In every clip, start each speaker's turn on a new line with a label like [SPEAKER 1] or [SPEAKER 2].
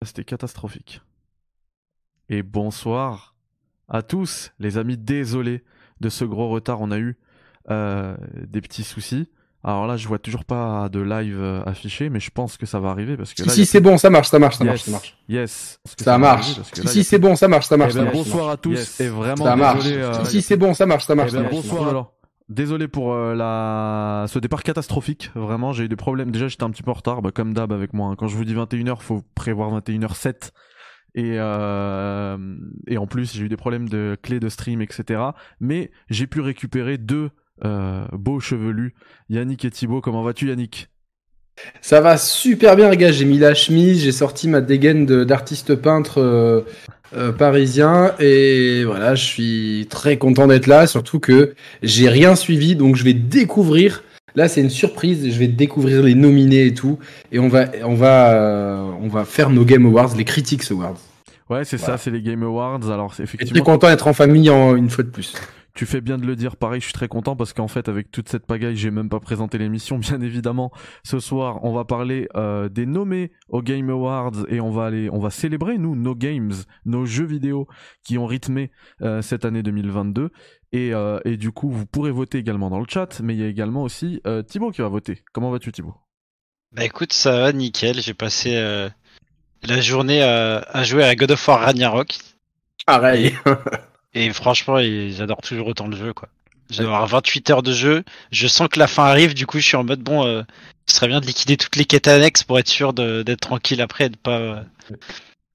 [SPEAKER 1] Ah, C'était catastrophique. Et bonsoir à tous, les amis. Désolé de ce gros retard. On a eu euh, des petits soucis. Alors là, je vois toujours pas de live euh, affiché, mais je pense que ça va arriver parce que
[SPEAKER 2] Si,
[SPEAKER 1] là,
[SPEAKER 2] si,
[SPEAKER 1] il y a-
[SPEAKER 2] c'est bon, ça marche, ça marche, ça
[SPEAKER 1] Yes,
[SPEAKER 2] marche, ça marche.
[SPEAKER 1] Yes. Parce que
[SPEAKER 2] Ça
[SPEAKER 1] va
[SPEAKER 2] marche.
[SPEAKER 1] arriver, parce que
[SPEAKER 2] Si,
[SPEAKER 1] là, il y
[SPEAKER 2] si,
[SPEAKER 1] a-
[SPEAKER 2] c'est bon, ça marche, ça marche,
[SPEAKER 1] Eh
[SPEAKER 2] ça
[SPEAKER 1] ben,
[SPEAKER 2] marche.
[SPEAKER 1] bonsoir à tous
[SPEAKER 3] Yes.
[SPEAKER 1] et vraiment
[SPEAKER 2] Ça marche.
[SPEAKER 1] désolé. euh,
[SPEAKER 2] Si, c'est bon, ça marche, ça
[SPEAKER 1] eh
[SPEAKER 2] marche, ça
[SPEAKER 1] ben,
[SPEAKER 2] marche.
[SPEAKER 1] bonsoir alors. Désolé pour euh, la... ce départ catastrophique, vraiment j'ai eu des problèmes. Déjà j'étais un petit peu en retard, bah, comme d'hab avec moi. hein. Quand je vous dis 21h, faut prévoir 21h7. Et, euh, et en plus j'ai eu des problèmes de clés de stream, etc. Mais j'ai pu récupérer deux euh, beaux chevelus, Yannick et Thibaut. Comment vas-tu Yannick
[SPEAKER 2] Ça va super bien, les gars. J'ai mis la chemise, j'ai sorti ma dégaine de- d'artiste peintre euh, euh, parisien. Et voilà, je suis très content d'être là. Surtout que j'ai rien suivi, donc je vais découvrir. Là, c'est une surprise. Je vais découvrir les nominés et tout. Et on va, on va, euh, on va faire nos Game Awards, les Critics Awards.
[SPEAKER 1] Ouais c'est ça,
[SPEAKER 2] Voilà.
[SPEAKER 1] c'est les Game Awards. Alors c'est
[SPEAKER 2] Et très
[SPEAKER 1] effectivement
[SPEAKER 2] content d'être en famille en, une fois de plus.
[SPEAKER 1] Tu fais bien de le dire, pareil, je suis très content parce qu'en fait, avec toute cette pagaille, j'ai même pas présenté l'émission, bien évidemment. Ce soir, on va parler euh, des nommés aux Game Awards et on va aller, on va célébrer, nous, nos games, nos jeux vidéo qui ont rythmé euh, cette année 2022. Et, euh, et du coup, vous pourrez voter également dans le chat, mais il y a également aussi euh, Thibaut qui va voter. Comment vas-tu, Thibaut
[SPEAKER 3] Bah écoute, ça va, nickel. J'ai passé euh, la journée à, à jouer à God of War Ragnarok.
[SPEAKER 2] Pareil.
[SPEAKER 3] Et franchement, il- j'adore toujours autant le jeu, quoi. J'ai avoir 28 heures de jeu. Je sens que la fin arrive, du coup, je suis en mode bon, euh, ce serait bien de liquider toutes les quêtes annexes pour être sûr de- d'être tranquille après et de pas, euh,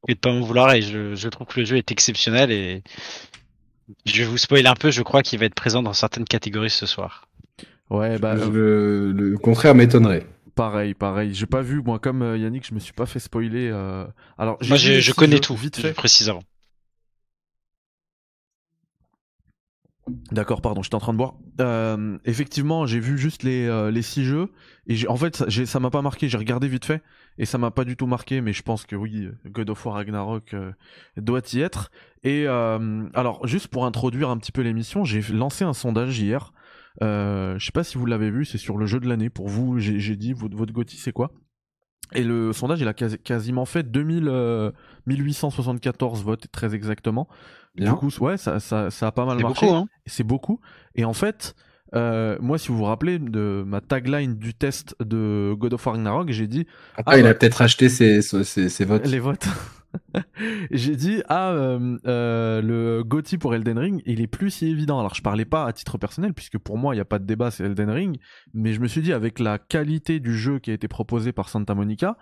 [SPEAKER 3] et de pas m'en vouloir. Et je, je trouve que le jeu est exceptionnel. Et je vais vous spoiler un peu, je crois qu'il va être présent dans certaines catégories ce soir.
[SPEAKER 1] Ouais, bah, euh,
[SPEAKER 2] le, le contraire m'étonnerait.
[SPEAKER 1] pareil, pareil. J'ai pas vu, moi, comme euh, Yannick, je me suis pas fait spoiler. euh, Alors, j'ai
[SPEAKER 3] Moi,
[SPEAKER 1] vu
[SPEAKER 3] je,
[SPEAKER 1] les
[SPEAKER 3] je
[SPEAKER 1] six
[SPEAKER 3] connais
[SPEAKER 1] jeux,
[SPEAKER 3] tout,
[SPEAKER 1] Vite
[SPEAKER 3] je
[SPEAKER 1] fait.
[SPEAKER 3] précise avant.
[SPEAKER 1] D'accord, pardon, j'étais en train de boire. Euh, effectivement, j'ai vu juste les, euh, les six jeux et j'ai- en fait, ça- j'ai- ça m'a pas marqué. J'ai regardé vite fait et ça m'a pas du tout marqué, mais je pense que oui, God of War Ragnarok euh, doit y être. Et euh, alors, juste pour introduire un petit peu l'émission, j'ai lancé un sondage hier. Euh, je sais pas si vous l'avez vu, c'est sur le jeu de l'année. Pour vous, j'ai j'ai dit votre, votre Gotti, c'est quoi Et le sondage, il a quasi- quasiment fait 2000, euh, 1874 votes très exactement.
[SPEAKER 2] Bien.
[SPEAKER 1] Du coup, ouais, ça, ça, ça a pas mal
[SPEAKER 3] C'est
[SPEAKER 1] marché
[SPEAKER 3] beaucoup, hein.
[SPEAKER 1] c'est beaucoup. Et en fait, euh, moi, si vous vous rappelez de ma tagline du test de God of War Ragnarok, j'ai dit
[SPEAKER 2] Attends,
[SPEAKER 1] Ah,
[SPEAKER 2] il
[SPEAKER 1] ouais.
[SPEAKER 2] a peut-être acheté ses, ses, ses- ses votes.
[SPEAKER 1] les votes. j'ai dit ah euh, euh, le Gotti pour Elden Ring, il est plus si évident. Alors je parlais pas à titre personnel puisque pour moi il n'y a pas de débat, c'est Elden Ring. Mais je me suis dit avec la qualité du jeu qui a été proposé par Santa Monica.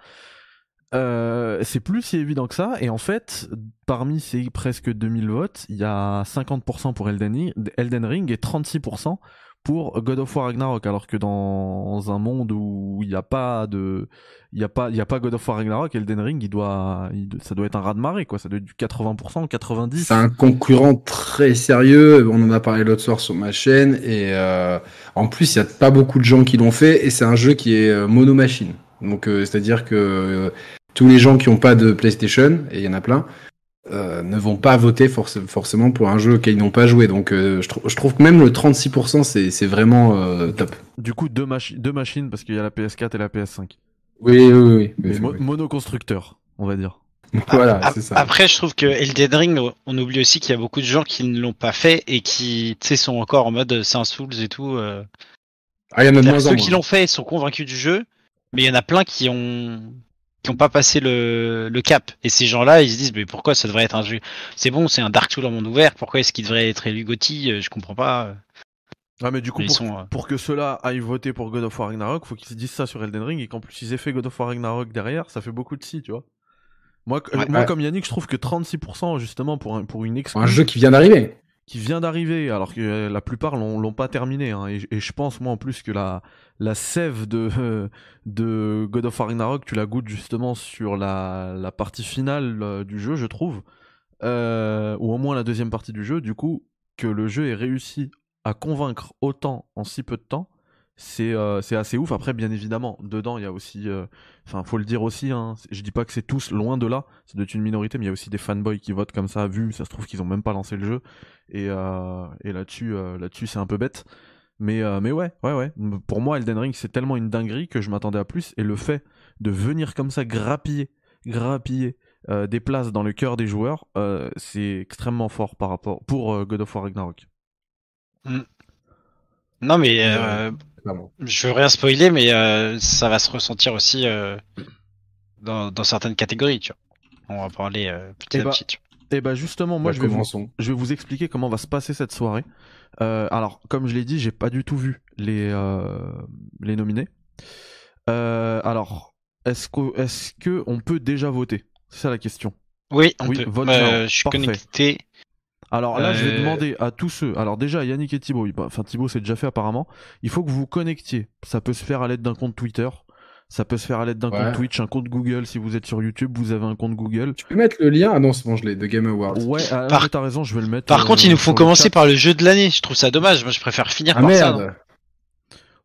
[SPEAKER 1] euh, c'est plus si évident que ça, et en fait, parmi ces presque 2000 votes, il y a 50% pour Elden Ring- Elden Ring et 36% pour God of War Ragnarok. Alors que dans un monde où il n'y a pas de, il y a pas, il y a pas God of War Ragnarok, Elden Ring, il doit, il doit- ça doit être un raz de marée quoi. Ça doit être du 80%, 90.
[SPEAKER 2] C'est un concurrent très sérieux. On en a parlé l'autre soir sur ma chaîne. Et euh, en plus, il n'y a pas beaucoup de gens qui l'ont fait. Et c'est un jeu qui est euh, mono-machine. Donc, euh, c'est-à-dire que euh, tous les gens qui n'ont pas de PlayStation, et il y en a plein, euh, ne vont pas voter forc- forcément pour un jeu auquel ils n'ont pas joué. Donc, euh, je, trou- je trouve que même le 36%, c'est c'est vraiment euh, top.
[SPEAKER 1] Du coup, deux, machi- deux machines parce qu'il y a la PS4 et la PS5.
[SPEAKER 2] Oui, oui, oui.
[SPEAKER 1] Mais mo- monoconstructeur, on va dire.
[SPEAKER 2] Voilà,
[SPEAKER 3] Ap-
[SPEAKER 2] c'est ça.
[SPEAKER 3] Après, je trouve que Elden Ring, on oublie aussi qu'il y a beaucoup de gens qui ne l'ont pas fait et qui tu sais, sont encore en mode euh, c'est un Souls et tout. euh.
[SPEAKER 2] Ah, il y en a de
[SPEAKER 3] C'est-à-dire
[SPEAKER 2] moins en
[SPEAKER 3] Ceux qui
[SPEAKER 2] moins.
[SPEAKER 3] l'ont fait sont convaincus du jeu, mais il y en a plein qui ont qui n'ont pas passé le, le cap. Et ces gens-là, ils se disent mais pourquoi ça devrait être un jeu C'est bon, c'est un Dark Souls en monde ouvert. Pourquoi est-ce qu'il devrait être élu Gotti Euh, Je comprends pas.
[SPEAKER 1] Ah, mais du coup,
[SPEAKER 3] Mais ils
[SPEAKER 1] pour,
[SPEAKER 3] sont, euh,
[SPEAKER 1] pour que ceux-là aillent voter pour God of War Ragnarok, faut qu'ils se disent ça sur Elden Ring et qu'en plus ils aient fait God of War Ragnarok derrière, ça fait beaucoup de si, tu vois. Moi, que-
[SPEAKER 2] Ouais,
[SPEAKER 1] moi
[SPEAKER 2] ouais.
[SPEAKER 1] comme Yannick, je trouve que 36% justement pour, un- pour une exclu
[SPEAKER 2] Un jeu qui vient d'arriver.
[SPEAKER 1] qui vient d'arriver, alors que euh, la plupart l'ont l'ont pas terminé. hein. et, j- et je pense, moi, en plus, que la, la sève de, euh, de God of War Ragnarok, tu la goûtes justement sur la, la partie finale euh, du jeu, je trouve. Euh, ou au moins la deuxième partie du jeu. Du coup, que le jeu ait réussi à convaincre autant en si peu de temps, c'est euh, c'est assez ouf. Après, bien évidemment, dedans, il y a aussi. euh, Enfin, faut le dire aussi, hein, c'est- je dis pas que c'est tous loin de là, c'est d'être une minorité, mais il y a aussi des fanboys qui votent comme ça à vue, ça se trouve qu'ils ont même pas lancé le jeu. Et, euh, et là-dessus, euh, là-dessus, c'est un peu bête. Mais, euh, mais ouais, ouais, ouais. M- Pour moi, Elden Ring, c'est tellement une dinguerie que je m'attendais à plus. Et le fait de venir comme ça grappiller, grappiller euh, des places dans le cœur des joueurs, euh, c'est extrêmement fort par rapport pour euh, God of War Ragnarok.
[SPEAKER 3] Non, mais euh,
[SPEAKER 2] clairement.
[SPEAKER 3] je veux rien spoiler, mais euh, ça va se ressentir aussi euh, dans, dans certaines catégories, tu vois. On va parler euh,
[SPEAKER 1] Eh
[SPEAKER 3] petit
[SPEAKER 2] ben,
[SPEAKER 3] à
[SPEAKER 1] bah,
[SPEAKER 3] petit. tu vois.
[SPEAKER 1] Et bah justement, moi
[SPEAKER 2] Ouais,
[SPEAKER 1] je vais vous
[SPEAKER 2] commençons.
[SPEAKER 1] je vais vous expliquer comment va se passer cette soirée. Euh, alors, comme je l'ai dit, j'ai pas du tout vu les, euh, les nominés. Euh, alors, est-ce qu'on est que on peut déjà voter C'est ça la question.
[SPEAKER 3] Oui, on
[SPEAKER 1] Oui,
[SPEAKER 3] peut.
[SPEAKER 1] vote
[SPEAKER 3] Euh,
[SPEAKER 1] non.
[SPEAKER 3] je suis
[SPEAKER 1] Parfait. Euh,
[SPEAKER 3] connecté.
[SPEAKER 1] Alors là, je vais
[SPEAKER 3] Euh,
[SPEAKER 1] demander à tous ceux. Alors déjà, Yannick et Thibaut. oui, bah, Enfin, Thibaut, c'est déjà fait apparemment. Il faut que vous vous connectiez. Ça peut se faire à l'aide d'un compte Twitter. Ça peut se faire à l'aide d'un
[SPEAKER 2] Ouais.
[SPEAKER 1] compte Twitch, un compte Google. Si vous êtes sur YouTube, vous avez un compte Google.
[SPEAKER 2] Tu peux mettre le lien Ah non, c'est bon, je l'ai, de Game Awards.
[SPEAKER 1] Ouais, ah,
[SPEAKER 3] Par-
[SPEAKER 1] mais t'as raison, je vais le mettre.
[SPEAKER 3] Par
[SPEAKER 1] euh,
[SPEAKER 3] contre, ils nous font
[SPEAKER 1] sur le
[SPEAKER 3] commencer
[SPEAKER 1] chat.
[SPEAKER 3] par le jeu de l'année. Je trouve ça dommage. Moi, je préfère finir
[SPEAKER 2] Ah
[SPEAKER 3] par ça. hein. non
[SPEAKER 1] hein.
[SPEAKER 2] merde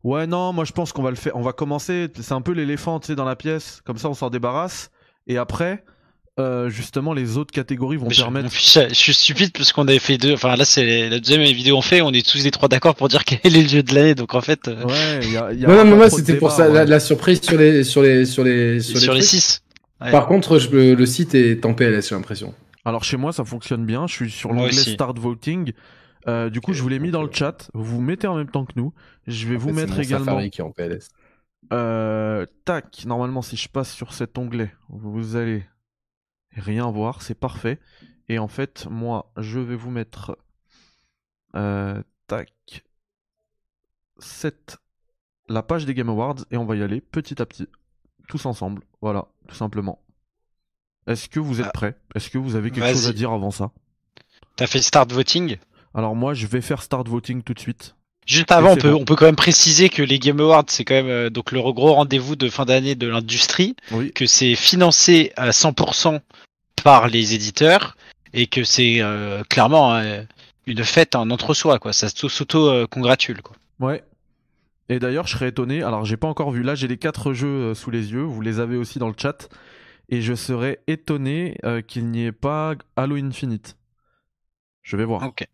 [SPEAKER 1] Ouais, non, moi je pense qu'on va le faire. On va commencer. C'est un peu l'éléphant, tu sais, dans la pièce. Comme ça, on s'en débarrasse. Et après, euh, justement, les autres catégories vont
[SPEAKER 3] Mais je,
[SPEAKER 1] permettre.
[SPEAKER 3] on fiche- je suis stupide parce qu'on avait fait deux. Enfin, là, c'est la deuxième vidéo on fait. On est tous les trois d'accord pour dire quel est le jeu de l'année. Donc, en fait, euh,
[SPEAKER 1] Ouais, il y a, il y a
[SPEAKER 2] Non, non,
[SPEAKER 1] pas
[SPEAKER 2] mais moi
[SPEAKER 1] trop de
[SPEAKER 2] c'était pour
[SPEAKER 1] débat,
[SPEAKER 2] ça, la,
[SPEAKER 1] ouais.
[SPEAKER 2] la surprise sur les, sur les, sur les, sur
[SPEAKER 3] sur, les
[SPEAKER 2] trucs.
[SPEAKER 3] six. Ouais.
[SPEAKER 2] Par contre, je- le, le site est en PLS, j'ai l'impression.
[SPEAKER 1] Alors chez moi, ça fonctionne bien. Je suis sur
[SPEAKER 3] Moi
[SPEAKER 1] l'onglet
[SPEAKER 3] aussi.
[SPEAKER 1] Start Voting. Euh, du coup,
[SPEAKER 2] Ok,
[SPEAKER 1] je vous l'ai mis
[SPEAKER 2] donc,
[SPEAKER 1] dans
[SPEAKER 2] euh,
[SPEAKER 1] le chat. Vous vous mettez en même temps que nous. Je vais
[SPEAKER 2] En
[SPEAKER 1] vous
[SPEAKER 2] fait, c'est
[SPEAKER 1] mettre
[SPEAKER 2] mon
[SPEAKER 1] également.
[SPEAKER 2] Safari qui est en PLS.
[SPEAKER 1] Euh, tac, normalement si je passe sur cet onglet, vous allez rien voir, c'est parfait. Et en fait, moi, je vais vous mettre... euh, tac. Cette... La page des Game Awards, et on va y aller petit à petit. Tous ensemble, voilà, tout simplement. Est-ce que vous êtes prêts Est-ce que vous avez quelque chose à
[SPEAKER 3] Vas-y.
[SPEAKER 1] dire avant ça
[SPEAKER 3] T'as fait start voting.
[SPEAKER 1] Alors moi, je vais faire Start Voting tout de suite.
[SPEAKER 3] Juste avant,
[SPEAKER 1] Et
[SPEAKER 3] on
[SPEAKER 1] c'est
[SPEAKER 3] peut,
[SPEAKER 1] bon.
[SPEAKER 3] on peut quand même préciser que les Game Awards, c'est quand même euh, donc le gros rendez-vous de fin d'année de l'industrie,
[SPEAKER 1] Oui,
[SPEAKER 3] que c'est financé à 100% par les éditeurs et que c'est euh, clairement euh, une fête en entre-soi, quoi. Ça s'auto-congratule, quoi.
[SPEAKER 1] Ouais. Et d'ailleurs, je serais étonné. Alors, j'ai pas encore vu. Là, j'ai les quatre jeux euh, sous les yeux. Vous les avez aussi dans le chat. Et je serais étonné euh, qu'il n'y ait pas Halo Infinite. Je vais
[SPEAKER 2] Ah.
[SPEAKER 1] voir.
[SPEAKER 3] Ok.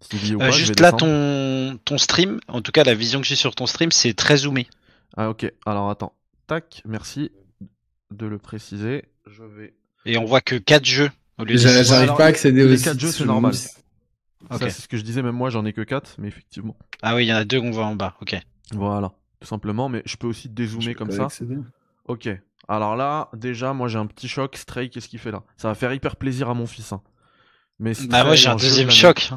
[SPEAKER 1] S'il y est ou
[SPEAKER 3] Ah. Euh,
[SPEAKER 1] pas, je
[SPEAKER 3] juste
[SPEAKER 1] vais
[SPEAKER 3] là,
[SPEAKER 1] descendre.
[SPEAKER 3] ton, ton stream, en tout cas la vision que j'ai sur ton stream, c'est très zoomé.
[SPEAKER 1] Ah, ok. Alors, attends. Tac. Merci de le préciser. Je vais.
[SPEAKER 3] Et on voit que 4 jeux au lieu de
[SPEAKER 2] J'a-
[SPEAKER 3] six.
[SPEAKER 1] ouais,
[SPEAKER 2] J'arrive
[SPEAKER 1] alors,
[SPEAKER 2] pas à
[SPEAKER 1] les
[SPEAKER 2] accéder au
[SPEAKER 1] quatre
[SPEAKER 2] site
[SPEAKER 1] jeux, c'est
[SPEAKER 2] sous-
[SPEAKER 1] normal.
[SPEAKER 3] Ok.
[SPEAKER 1] Ça, c'est ce que je disais. Même moi, j'en ai que quatre. Mais effectivement.
[SPEAKER 3] Ah oui, il y en a deux qu'on voit en bas. Ok.
[SPEAKER 1] Voilà. Tout simplement. Mais je peux aussi
[SPEAKER 2] Je
[SPEAKER 1] dézoomer
[SPEAKER 2] peux
[SPEAKER 1] comme
[SPEAKER 2] pas
[SPEAKER 1] ça.
[SPEAKER 2] accéder.
[SPEAKER 1] Ok. Alors là, déjà, moi j'ai un petit choc. Stray, qu'est-ce qu'il fait là Ça va faire hyper plaisir à mon fils. hein. Mais
[SPEAKER 3] Bah
[SPEAKER 1] Stray,
[SPEAKER 3] moi j'ai un
[SPEAKER 1] en jeu de
[SPEAKER 3] deuxième
[SPEAKER 1] l'année.
[SPEAKER 3] choc.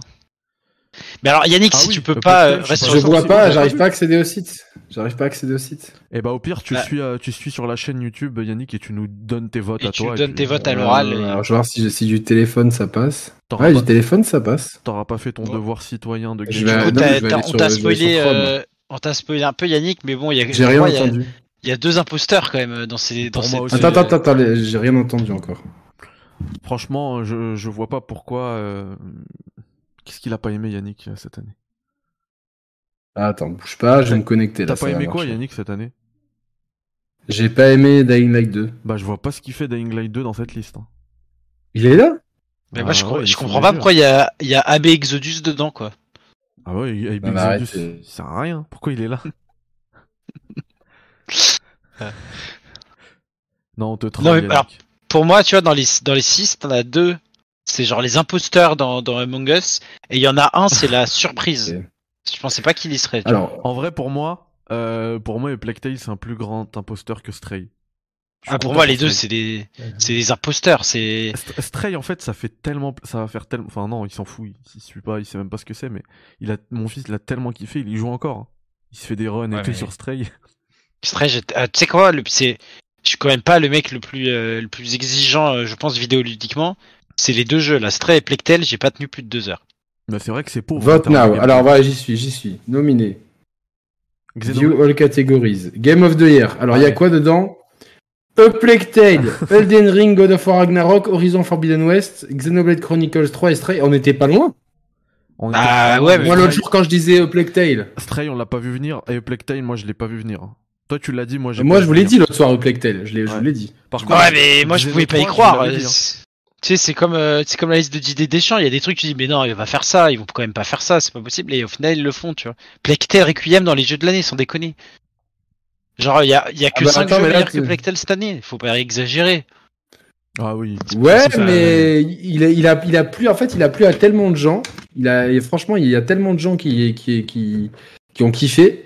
[SPEAKER 3] Mais alors Yannick,
[SPEAKER 1] Ah
[SPEAKER 3] si
[SPEAKER 1] oui,
[SPEAKER 3] tu peux
[SPEAKER 1] le
[SPEAKER 3] pas
[SPEAKER 1] cocktail,
[SPEAKER 3] euh,
[SPEAKER 1] je
[SPEAKER 3] reste
[SPEAKER 1] sais
[SPEAKER 3] sur
[SPEAKER 2] Je
[SPEAKER 1] pas.
[SPEAKER 3] le
[SPEAKER 2] vois
[SPEAKER 1] site,
[SPEAKER 2] pas,
[SPEAKER 1] j'ai
[SPEAKER 2] j'arrive
[SPEAKER 1] pas
[SPEAKER 2] pas à accéder au site. J'arrive pas à accéder au site.
[SPEAKER 1] Et bah au pire, tu
[SPEAKER 3] Bah.
[SPEAKER 1] suis, euh, tu suis sur la chaîne YouTube, Yannick, et tu nous donnes tes votes
[SPEAKER 3] Et
[SPEAKER 1] à
[SPEAKER 3] tu
[SPEAKER 1] toi.
[SPEAKER 3] donnes tes votes à
[SPEAKER 1] on-
[SPEAKER 3] l'heure. l'oral,
[SPEAKER 2] Euh,
[SPEAKER 3] et-
[SPEAKER 2] alors, je vais voir si, j'ai- si du téléphone ça passe.
[SPEAKER 1] T'auras
[SPEAKER 2] Ouais,
[SPEAKER 1] pas-
[SPEAKER 2] du téléphone ça passe.
[SPEAKER 1] T'auras pas fait ton
[SPEAKER 3] Bon.
[SPEAKER 1] devoir citoyen de
[SPEAKER 2] Je
[SPEAKER 1] gamer.
[SPEAKER 2] vais-
[SPEAKER 3] Du coup,
[SPEAKER 2] non,
[SPEAKER 3] t'as-
[SPEAKER 2] mais je vais
[SPEAKER 3] t'as-
[SPEAKER 2] aller
[SPEAKER 3] on
[SPEAKER 2] sur-
[SPEAKER 3] t'a
[SPEAKER 2] je vais
[SPEAKER 3] spoilé,
[SPEAKER 2] sur Chrome.
[SPEAKER 3] euh, on t'a spoilé un peu Yannick, mais bon, il y a,
[SPEAKER 2] J'ai
[SPEAKER 3] je
[SPEAKER 2] rien
[SPEAKER 3] crois, il y a-
[SPEAKER 2] entendu.
[SPEAKER 3] il y, a deux imposteurs quand même euh, dans ces. Dans
[SPEAKER 1] Pour moi
[SPEAKER 3] cette-
[SPEAKER 1] aussi.
[SPEAKER 2] Attends, attends, attends, attends, j'ai rien entendu encore.
[SPEAKER 1] Franchement, je, je vois pas pourquoi. euh, Qu'est-ce qu'il a pas aimé Yannick euh, cette année
[SPEAKER 2] Ah, attends, bouge pas, je vais me connecter là.
[SPEAKER 1] T'as
[SPEAKER 2] ça
[SPEAKER 1] pas
[SPEAKER 2] va
[SPEAKER 1] aimé quoi
[SPEAKER 2] marcher.
[SPEAKER 1] Yannick cette année
[SPEAKER 2] J'ai pas aimé Dying Light 2.
[SPEAKER 1] Bah je vois pas ce qu'il fait Dying Light 2 dans cette liste. hein.
[SPEAKER 2] Il est là
[SPEAKER 3] Mais moi,
[SPEAKER 1] Ah
[SPEAKER 3] je,
[SPEAKER 1] ouais,
[SPEAKER 3] crois-
[SPEAKER 1] ils
[SPEAKER 3] je
[SPEAKER 1] sont
[SPEAKER 3] comprends pas
[SPEAKER 1] dégueux.
[SPEAKER 3] pourquoi il y a, il y a AB Exodus dedans, quoi.
[SPEAKER 1] Ah ouais, il- il-
[SPEAKER 2] Non,
[SPEAKER 1] Exodus,
[SPEAKER 2] mais arrête, euh.
[SPEAKER 1] ça
[SPEAKER 2] c'est-
[SPEAKER 1] sert à rien. Pourquoi il est là Non, on te troll.
[SPEAKER 3] Non, mais
[SPEAKER 1] Yannick.
[SPEAKER 3] alors- Pour moi, tu vois, dans les, dans les six, t'en as deux. C'est genre les imposteurs dans, dans Among Us. Et il y en a un, c'est la surprise. Je pensais pas qu'il y serait. tu vois.
[SPEAKER 2] Alors,
[SPEAKER 1] En vrai, pour moi, euh, pour moi, Plague Tale, c'est un plus grand imposteur que Stray. Je suis
[SPEAKER 3] Ah, pour
[SPEAKER 1] content
[SPEAKER 3] moi, les deux,
[SPEAKER 1] Stray.
[SPEAKER 3] c'est des, c'est des imposteurs. C'est.
[SPEAKER 1] St- Stray, en fait, ça fait tellement, ça va faire tellement. Enfin non, il s'en fout, il, il suit pas, il sait même pas ce que c'est. Mais il a, mon fils, l'a tellement kiffé, il y joue encore. hein. Il se fait des runs
[SPEAKER 3] Ouais,
[SPEAKER 1] et tout
[SPEAKER 3] mais-
[SPEAKER 1] sur Stray.
[SPEAKER 3] Stray, j'étais- ah, tu sais quoi, le, c'est, je suis quand même pas le mec le plus, euh, le plus exigeant, euh, je pense, vidéoludiquement. C'est les deux jeux, là, Stray et Plectel, j'ai pas tenu plus de deux heures.
[SPEAKER 1] Mais c'est vrai que c'est pauvre. hein, en
[SPEAKER 2] vote
[SPEAKER 1] termes de
[SPEAKER 2] now.
[SPEAKER 1] gameplay.
[SPEAKER 2] Alors, voilà, j'y suis, j'y suis. Nominé.
[SPEAKER 1] Xenoblade-
[SPEAKER 2] View all categories. Game of the Year. Alors, il y a
[SPEAKER 1] Ouais.
[SPEAKER 2] quoi dedans A Plague Tale, Elden Ring, God of War Ragnarok, Horizon Forbidden West, Xenoblade Chronicles 3 et Stray. On n'était pas loin.
[SPEAKER 1] on était
[SPEAKER 3] Ah,
[SPEAKER 1] vraiment-
[SPEAKER 3] ouais, mais
[SPEAKER 2] Moi, l'autre jour, quand je disais A Plague Tale,
[SPEAKER 1] Stray, on l'a pas vu venir. Et Plague Tale, moi, je l'ai pas vu venir. Toi, tu l'as dit, moi, j'ai.
[SPEAKER 2] moi,
[SPEAKER 1] pas
[SPEAKER 2] je
[SPEAKER 1] vu
[SPEAKER 2] vous l'ai
[SPEAKER 1] venir.
[SPEAKER 2] dit l'autre soir, A Plague Tale. Je l'ai je
[SPEAKER 1] Ouais.
[SPEAKER 2] vous l'ai dit.
[SPEAKER 1] Par contre,
[SPEAKER 3] Ouais, mais moi, je
[SPEAKER 1] Xeno
[SPEAKER 3] pouvais pas y
[SPEAKER 1] 3, je
[SPEAKER 3] croire.
[SPEAKER 1] l'avais
[SPEAKER 3] euh,
[SPEAKER 1] dit, hein.
[SPEAKER 3] c'est- Tu sais, c'est comme, euh, c'est comme la liste de JD Deschamps, il y a des trucs, tu dis, mais non, il va faire ça, ils vont quand même pas faire ça, c'est pas possible, et au final, ils le font, tu vois. Plectel, Requiem dans les jeux de l'année, sans déconner. Genre, il y a, il y a que
[SPEAKER 2] bah,
[SPEAKER 3] 5
[SPEAKER 2] attends,
[SPEAKER 3] jeux
[SPEAKER 2] mais là,
[SPEAKER 3] meilleurs
[SPEAKER 2] tu-
[SPEAKER 3] que Plectel cette année, faut pas exagérer.
[SPEAKER 1] Ah oui.
[SPEAKER 2] Ouais,
[SPEAKER 1] Ça,
[SPEAKER 2] mais il a, il a, il a plu. En fait, il a plu à tellement de gens. Il a, et franchement, il y a tellement de gens qui, qui, qui, qui ont kiffé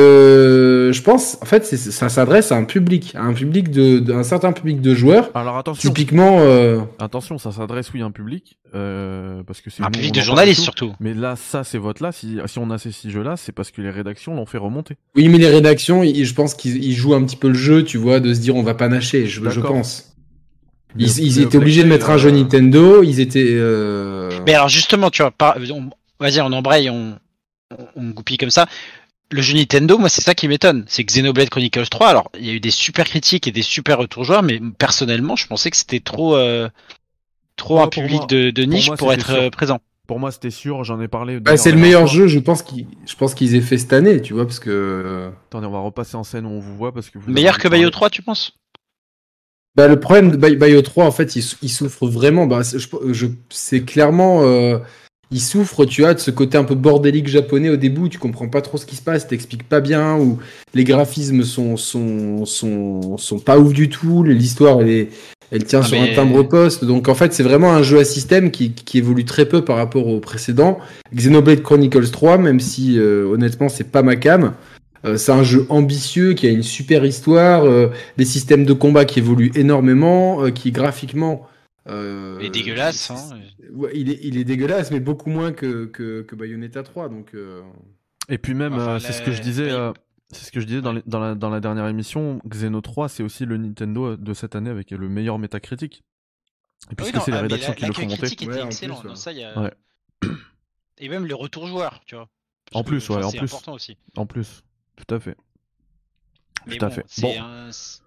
[SPEAKER 2] que je pense, en fait, c'est- ça s'adresse à un public, à un public de, de- un certain public de joueurs.
[SPEAKER 1] Alors attention,
[SPEAKER 2] Typiquement, euh,
[SPEAKER 1] attention, ça s'adresse oui à un public, euh, parce que c'est
[SPEAKER 3] Un
[SPEAKER 1] nous, on
[SPEAKER 3] public de
[SPEAKER 1] en parle
[SPEAKER 3] journalistes
[SPEAKER 1] et tout.
[SPEAKER 3] surtout.
[SPEAKER 1] Mais là, ça, ces votes-là, si, si on a ces six jeux-là, c'est parce que les rédactions l'ont fait remonter.
[SPEAKER 2] oui, mais les rédactions, ils- je pense qu'ils ils jouent un petit peu le jeu, tu vois, de se dire on va pas nacher. Je, je
[SPEAKER 1] D'accord.
[SPEAKER 2] pense. Ils,
[SPEAKER 1] Le-
[SPEAKER 2] ils
[SPEAKER 1] le
[SPEAKER 2] étaient obligés de
[SPEAKER 1] Blackjack,
[SPEAKER 2] mettre un jeu
[SPEAKER 1] euh,
[SPEAKER 2] Nintendo. Ils étaient. euh,
[SPEAKER 3] Mais alors justement, tu vois, par- on- vas-y, on embraye, on, on, on goupille comme ça. Le jeu Nintendo, moi, c'est ça qui m'étonne. C'est que Xenoblade Chronicles 3, alors, il y a eu des super critiques et des super retours joueurs, mais personnellement, je pensais que c'était trop, euh, trop
[SPEAKER 1] Ouais,
[SPEAKER 3] un
[SPEAKER 1] pour
[SPEAKER 3] public
[SPEAKER 1] moi-
[SPEAKER 3] de, de niche
[SPEAKER 1] moi,
[SPEAKER 3] pour,
[SPEAKER 1] c'était
[SPEAKER 3] être euh,
[SPEAKER 1] sûr.
[SPEAKER 3] présent.
[SPEAKER 1] Pour moi, c'était sûr, j'en ai parlé.
[SPEAKER 2] bah,
[SPEAKER 1] d'ailleurs,
[SPEAKER 2] c'est le
[SPEAKER 1] la
[SPEAKER 2] meilleur
[SPEAKER 1] dernière
[SPEAKER 2] jeu, je pense qu'ils, je pense qu'ils aient fait cette année, tu vois, parce que. euh,
[SPEAKER 1] fois. Attendez, on va repasser en scène où on vous voit parce que vous
[SPEAKER 3] Meilleur
[SPEAKER 1] avez
[SPEAKER 3] que
[SPEAKER 1] parlé.
[SPEAKER 3] Bayo 3, tu penses
[SPEAKER 2] Bah, le problème de Bay- Bayo 3, en fait, il, sou- il souffre vraiment. Bah, c'est- je, je- c'est clairement. euh, il souffre, tu vois, de ce côté un peu bordélique japonais au début. où Tu comprends pas trop ce qui se passe, t'expliques pas bien, ou les graphismes sont, sont, sont, sont pas ouf du tout. L'histoire, elle, est- elle tient
[SPEAKER 3] Ah,
[SPEAKER 2] sur
[SPEAKER 3] mais-
[SPEAKER 2] un timbre-poste. Donc, en fait, c'est vraiment un jeu à système qui, qui évolue très peu par rapport au précédent. Xenoblade Chronicles 3, même si euh, honnêtement, c'est pas ma cam. euh, c'est un jeu ambitieux qui a une super histoire. euh, des systèmes de combat qui évoluent énormément, euh, qui graphiquement. euh,
[SPEAKER 3] Il est dégueulasse, hein.
[SPEAKER 2] Ouais, il, est, il est dégueulasse, mais beaucoup moins que, que, que Bayonetta 3. Donc, euh,
[SPEAKER 1] Et puis même,
[SPEAKER 3] Enfin,
[SPEAKER 1] euh, c'est ce que je
[SPEAKER 3] les-
[SPEAKER 1] disais,
[SPEAKER 3] les-
[SPEAKER 1] euh, c'est ce que je disais dans, les- dans la, dans la dernière émission. Xeno 3, c'est aussi le Nintendo de cette année avec le meilleur métacritique. Et
[SPEAKER 3] Ah
[SPEAKER 1] puisque c'est les rédactions qui le font monter.
[SPEAKER 3] critique
[SPEAKER 2] Ouais,
[SPEAKER 3] était
[SPEAKER 2] en
[SPEAKER 3] excellent,
[SPEAKER 2] plus,
[SPEAKER 3] donc
[SPEAKER 2] ouais.
[SPEAKER 3] ça, il y a-
[SPEAKER 1] Ouais.
[SPEAKER 3] Et même les retours joueurs, tu vois.
[SPEAKER 1] En plus,
[SPEAKER 3] enfin,
[SPEAKER 1] ouais, en
[SPEAKER 3] c'est
[SPEAKER 1] plus.
[SPEAKER 3] important aussi.
[SPEAKER 1] En plus, tout à fait.
[SPEAKER 3] Mais
[SPEAKER 1] Tout à
[SPEAKER 3] bon,
[SPEAKER 1] fait.
[SPEAKER 3] c'est
[SPEAKER 1] Bon. Euh,
[SPEAKER 3] un- c'est-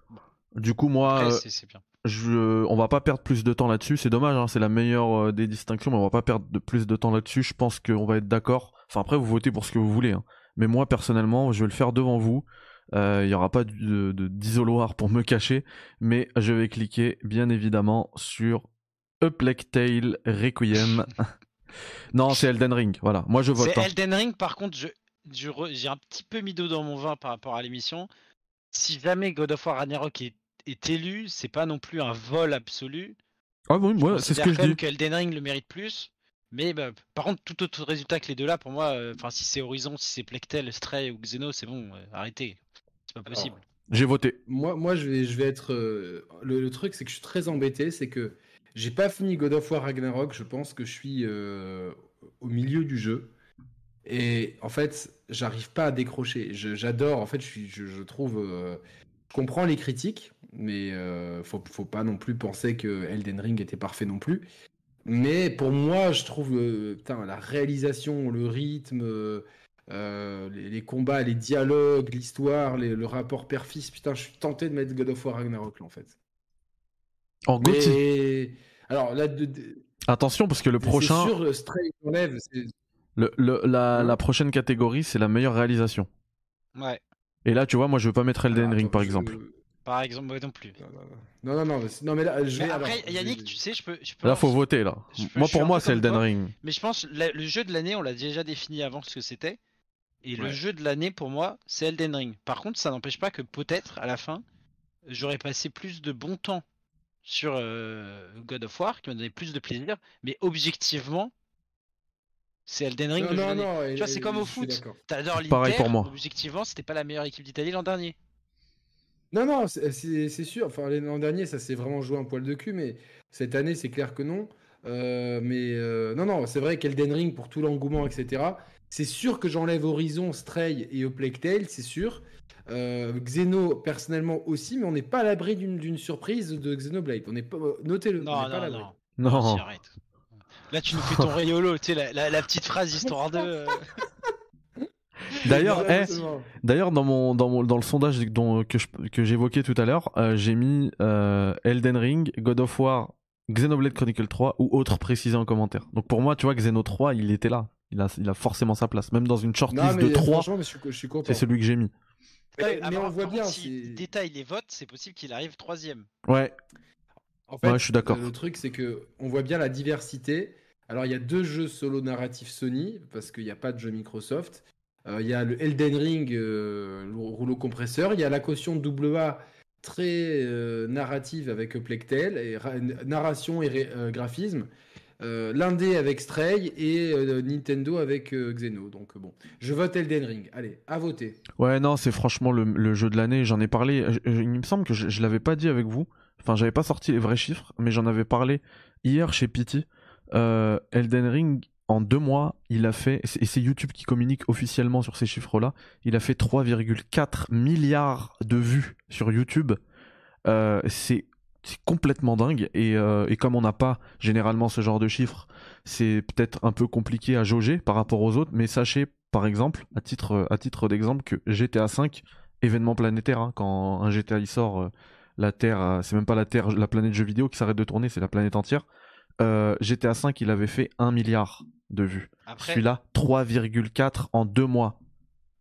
[SPEAKER 1] Du coup, moi,
[SPEAKER 3] après,
[SPEAKER 1] euh,
[SPEAKER 3] c'est- c'est bien.
[SPEAKER 1] je, on va pas perdre plus de temps là-dessus. C'est dommage, hein, c'est la meilleure euh, des distinctions, mais on va pas perdre de plus de temps là-dessus. Je pense qu'on va être d'accord. Enfin, après, vous votez pour ce que vous voulez. hein. Mais moi, personnellement, je vais le faire devant vous. Euh, Il y aura pas de- de- d'isoloir pour me cacher. Mais je vais cliquer, bien évidemment, sur A Plague Tale Requiem. non, c'est Elden Ring. Voilà, moi je vote.
[SPEAKER 3] C'est
[SPEAKER 1] hein.
[SPEAKER 3] Elden Ring, par contre, je- je re- j'ai un petit peu mis d'eau dans mon vin par rapport à l'émission. Si jamais God of War Ragnarok est, est élu, c'est pas non plus un vol absolu.
[SPEAKER 1] Ah oui, moi,
[SPEAKER 3] Je
[SPEAKER 1] c'est ce
[SPEAKER 3] considère
[SPEAKER 1] que je
[SPEAKER 3] quand même
[SPEAKER 1] dis.
[SPEAKER 3] qu'Elden Ring le mérite plus. Mais bah, par contre, tout autre résultat que les deux là, pour moi, euh, enfin si c'est Horizon, si c'est Plectel, Stray ou Xeno, c'est bon, euh, arrêtez. C'est pas possible.
[SPEAKER 2] Ah
[SPEAKER 1] J'ai voté.
[SPEAKER 2] moi, moi je, vais, je vais être. euh, le, le truc, c'est que je suis très embêté. C'est que j'ai pas fini God of War Ragnarok. Je pense que je suis euh, au milieu du jeu. Et en fait, j'arrive pas à décrocher. Je- J'adore. En fait, je, suis- je, je trouve. euh, je comprends les critiques, mais euh, faut, faut pas non plus penser que Elden Ring était parfait non plus. Mais pour moi, je trouve euh, putain, la réalisation, le rythme, euh, euh, les, les combats, les dialogues, l'histoire, les- le rapport père-fils. Putain, je suis tenté de mettre God of War Ragnarok là, en fait.
[SPEAKER 1] En Gauthier.
[SPEAKER 2] Mais alors là, de- de-
[SPEAKER 1] Attention, parce que le
[SPEAKER 2] c'est
[SPEAKER 1] prochain,
[SPEAKER 2] sûr, le Stray qu'on lève, c'est-
[SPEAKER 1] le- le- la,
[SPEAKER 2] Ouais.
[SPEAKER 1] la prochaine catégorie, c'est la meilleure réalisation.
[SPEAKER 3] Ouais,
[SPEAKER 1] Et là, tu vois, moi, je veux pas mettre Elden
[SPEAKER 2] Alors,
[SPEAKER 1] Ring,
[SPEAKER 2] Ah, Bah, attends,
[SPEAKER 1] par
[SPEAKER 2] je-
[SPEAKER 1] exemple.
[SPEAKER 3] par exemple, moi non plus.
[SPEAKER 2] Non, non, non, non, mais, non, mais là, je
[SPEAKER 3] Mais
[SPEAKER 2] vais-
[SPEAKER 3] après,
[SPEAKER 2] alors, je-
[SPEAKER 3] Yannick, tu sais, je peux. Je peux
[SPEAKER 1] Là,
[SPEAKER 3] lancer-
[SPEAKER 1] faut voter, là.
[SPEAKER 3] je- je
[SPEAKER 1] moi,
[SPEAKER 3] suis
[SPEAKER 1] pour
[SPEAKER 3] un
[SPEAKER 1] moi,
[SPEAKER 3] peu
[SPEAKER 1] c'est
[SPEAKER 3] comme
[SPEAKER 1] Elden
[SPEAKER 3] toi.
[SPEAKER 1] Ring.
[SPEAKER 3] Mais je pense la- le jeu de l'année, on l'a déjà défini avant ce que c'était. Et le
[SPEAKER 2] Ouais.
[SPEAKER 3] jeu de l'année pour moi, c'est Elden Ring. Par contre, ça n'empêche pas que peut-être à la fin, j'aurais passé plus de bon temps sur euh, God of War, qui m'a donné plus de plaisir. Mais objectivement, c'est Elden Ring.
[SPEAKER 2] Non,
[SPEAKER 3] le jeu
[SPEAKER 2] non,
[SPEAKER 3] de l'année.
[SPEAKER 2] non,
[SPEAKER 3] Tu vois, c'est
[SPEAKER 2] et-
[SPEAKER 3] comme au
[SPEAKER 2] je suis
[SPEAKER 3] foot.
[SPEAKER 2] d'accord.
[SPEAKER 3] T'adores l'Inter.
[SPEAKER 1] Pareil pour moi.
[SPEAKER 3] Objectivement, c'était pas la meilleure équipe d'Italie l'an dernier.
[SPEAKER 2] Non, non, c'est- euh, c'est c'est sûr. Enfin, l'an dernier, ça s'est vraiment joué un poil de cul, mais cette année, c'est clair que non. Euh, mais euh, non, non, c'est vrai qu'Elden Ring, pour tout l'engouement, etc., c'est sûr que j'enlève Horizon, Stray et A Plague Tale, c'est sûr. Euh, Xeno, personnellement aussi, mais on n'est pas à l'abri d'une d'une surprise de Xenoblade. On n'est pas, euh, notez-le. on
[SPEAKER 3] Non,
[SPEAKER 2] n'est pas à
[SPEAKER 3] non,
[SPEAKER 2] l'abri.
[SPEAKER 3] non.
[SPEAKER 1] Non.
[SPEAKER 3] Vas-y, arrête. Là, tu nous fais ton rayolo, tu sais, la, la- la petite phrase histoire de. euh,
[SPEAKER 1] D'ailleurs, eh,
[SPEAKER 2] Exactement.
[SPEAKER 1] D'ailleurs, dans, mon, dans, mon- dans le sondage dont- que, je- que j'évoquais tout à l'heure, euh, j'ai mis euh, Elden Ring, God of War, Xenoblade Chronicle 3 ou autre précisé en commentaire. Donc pour moi, tu vois, Xeno 3, il était là. Il a, il a forcément sa place. Même dans une
[SPEAKER 3] eh,
[SPEAKER 2] Non,
[SPEAKER 1] shortlist
[SPEAKER 2] mais
[SPEAKER 1] de 3,
[SPEAKER 2] franchement, mais je, suis, je suis content.
[SPEAKER 1] c'est celui que j'ai mis.
[SPEAKER 2] Mais,
[SPEAKER 3] Ah,
[SPEAKER 2] mais
[SPEAKER 3] par-
[SPEAKER 2] on voit
[SPEAKER 3] par
[SPEAKER 2] bien.
[SPEAKER 3] contre, s'il
[SPEAKER 2] c'est-
[SPEAKER 3] détaille les votes, c'est possible qu'il arrive troisième.
[SPEAKER 1] Ouais,
[SPEAKER 2] En fait,
[SPEAKER 1] Ouais, je suis d'accord.
[SPEAKER 2] euh, Le truc, c'est que on voit bien la diversité. Alors, il y a deux jeux solo narratifs Sony, parce qu'il n'y a pas de jeu Microsoft. Euh, Il y a le Elden Ring, euh, le rouleau compresseur. Il y a la caution AA très euh, narrative avec Plectel, et ra- narration et ré- euh, graphisme. Euh, L'indé avec Stray et euh, Nintendo avec euh, Xeno. Donc bon, je vote Elden Ring. Allez, à voter.
[SPEAKER 1] Ouais, non, c'est franchement le, le jeu de l'année. J'en ai parlé. je- je- il me semble que je, je l'avais pas dit avec vous. Enfin, j'avais pas sorti les vrais chiffres, mais j'en avais parlé hier chez Pity. Euh, Elden Ring, en deux mois, il a fait. c'est- Et c'est YouTube qui communique officiellement sur ces chiffres-là. Il a fait 3,4 milliards de vues sur YouTube. Euh, c'est c'est complètement dingue et, euh, et comme on n'a pas généralement ce genre de chiffres, c'est peut-être un peu compliqué à jauger par rapport aux autres, mais sachez par exemple, à titre, à titre d'exemple, que GTA V, événement planétaire, hein, quand un GTA il sort, euh, la Terre, euh, c'est même pas la Terre, la planète jeux vidéo qui s'arrête de tourner, c'est la planète entière. Euh, GTA V, il avait fait 1 milliard de vues.
[SPEAKER 3] Après,
[SPEAKER 1] Celui-là, 3,4 en deux mois.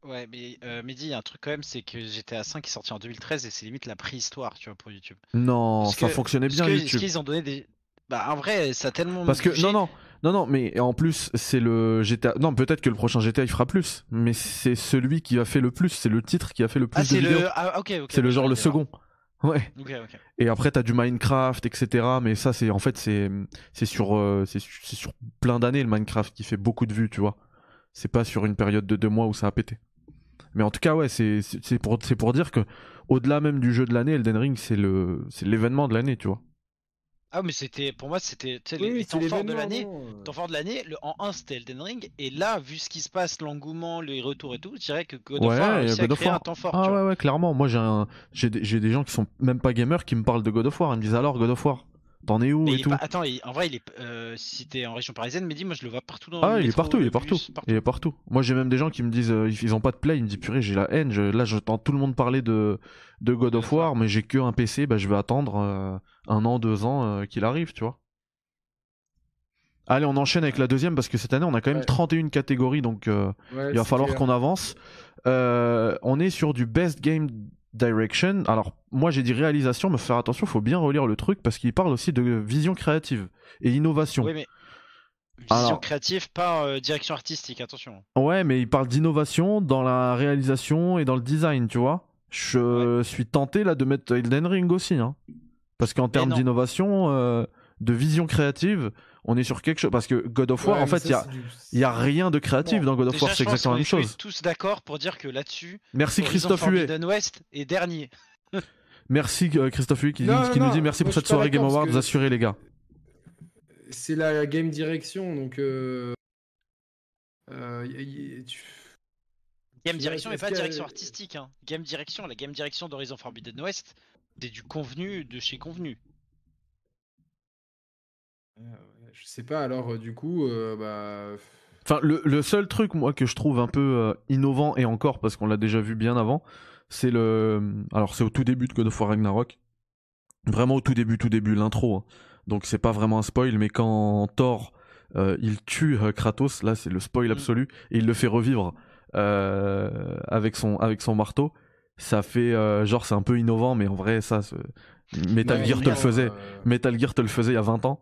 [SPEAKER 3] ouais, mais euh, Mehdi, il y a un truc quand même, c'est que GTA 5 est sorti en 2013 et c'est limite la préhistoire, tu vois, pour YouTube.
[SPEAKER 1] Non,
[SPEAKER 3] Parce
[SPEAKER 1] ça
[SPEAKER 3] que-
[SPEAKER 1] fonctionnait
[SPEAKER 3] Parce
[SPEAKER 1] bien
[SPEAKER 3] que- Parce
[SPEAKER 1] YouTube.
[SPEAKER 3] qu'ils ont donné des. Bah, en vrai, ça a tellement.
[SPEAKER 1] Parce que
[SPEAKER 3] bougé.
[SPEAKER 1] non non non non mais en plus c'est le GTA non peut-être que le prochain GTA il fera plus mais c'est celui qui a fait le plus c'est le titre qui a fait le plus
[SPEAKER 3] Ah,
[SPEAKER 1] de
[SPEAKER 3] c'est
[SPEAKER 1] vidéos
[SPEAKER 3] le. Ah, ok, ok.
[SPEAKER 1] c'est le
[SPEAKER 3] bah,
[SPEAKER 1] genre le
[SPEAKER 3] j'en
[SPEAKER 1] second ouais
[SPEAKER 3] étais là. Ok, ok.
[SPEAKER 1] et après t'as du Minecraft etc mais ça c'est en fait c'est c'est sur euh, c'est su- c'est sur plein d'années le Minecraft qui fait beaucoup de vues tu vois c'est pas sur une période de deux mois où ça a pété mais en tout cas ouais c'est c'est c'est pour c'est pour dire que au-delà même du jeu de l'année Elden Ring c'est le c'est l'événement de l'année tu vois
[SPEAKER 3] Ah, mais c'était. Pour moi, c'était. Tu sais, les, les temps forts de l'année. Ton fort de l'année, le, en 1 c'était Elden Ring, et là, vu ce qui se passe, l'engouement, les retours et tout, je dirais que God of
[SPEAKER 1] Ouais,
[SPEAKER 3] War a réussi à
[SPEAKER 1] God of
[SPEAKER 3] créer
[SPEAKER 1] War.
[SPEAKER 3] un temps fort. tu
[SPEAKER 1] Ah
[SPEAKER 3] vois.
[SPEAKER 1] ouais, ouais, clairement. Moi, j'ai un... j'ai des... j'ai des gens qui sont même pas gamers qui me parlent de God of War. Ils me disent alors God of War, t'en es où
[SPEAKER 3] Mais il
[SPEAKER 1] et
[SPEAKER 3] est
[SPEAKER 1] tout
[SPEAKER 3] pas- Attends, il- en vrai, il est, euh, si t'es en région parisienne, mais dis, moi je le vois partout dans
[SPEAKER 1] Ah,
[SPEAKER 3] le
[SPEAKER 1] il est
[SPEAKER 3] métro,
[SPEAKER 1] partout,
[SPEAKER 3] le
[SPEAKER 1] il est
[SPEAKER 3] bus,
[SPEAKER 1] partout. Il est partout. Moi, j'ai même des gens qui me disent euh, ils ils ont pas de play. Ils me disent purée, j'ai la haine. Je- Là, j'entends tout le monde parler de de God of War, mais j'ai que un PC. Bah, je vais attendre euh, un an, deux ans euh, qu'il arrive, tu vois. Allez, on enchaîne avec la deuxième parce que cette année, on a quand même
[SPEAKER 2] Ouais.
[SPEAKER 1] 31 catégories, donc. euh, Il va falloir qu'on avance. Euh, on est sur du best game direction. Alors moi j'ai dit réalisation, mais faut faire attention, faut bien relire le truc parce qu'il parle aussi de vision créative et innovation.
[SPEAKER 3] Oui, mais. Vision
[SPEAKER 1] Alors-
[SPEAKER 3] créative, pas euh, direction artistique, attention.
[SPEAKER 1] Ouais, mais il parle d'innovation dans la réalisation et dans le design, tu vois. Je suis tenté là de mettre Elden Ring aussi, hein. parce qu'en termes
[SPEAKER 3] non.
[SPEAKER 1] d'innovation, euh, de vision créative, on est sur quelque chose. Parce que God of War, en fait, il y a, y a rien de créatif
[SPEAKER 2] Bon,
[SPEAKER 1] dans God of
[SPEAKER 3] Déjà,
[SPEAKER 1] War,
[SPEAKER 3] je
[SPEAKER 1] c'est
[SPEAKER 3] pense
[SPEAKER 1] exactement
[SPEAKER 3] qu'on
[SPEAKER 1] la même
[SPEAKER 3] est tous-
[SPEAKER 1] chose.
[SPEAKER 3] tous d'accord pour dire que là-dessus,
[SPEAKER 1] Merci
[SPEAKER 3] Horizon
[SPEAKER 1] Christophe Huet.
[SPEAKER 3] Forbidden West est dernier.
[SPEAKER 1] Merci euh, Christophe Huy qui,
[SPEAKER 2] Non,
[SPEAKER 1] qui
[SPEAKER 2] non,
[SPEAKER 1] nous dit
[SPEAKER 2] non,
[SPEAKER 1] merci
[SPEAKER 2] moi,
[SPEAKER 1] pour
[SPEAKER 2] je suis
[SPEAKER 1] cette
[SPEAKER 2] pas
[SPEAKER 1] soirée Game
[SPEAKER 2] d'accord, parce
[SPEAKER 1] Awards,
[SPEAKER 2] que-
[SPEAKER 1] assurez les gars.
[SPEAKER 2] C'est la game direction, donc. euh, euh, y- y- tu- Est-ce
[SPEAKER 3] Game direction
[SPEAKER 2] qu'il y a-
[SPEAKER 3] et
[SPEAKER 2] est-ce qu'il y
[SPEAKER 3] pas
[SPEAKER 2] a-
[SPEAKER 3] direction artistique. Hein. Game direction, la game direction d'Horizon Forbidden West, c'est du convenu de chez convenu.
[SPEAKER 2] Euh, Je sais pas, alors euh, du coup, euh, bah.
[SPEAKER 1] Enfin, le, le seul truc moi que je trouve un peu euh, innovant et encore parce qu'on l'a déjà vu bien avant, c'est le. Alors c'est au tout début de God of War Ragnarok, vraiment au tout début, tout début l'intro. hein. Donc c'est pas vraiment un spoil, mais quand Thor euh, il tue euh, Kratos, là c'est le spoil
[SPEAKER 3] Mm.
[SPEAKER 1] absolu et il le fait revivre euh, avec son avec son marteau. Ça fait euh, genre c'est un peu innovant, mais en vrai ça, c'est- Metal
[SPEAKER 2] Ouais,
[SPEAKER 1] Gear te
[SPEAKER 2] non,
[SPEAKER 1] le faisait.
[SPEAKER 2] euh,
[SPEAKER 1] Metal Gear te le faisait il y a 20 ans,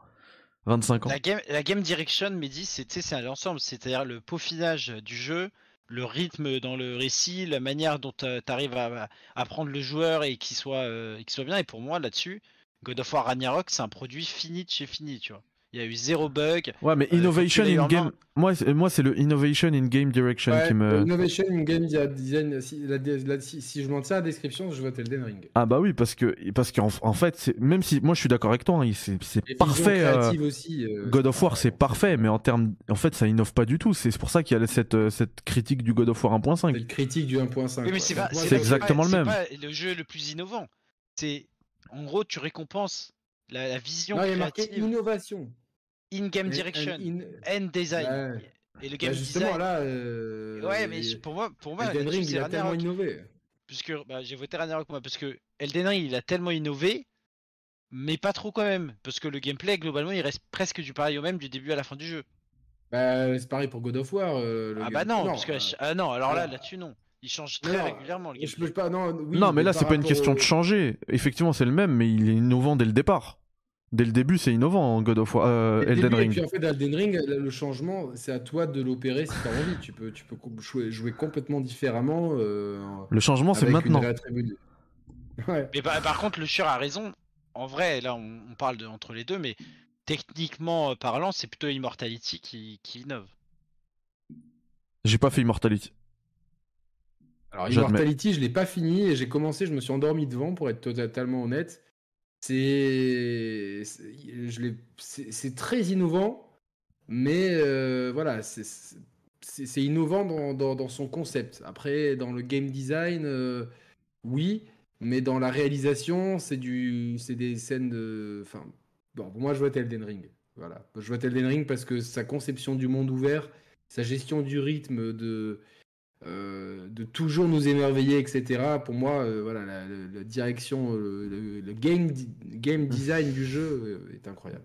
[SPEAKER 1] 25 ans.
[SPEAKER 3] La game, la game direction, Mehdi, c'est tu sais, c'est l'ensemble, c'est-à-dire le peaufinage du jeu, le rythme dans le récit, la manière dont euh, t'arrives à, à prendre le joueur et qu'il soit, euh, qu'il soit bien. Et pour moi, là-dessus, God of War Ragnarok, c'est un produit fini de chez fini, tu vois. Il y a eu zéro bug.
[SPEAKER 1] Ouais, mais
[SPEAKER 3] Euh,
[SPEAKER 1] innovation
[SPEAKER 3] faut que tu l'aies
[SPEAKER 1] in
[SPEAKER 3] en
[SPEAKER 1] game.
[SPEAKER 3] main.
[SPEAKER 1] Moi, c'est- moi, c'est le innovation in game direction
[SPEAKER 2] ouais, euh,
[SPEAKER 1] qui me.
[SPEAKER 2] Innovation in Game Design, si, la- la- si, si je m'en tiens à la description, je vote Elden Ring.
[SPEAKER 1] Ah bah oui, parce que parce qu'en en fait, c'est- même si moi je suis d'accord avec toi, hein, il- c'est c'est
[SPEAKER 2] Et vision
[SPEAKER 1] parfait. euh,
[SPEAKER 2] créative aussi. euh,
[SPEAKER 1] God of War, c'est parfait, mais en termes, en fait, ça innove pas du tout. C'est pour ça qu'il y a cette euh, cette critique du God of War
[SPEAKER 2] C'est
[SPEAKER 1] 1.5.
[SPEAKER 2] le critique du 1.5.
[SPEAKER 3] Oui, mais
[SPEAKER 2] quoi.
[SPEAKER 3] c'est
[SPEAKER 2] Donc,
[SPEAKER 3] pas,
[SPEAKER 2] moi,
[SPEAKER 3] c'est
[SPEAKER 2] je-
[SPEAKER 3] pas-
[SPEAKER 1] exactement
[SPEAKER 3] c'est
[SPEAKER 1] le
[SPEAKER 3] pas- c'est pas le jeu le plus innovant. C'est, en gros, tu récompenses la, la vision
[SPEAKER 2] Non, il y a marqué
[SPEAKER 3] créative,
[SPEAKER 2] innovation.
[SPEAKER 3] in-game
[SPEAKER 2] Et-
[SPEAKER 3] direction,
[SPEAKER 2] and in-
[SPEAKER 3] end design.
[SPEAKER 2] Ouais.
[SPEAKER 3] Et
[SPEAKER 2] Bah,
[SPEAKER 3] le game
[SPEAKER 2] justement,
[SPEAKER 3] design.
[SPEAKER 2] là. euh,
[SPEAKER 3] Ouais, mais
[SPEAKER 2] il-
[SPEAKER 3] pour moi, pour moi,
[SPEAKER 2] Elden
[SPEAKER 3] là-dessus,
[SPEAKER 2] Ring,
[SPEAKER 3] c'est
[SPEAKER 2] il a
[SPEAKER 3] Ragnarok.
[SPEAKER 2] tellement innové.
[SPEAKER 3] puisque bah, j'ai voté Ragnarok moi parce que Elden Ring il a tellement innové mais pas trop quand même parce que le gameplay globalement il reste presque du pareil au même du début à la fin du jeu
[SPEAKER 2] Bah, c'est pareil pour God of War. euh, le
[SPEAKER 3] ah
[SPEAKER 2] game-
[SPEAKER 3] bah non, parce que
[SPEAKER 2] euh,
[SPEAKER 3] ah non alors là
[SPEAKER 2] non.
[SPEAKER 3] là-dessus non il change très
[SPEAKER 2] Non,
[SPEAKER 3] régulièrement le
[SPEAKER 2] je
[SPEAKER 3] gameplay
[SPEAKER 2] peux pas. Non, oui,
[SPEAKER 1] non, mais là, c'est
[SPEAKER 2] par
[SPEAKER 1] pas une
[SPEAKER 2] rapport
[SPEAKER 1] question
[SPEAKER 2] au-
[SPEAKER 1] de changer. Effectivement, c'est le même, mais il est innovant dès le départ. Dès le début, c'est innovant. hein, God of War, euh,
[SPEAKER 2] Dès le
[SPEAKER 1] Elden
[SPEAKER 2] début,
[SPEAKER 1] Ring.
[SPEAKER 2] Et puis en fait, Elden Ring, là, le changement, c'est à toi de l'opérer si t'as envie. Tu peux, tu peux com- jouer, jouer complètement différemment. euh,
[SPEAKER 1] Le changement, c'est
[SPEAKER 2] avec une
[SPEAKER 1] maintenant.
[SPEAKER 2] réattribu- Ouais.
[SPEAKER 3] Mais par, par contre, le Shure a raison. En vrai, là, on, on parle de, entre les deux, mais techniquement parlant, c'est plutôt Immortality qui, qui innove.
[SPEAKER 1] J'ai pas fait Immortality.
[SPEAKER 2] Alors
[SPEAKER 1] J'admets.
[SPEAKER 2] Immortality, je l'ai pas fini et j'ai commencé, je me suis endormi devant pour être totalement honnête. C'est, c'est- je l'ai- c'est c'est très innovant, mais euh, voilà, c'est- c'est c'est innovant dans, dans- dans son concept. Après, dans le game design, euh, oui, mais dans la réalisation, c'est du, c'est des scènes de, enfin, bon, pour moi, je vote Elden Ring. Voilà, je vote Elden Ring parce que sa conception du monde ouvert, sa gestion du rythme de euh, de toujours nous émerveiller, etc. Pour moi, euh, voilà, la, la- la direction, euh, le, le game, di- game design du jeu euh, est incroyable.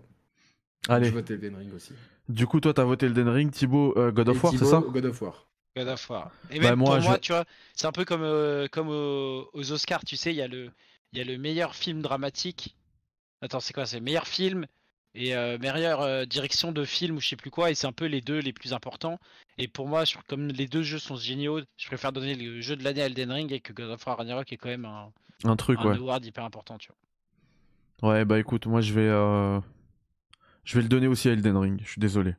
[SPEAKER 1] Allez,
[SPEAKER 2] Je vote Elden Ring aussi.
[SPEAKER 1] du coup, toi, t'as voté Elden Ring, Thibaut, euh, God of
[SPEAKER 2] Et
[SPEAKER 1] War, c'est
[SPEAKER 2] Thibaut,
[SPEAKER 1] ça
[SPEAKER 2] God of War.
[SPEAKER 3] God of War. Et
[SPEAKER 1] Bah,
[SPEAKER 3] même
[SPEAKER 1] moi,
[SPEAKER 3] pour moi,
[SPEAKER 1] je-
[SPEAKER 3] tu vois, c'est un peu comme, euh, comme au- aux Oscars, tu sais, il y, a le- il y a le meilleur film dramatique. Attends, c'est quoi C'est meilleur film et euh, meilleure euh, direction de film ou je sais plus quoi. Et c'est un peu les deux les plus importants. Et pour moi, sur- comme les deux jeux sont géniaux, je préfère donner le jeu de l'année à Elden Ring et que God of War Ragnarok est quand même un,
[SPEAKER 1] Un truc,
[SPEAKER 3] un
[SPEAKER 1] ouais.
[SPEAKER 3] award hyper important, tu vois.
[SPEAKER 1] Ouais, bah écoute, moi, je vais, euh, je vais le donner aussi à Elden Ring. Je suis désolé.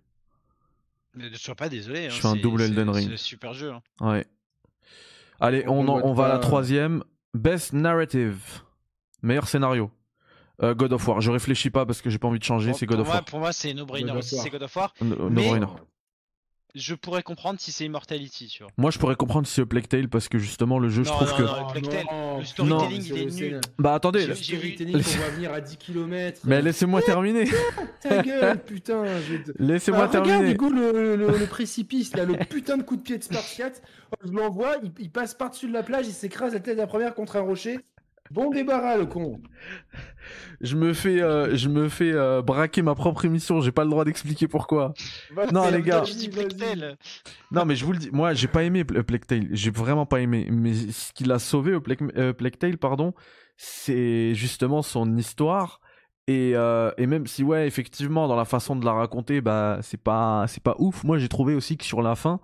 [SPEAKER 3] Mais ne sois pas désolé. hein,
[SPEAKER 1] Je fais un
[SPEAKER 3] c'est-
[SPEAKER 1] double
[SPEAKER 3] c'est-
[SPEAKER 1] Elden Ring.
[SPEAKER 3] C'est un super jeu. hein.
[SPEAKER 1] Ouais. Allez,
[SPEAKER 2] Donc,
[SPEAKER 1] on,
[SPEAKER 2] on
[SPEAKER 1] en-
[SPEAKER 3] bah,
[SPEAKER 2] vote
[SPEAKER 1] on va à la
[SPEAKER 2] pas-
[SPEAKER 1] troisième. Best narrative, meilleur scénario. Euh, God of War. Je réfléchis pas parce que j'ai pas envie de changer.
[SPEAKER 3] Pour-
[SPEAKER 1] C'est God
[SPEAKER 3] pour
[SPEAKER 1] of
[SPEAKER 3] moi-
[SPEAKER 1] War. Euh,
[SPEAKER 3] Pour moi, c'est no-brainer
[SPEAKER 2] God of
[SPEAKER 3] aussi.
[SPEAKER 2] War.
[SPEAKER 3] C'est God of War.
[SPEAKER 1] No- no
[SPEAKER 3] Oh, Mais-
[SPEAKER 1] brainer.
[SPEAKER 3] Je pourrais comprendre si c'est Immortality, tu vois.
[SPEAKER 1] Moi, je pourrais comprendre si c'est Plague Tale parce que justement, le jeu, je
[SPEAKER 3] Non,
[SPEAKER 1] trouve
[SPEAKER 3] non,
[SPEAKER 1] que.
[SPEAKER 3] non. le Plague Tale, le storytelling, il est nul.
[SPEAKER 1] Bah attendez,
[SPEAKER 2] Le
[SPEAKER 3] J'ai-
[SPEAKER 2] storytelling
[SPEAKER 1] j'ai-
[SPEAKER 2] qu'on voit venir à 10 km.
[SPEAKER 1] mais laissez-moi terminer.
[SPEAKER 2] Ta gueule, putain. Je vais te-
[SPEAKER 3] Bah,
[SPEAKER 1] Laissez-moi
[SPEAKER 2] Ah, regarde,
[SPEAKER 1] terminer.
[SPEAKER 2] Hugo, le, le- le précipice, là, le putain de coup de pied de Spartiate. Oh, Je l'envoie, il, il passe par-dessus de la plage, il s'écrase la tête la première contre un rocher. Bon débarras, le con.
[SPEAKER 1] Je me fais, euh, je me fais euh, braquer ma propre émission. J'ai pas le droit d'expliquer pourquoi.
[SPEAKER 2] Va-
[SPEAKER 1] Non,
[SPEAKER 2] Mais
[SPEAKER 1] les
[SPEAKER 2] attends,
[SPEAKER 1] gars.
[SPEAKER 2] je
[SPEAKER 3] Je
[SPEAKER 2] dis,
[SPEAKER 3] dis Plague
[SPEAKER 2] vas-y.
[SPEAKER 3] Tale.
[SPEAKER 1] Non, mais je vous le dis, moi, j'ai pas aimé Pl- euh, Plague Tale. J'ai vraiment pas aimé. Mais ce qu'il a sauvé au Plague, euh, Plague Tale, pardon, c'est justement son histoire. Et, euh, et même si, ouais, effectivement, dans la façon de la raconter, bah, c'est pas, c'est pas ouf. Moi, j'ai trouvé aussi que sur la fin,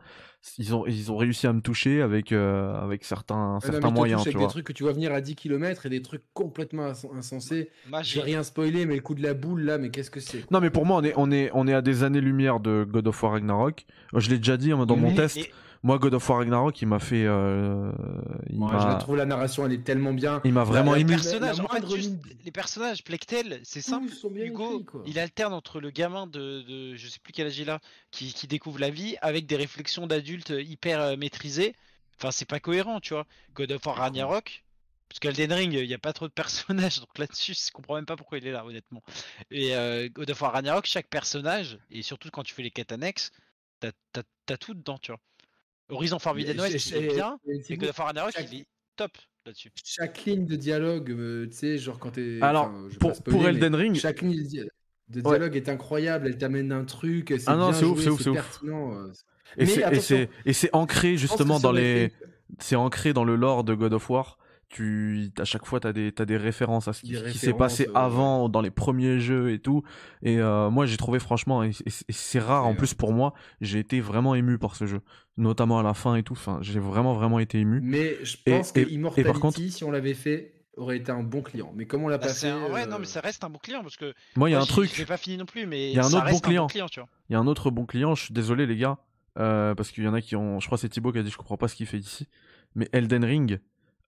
[SPEAKER 1] ils ont, ils ont réussi à me toucher avec, euh, avec certains,
[SPEAKER 2] Ah non, mais
[SPEAKER 1] certains
[SPEAKER 2] toi,
[SPEAKER 1] moyens,
[SPEAKER 2] touches
[SPEAKER 1] tu
[SPEAKER 2] avec
[SPEAKER 1] vois.
[SPEAKER 2] des trucs que tu vois venir à 10 km et des trucs complètement ins- insensés.
[SPEAKER 3] Moi,
[SPEAKER 2] J'ai
[SPEAKER 3] Ah, j'ai-
[SPEAKER 2] rien spoilé, mais le coup de la boule là, mais qu'est-ce que c'est quoi
[SPEAKER 1] Non, mais pour moi, on est, on est, on est à des années-lumière de God of War Ragnarok. Euh, Je l'ai déjà dit hein, dans mon
[SPEAKER 3] Mais-
[SPEAKER 1] test.
[SPEAKER 3] mais-
[SPEAKER 1] Moi, God of War Ragnarok, il m'a fait, euh, il
[SPEAKER 2] Moi, Je la
[SPEAKER 1] m'a,
[SPEAKER 2] trouve la narration, elle est tellement bien.
[SPEAKER 1] il m'a vraiment
[SPEAKER 2] La- la
[SPEAKER 1] ému.
[SPEAKER 3] Les
[SPEAKER 2] mine-
[SPEAKER 3] personnages,
[SPEAKER 2] la
[SPEAKER 3] en fait,
[SPEAKER 2] moindre Ah,
[SPEAKER 3] juste,
[SPEAKER 2] mine-
[SPEAKER 3] les personnages, Plectel, c'est simple.
[SPEAKER 2] Ils sont bien
[SPEAKER 3] Hugo,
[SPEAKER 2] écrits, quoi.
[SPEAKER 3] il alterne entre le gamin de, de je sais plus quel âge il a, qui, qui découvre la vie, avec des réflexions d'adultes hyper euh, maîtrisées. Enfin, c'est pas cohérent, tu vois. God of War Ragnarok, parce qu'Elden Ring, il n'y a pas trop de personnages, donc là-dessus, je comprends même pas pourquoi il est là, honnêtement. Et euh, God of War Ragnarok, chaque personnage, et surtout quand tu fais les quêtes annexes, t'as, t'as- t'as tout dedans, tu vois. Horizon Forbidden
[SPEAKER 2] Mais
[SPEAKER 3] West,
[SPEAKER 2] c'est-
[SPEAKER 3] il est
[SPEAKER 2] c'est-
[SPEAKER 3] bien,
[SPEAKER 2] Et
[SPEAKER 3] et
[SPEAKER 2] Thibaut,
[SPEAKER 3] God of War Ragnarok,
[SPEAKER 2] chaque-
[SPEAKER 3] il est top là-dessus.
[SPEAKER 2] Chaque ligne de dialogue, euh, tu sais, genre quand t'es.
[SPEAKER 1] Alors,
[SPEAKER 2] enfin, je vais
[SPEAKER 1] Pour,
[SPEAKER 2] pas spoiler,
[SPEAKER 1] pour
[SPEAKER 2] mais
[SPEAKER 1] Elden Ring,
[SPEAKER 2] Chaque ligne de dia- de
[SPEAKER 1] Ouais.
[SPEAKER 2] dialogue est incroyable, elle t'amène un truc, c'est
[SPEAKER 1] Ah non,
[SPEAKER 2] bien
[SPEAKER 1] c'est ouf,
[SPEAKER 2] joué,
[SPEAKER 1] c'est ouf, c'est ouf.
[SPEAKER 2] pertinent. euh, c'est-
[SPEAKER 1] Et
[SPEAKER 2] Mais
[SPEAKER 1] c'est- et
[SPEAKER 2] attention.
[SPEAKER 1] c'est et c'est ancré
[SPEAKER 2] je pense
[SPEAKER 1] justement
[SPEAKER 2] que
[SPEAKER 1] dans
[SPEAKER 2] ça aurait
[SPEAKER 1] les
[SPEAKER 2] fait
[SPEAKER 1] c'est ancré dans le lore de God of War. Tu à chaque fois t'as des t'as des références à ce qui,
[SPEAKER 2] Des
[SPEAKER 1] qui s'est
[SPEAKER 2] références,
[SPEAKER 1] passé
[SPEAKER 2] euh,
[SPEAKER 1] avant dans les premiers jeux et tout. Et euh, moi j'ai trouvé franchement et, et- et c'est rare
[SPEAKER 2] C'est,
[SPEAKER 1] en
[SPEAKER 2] euh,
[SPEAKER 1] plus pour moi j'ai été vraiment ému par ce jeu, notamment à la fin et tout. Enfin j'ai vraiment vraiment été ému.
[SPEAKER 2] Mais je
[SPEAKER 1] Et-
[SPEAKER 2] pense
[SPEAKER 1] et-
[SPEAKER 2] que
[SPEAKER 1] et par contre-
[SPEAKER 2] Immortality, si on l'avait fait, aurait été un bon client. Mais comme on l'a
[SPEAKER 3] Bah,
[SPEAKER 2] pas
[SPEAKER 3] c'est
[SPEAKER 2] fait.
[SPEAKER 3] un- Ouais,
[SPEAKER 2] euh,
[SPEAKER 3] non, mais ça reste un bon client parce que.
[SPEAKER 1] Moi il y a
[SPEAKER 3] moi,
[SPEAKER 1] un
[SPEAKER 3] j'ai- Je l'ai
[SPEAKER 1] truc,
[SPEAKER 3] pas fini non plus, mais.
[SPEAKER 1] Il y a un
[SPEAKER 3] ça
[SPEAKER 1] autre bon
[SPEAKER 3] reste
[SPEAKER 1] client.
[SPEAKER 3] un tu vois.
[SPEAKER 1] il y a un autre bon client. Je suis désolé les gars euh, parce qu'il y en a qui ont. Je crois que c'est Thibaut qui a dit je comprends pas ce qu'il fait ici. Mais Elden Ring.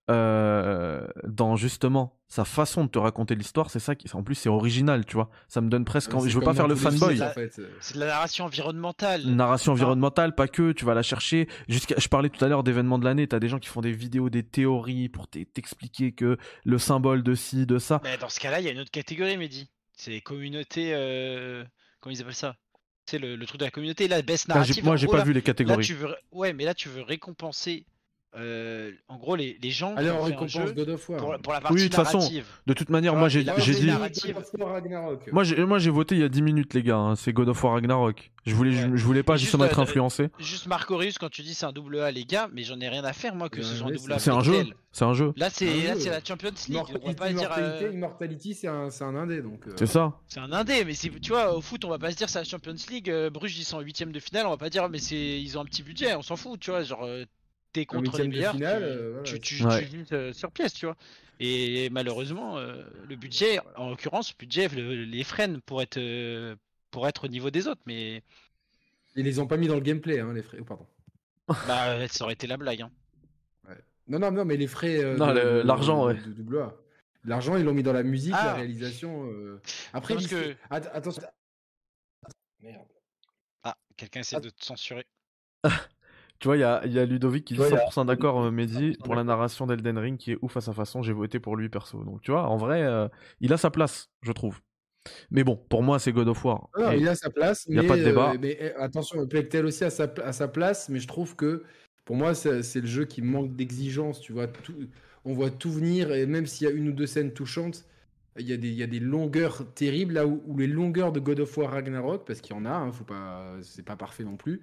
[SPEAKER 1] euh, dans justement sa façon de te raconter l'histoire, c'est ça qui, en plus c'est original, tu vois. Ça me donne presque,
[SPEAKER 2] c'est
[SPEAKER 1] envie- je veux
[SPEAKER 2] comme
[SPEAKER 1] pas faire
[SPEAKER 2] dans
[SPEAKER 1] le
[SPEAKER 2] tous les
[SPEAKER 1] fanboy.
[SPEAKER 2] films, en fait.
[SPEAKER 3] C'est de la narration environnementale.
[SPEAKER 1] Narration environnementale, pas que, tu vas la chercher. Jusqu'à, je parlais tout à l'heure d'événements de l'année, t'as des gens qui font des vidéos, des théories pour t'e- t'expliquer que le symbole de ci, de ça.
[SPEAKER 3] Mais dans ce cas-là, il y a une autre catégorie, Mehdi. C'est les communautés. euh, Comment ils appellent ça C'est le, le truc de la communauté. Là, baisse
[SPEAKER 1] Là, j'ai-
[SPEAKER 3] narrative.
[SPEAKER 1] moi
[SPEAKER 3] en
[SPEAKER 1] j'ai pas
[SPEAKER 3] gros, oh là-
[SPEAKER 1] vu les
[SPEAKER 3] Là,
[SPEAKER 1] catégories.
[SPEAKER 3] tu veux... Ouais, mais là, tu veux récompenser. euh, En gros, les, les gens.
[SPEAKER 2] Allez,
[SPEAKER 3] qui
[SPEAKER 2] on
[SPEAKER 3] ont fait un
[SPEAKER 2] récompense
[SPEAKER 3] jeu
[SPEAKER 2] God of War.
[SPEAKER 3] pour, pour la partie
[SPEAKER 1] Oui, de toute façon,
[SPEAKER 3] narrative.
[SPEAKER 1] De toute manière,
[SPEAKER 3] tu
[SPEAKER 1] moi
[SPEAKER 3] vois,
[SPEAKER 1] j'ai,
[SPEAKER 3] il a
[SPEAKER 1] j'ai
[SPEAKER 3] fait
[SPEAKER 1] dit,
[SPEAKER 3] la- narrative.
[SPEAKER 2] God of War Ragnarok.
[SPEAKER 1] moi j'ai, moi j'ai voté il y a 10 minutes les gars, hein, c'est God of War Ragnarok. Je voulais, je,
[SPEAKER 3] Ouais.
[SPEAKER 1] je voulais pas
[SPEAKER 3] Et
[SPEAKER 1] justement
[SPEAKER 3] juste,
[SPEAKER 1] être
[SPEAKER 3] euh,
[SPEAKER 1] influencé.
[SPEAKER 3] Juste Marc Aurelius, quand tu dis c'est un double A, les gars, mais j'en ai rien à faire, moi, que
[SPEAKER 2] Ouais,
[SPEAKER 3] ce soit un
[SPEAKER 2] ouais,
[SPEAKER 3] double A.
[SPEAKER 1] C'est un jeu,
[SPEAKER 3] Plectel.
[SPEAKER 1] c'est un jeu,
[SPEAKER 3] Là, c'est
[SPEAKER 2] Un
[SPEAKER 3] là,
[SPEAKER 2] jeu.
[SPEAKER 3] c'est la Champions League.
[SPEAKER 2] Immortality,
[SPEAKER 3] On va pas dire.
[SPEAKER 2] Immortality,
[SPEAKER 3] euh,
[SPEAKER 2] Immortality, c'est un, c'est un indé donc. euh,
[SPEAKER 1] c'est ça.
[SPEAKER 3] C'est un indé, mais c'est tu vois, au foot, on va pas se dire c'est la Champions League, euh, Bruges ils sont en huitième de finale, on va pas dire mais c'est ils ont un petit budget, on s'en fout, tu vois, genre euh, t'es
[SPEAKER 2] en
[SPEAKER 3] contre les
[SPEAKER 2] huitième de
[SPEAKER 3] meilleurs,
[SPEAKER 2] finale,
[SPEAKER 3] tu,
[SPEAKER 2] euh, voilà,
[SPEAKER 3] tu, tu,
[SPEAKER 1] Ouais.
[SPEAKER 3] tu limites, euh, sur pièce, tu vois. Et malheureusement, euh, le budget, en l'occurrence, le budget le- les freine pour être, euh, pour être au niveau des autres. Mais
[SPEAKER 2] Ils les ont pas mis dans le gameplay, hein, les frais. oh, pardon.
[SPEAKER 3] bah, ça aurait été la blague. Hein.
[SPEAKER 2] Non, non, non, mais les frais. euh,
[SPEAKER 1] Non,
[SPEAKER 2] de-
[SPEAKER 1] le-
[SPEAKER 2] de-
[SPEAKER 1] l'argent,
[SPEAKER 2] de-
[SPEAKER 1] ouais.
[SPEAKER 2] de double A. L'argent, ils l'ont mis dans la musique,
[SPEAKER 3] Ah.
[SPEAKER 2] la réalisation. euh. Après,
[SPEAKER 3] Parce
[SPEAKER 2] ils-
[SPEAKER 3] que-
[SPEAKER 2] Att- attention. Merde.
[SPEAKER 3] Ah, quelqu'un essaie de te censurer.
[SPEAKER 1] Tu vois, il y a, il y a Ludovic qui dit
[SPEAKER 2] Ouais, il y a-
[SPEAKER 1] 100% d'accord, euh, Mehdi, pour la
[SPEAKER 2] d'accord.
[SPEAKER 1] narration d'Elden Ring qui est ouf à sa façon. J'ai voté pour lui perso. Donc, tu vois, en vrai, euh, il a sa place, je trouve. Mais bon, pour moi, c'est God of War.
[SPEAKER 2] Non, non,
[SPEAKER 1] Et-
[SPEAKER 2] il a sa place.
[SPEAKER 1] il y a
[SPEAKER 2] mais,
[SPEAKER 1] pas de débat.
[SPEAKER 2] euh, mais, euh, attention, Plectel aussi a sa, à sa place, mais je trouve que pour moi, c'est c'est le jeu qui manque d'exigence. Tu vois, tout, on voit tout venir, et même s'il y a une ou deux scènes touchantes, il y a des, il y a des longueurs terribles, là où, où les longueurs de God of War Ragnarok, parce qu'il y en a, hein, faut pas, c'est pas parfait non plus.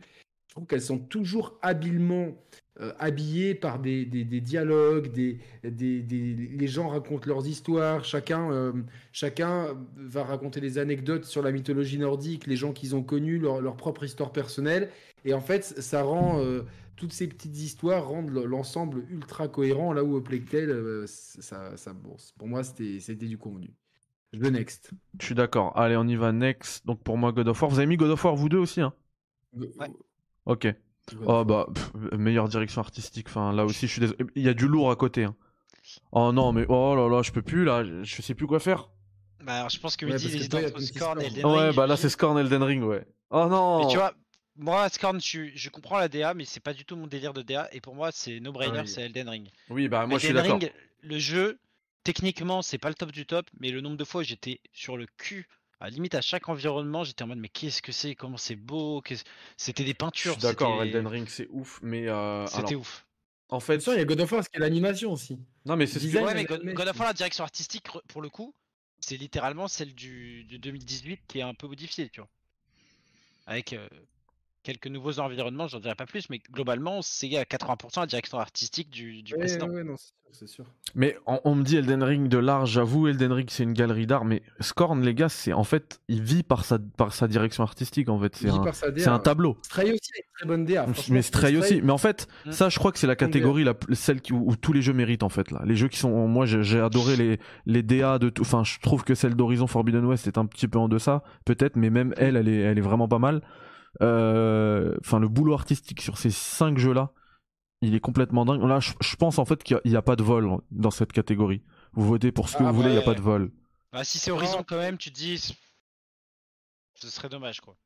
[SPEAKER 2] Je trouve qu'elles sont toujours habilement euh, habillées par des, des- des dialogues, des, des- des- les gens racontent leurs histoires, chacun euh, chacun va raconter des anecdotes sur la mythologie nordique, les gens qu'ils ont connus, leur, leur propre histoire personnelle. Et en fait, ça rend euh, toutes ces petites histoires rendent le- l'ensemble ultra cohérent. Là où au Plectel, euh, ça, ça, bon, c'est- pour moi, c'était c'était du convenu. Le next.
[SPEAKER 1] Je suis d'accord. Allez, on y va next. Donc pour moi, God of War. Vous avez mis God of War vous deux aussi, hein
[SPEAKER 3] Ouais.
[SPEAKER 1] Ok. Oh bah pff, meilleure direction artistique. Enfin là aussi, je suis désolé. Il y a du lourd à côté. hein. Oh non mais oh là là, je peux plus là. Je je sais plus quoi faire.
[SPEAKER 3] Bah, alors, je pense que
[SPEAKER 2] Ouais,
[SPEAKER 3] Mehdi
[SPEAKER 2] parce que
[SPEAKER 3] hésite
[SPEAKER 2] toi, il y a
[SPEAKER 3] entre
[SPEAKER 2] ton petit
[SPEAKER 3] Scorn et
[SPEAKER 2] Scorn.
[SPEAKER 3] Elden
[SPEAKER 1] Ah ouais
[SPEAKER 3] Ring,
[SPEAKER 1] bah là
[SPEAKER 3] je-
[SPEAKER 1] c'est Scorn Elden Ring ouais. Oh non.
[SPEAKER 3] Mais tu vois, moi, Scorn, je, je comprends la DA, mais c'est pas du tout mon délire de DA. Et pour moi, c'est no-brainer,
[SPEAKER 2] Ah oui.
[SPEAKER 3] c'est Elden Ring.
[SPEAKER 1] oui bah moi je suis
[SPEAKER 3] Elden
[SPEAKER 1] d'accord.
[SPEAKER 3] Ring, le jeu, techniquement, c'est pas le top du top, mais le nombre de fois où j'étais sur le cul, à la limite à chaque environnement, j'étais en mode mais qu'est-ce que c'est, comment c'est beau, qu'est-ce- c'était des
[SPEAKER 1] Je
[SPEAKER 3] peintures,
[SPEAKER 1] suis d'accord.
[SPEAKER 3] c'était-
[SPEAKER 1] Elden Ring c'est ouf mais euh, alors,
[SPEAKER 3] c'était ouf.
[SPEAKER 1] en fait
[SPEAKER 2] il y a God of War, parce qu'il y a l'animation aussi.
[SPEAKER 1] non mais c'est ce que-
[SPEAKER 2] design, euh,
[SPEAKER 3] Ouais, mais
[SPEAKER 2] Elden
[SPEAKER 3] God,
[SPEAKER 2] Ring.
[SPEAKER 3] God of War, la direction artistique, re- pour le coup, c'est littéralement celle du, de 2018 qui est un peu modifiée, tu vois. Avec euh, quelques nouveaux environnements, j'en dirais pas plus, mais globalement, c'est à 80% la direction artistique du, du
[SPEAKER 2] Ouais,
[SPEAKER 3] précédent.
[SPEAKER 2] ouais, non, c'est sûr, c'est sûr.
[SPEAKER 1] Mais on, on me dit Elden Ring de large, j'avoue, Elden Ring c'est une galerie d'art, mais Scorn, les gars, c'est en fait, il vit par sa, par sa direction artistique, en fait. C'est
[SPEAKER 2] Dit
[SPEAKER 1] un,
[SPEAKER 2] par sa DA.
[SPEAKER 1] c'est un tableau.
[SPEAKER 2] euh, Stray aussi a une très bonne DA. franchement.
[SPEAKER 1] Mais Stray aussi. Mais en fait,
[SPEAKER 3] Ah, Hmm.
[SPEAKER 1] ça, je crois que c'est la
[SPEAKER 2] Combien
[SPEAKER 1] catégorie, la, plus- celle qui, où, où tous les jeux méritent, en fait, là. Les jeux qui sont, moi, j'ai j'ai adoré les, les DA de tout. Enfin, je trouve que celle d'Horizon Forbidden West est un petit peu en deçà, peut-être, mais même elle, elle est, elle est vraiment pas mal. Euh, Enfin, le boulot artistique sur ces cinq jeux-là, il est complètement dingue. Là, je, je pense, en fait, qu'il n'y a, pas de vol dans cette catégorie. Vous votez pour ce que
[SPEAKER 2] Ah,
[SPEAKER 1] vous voulez, il n'y a
[SPEAKER 3] ouais.
[SPEAKER 1] pas de vol.
[SPEAKER 3] Bah, si c'est Horizon
[SPEAKER 2] Non.
[SPEAKER 3] quand même, tu te dis, c'est- ce serait dommage quoi.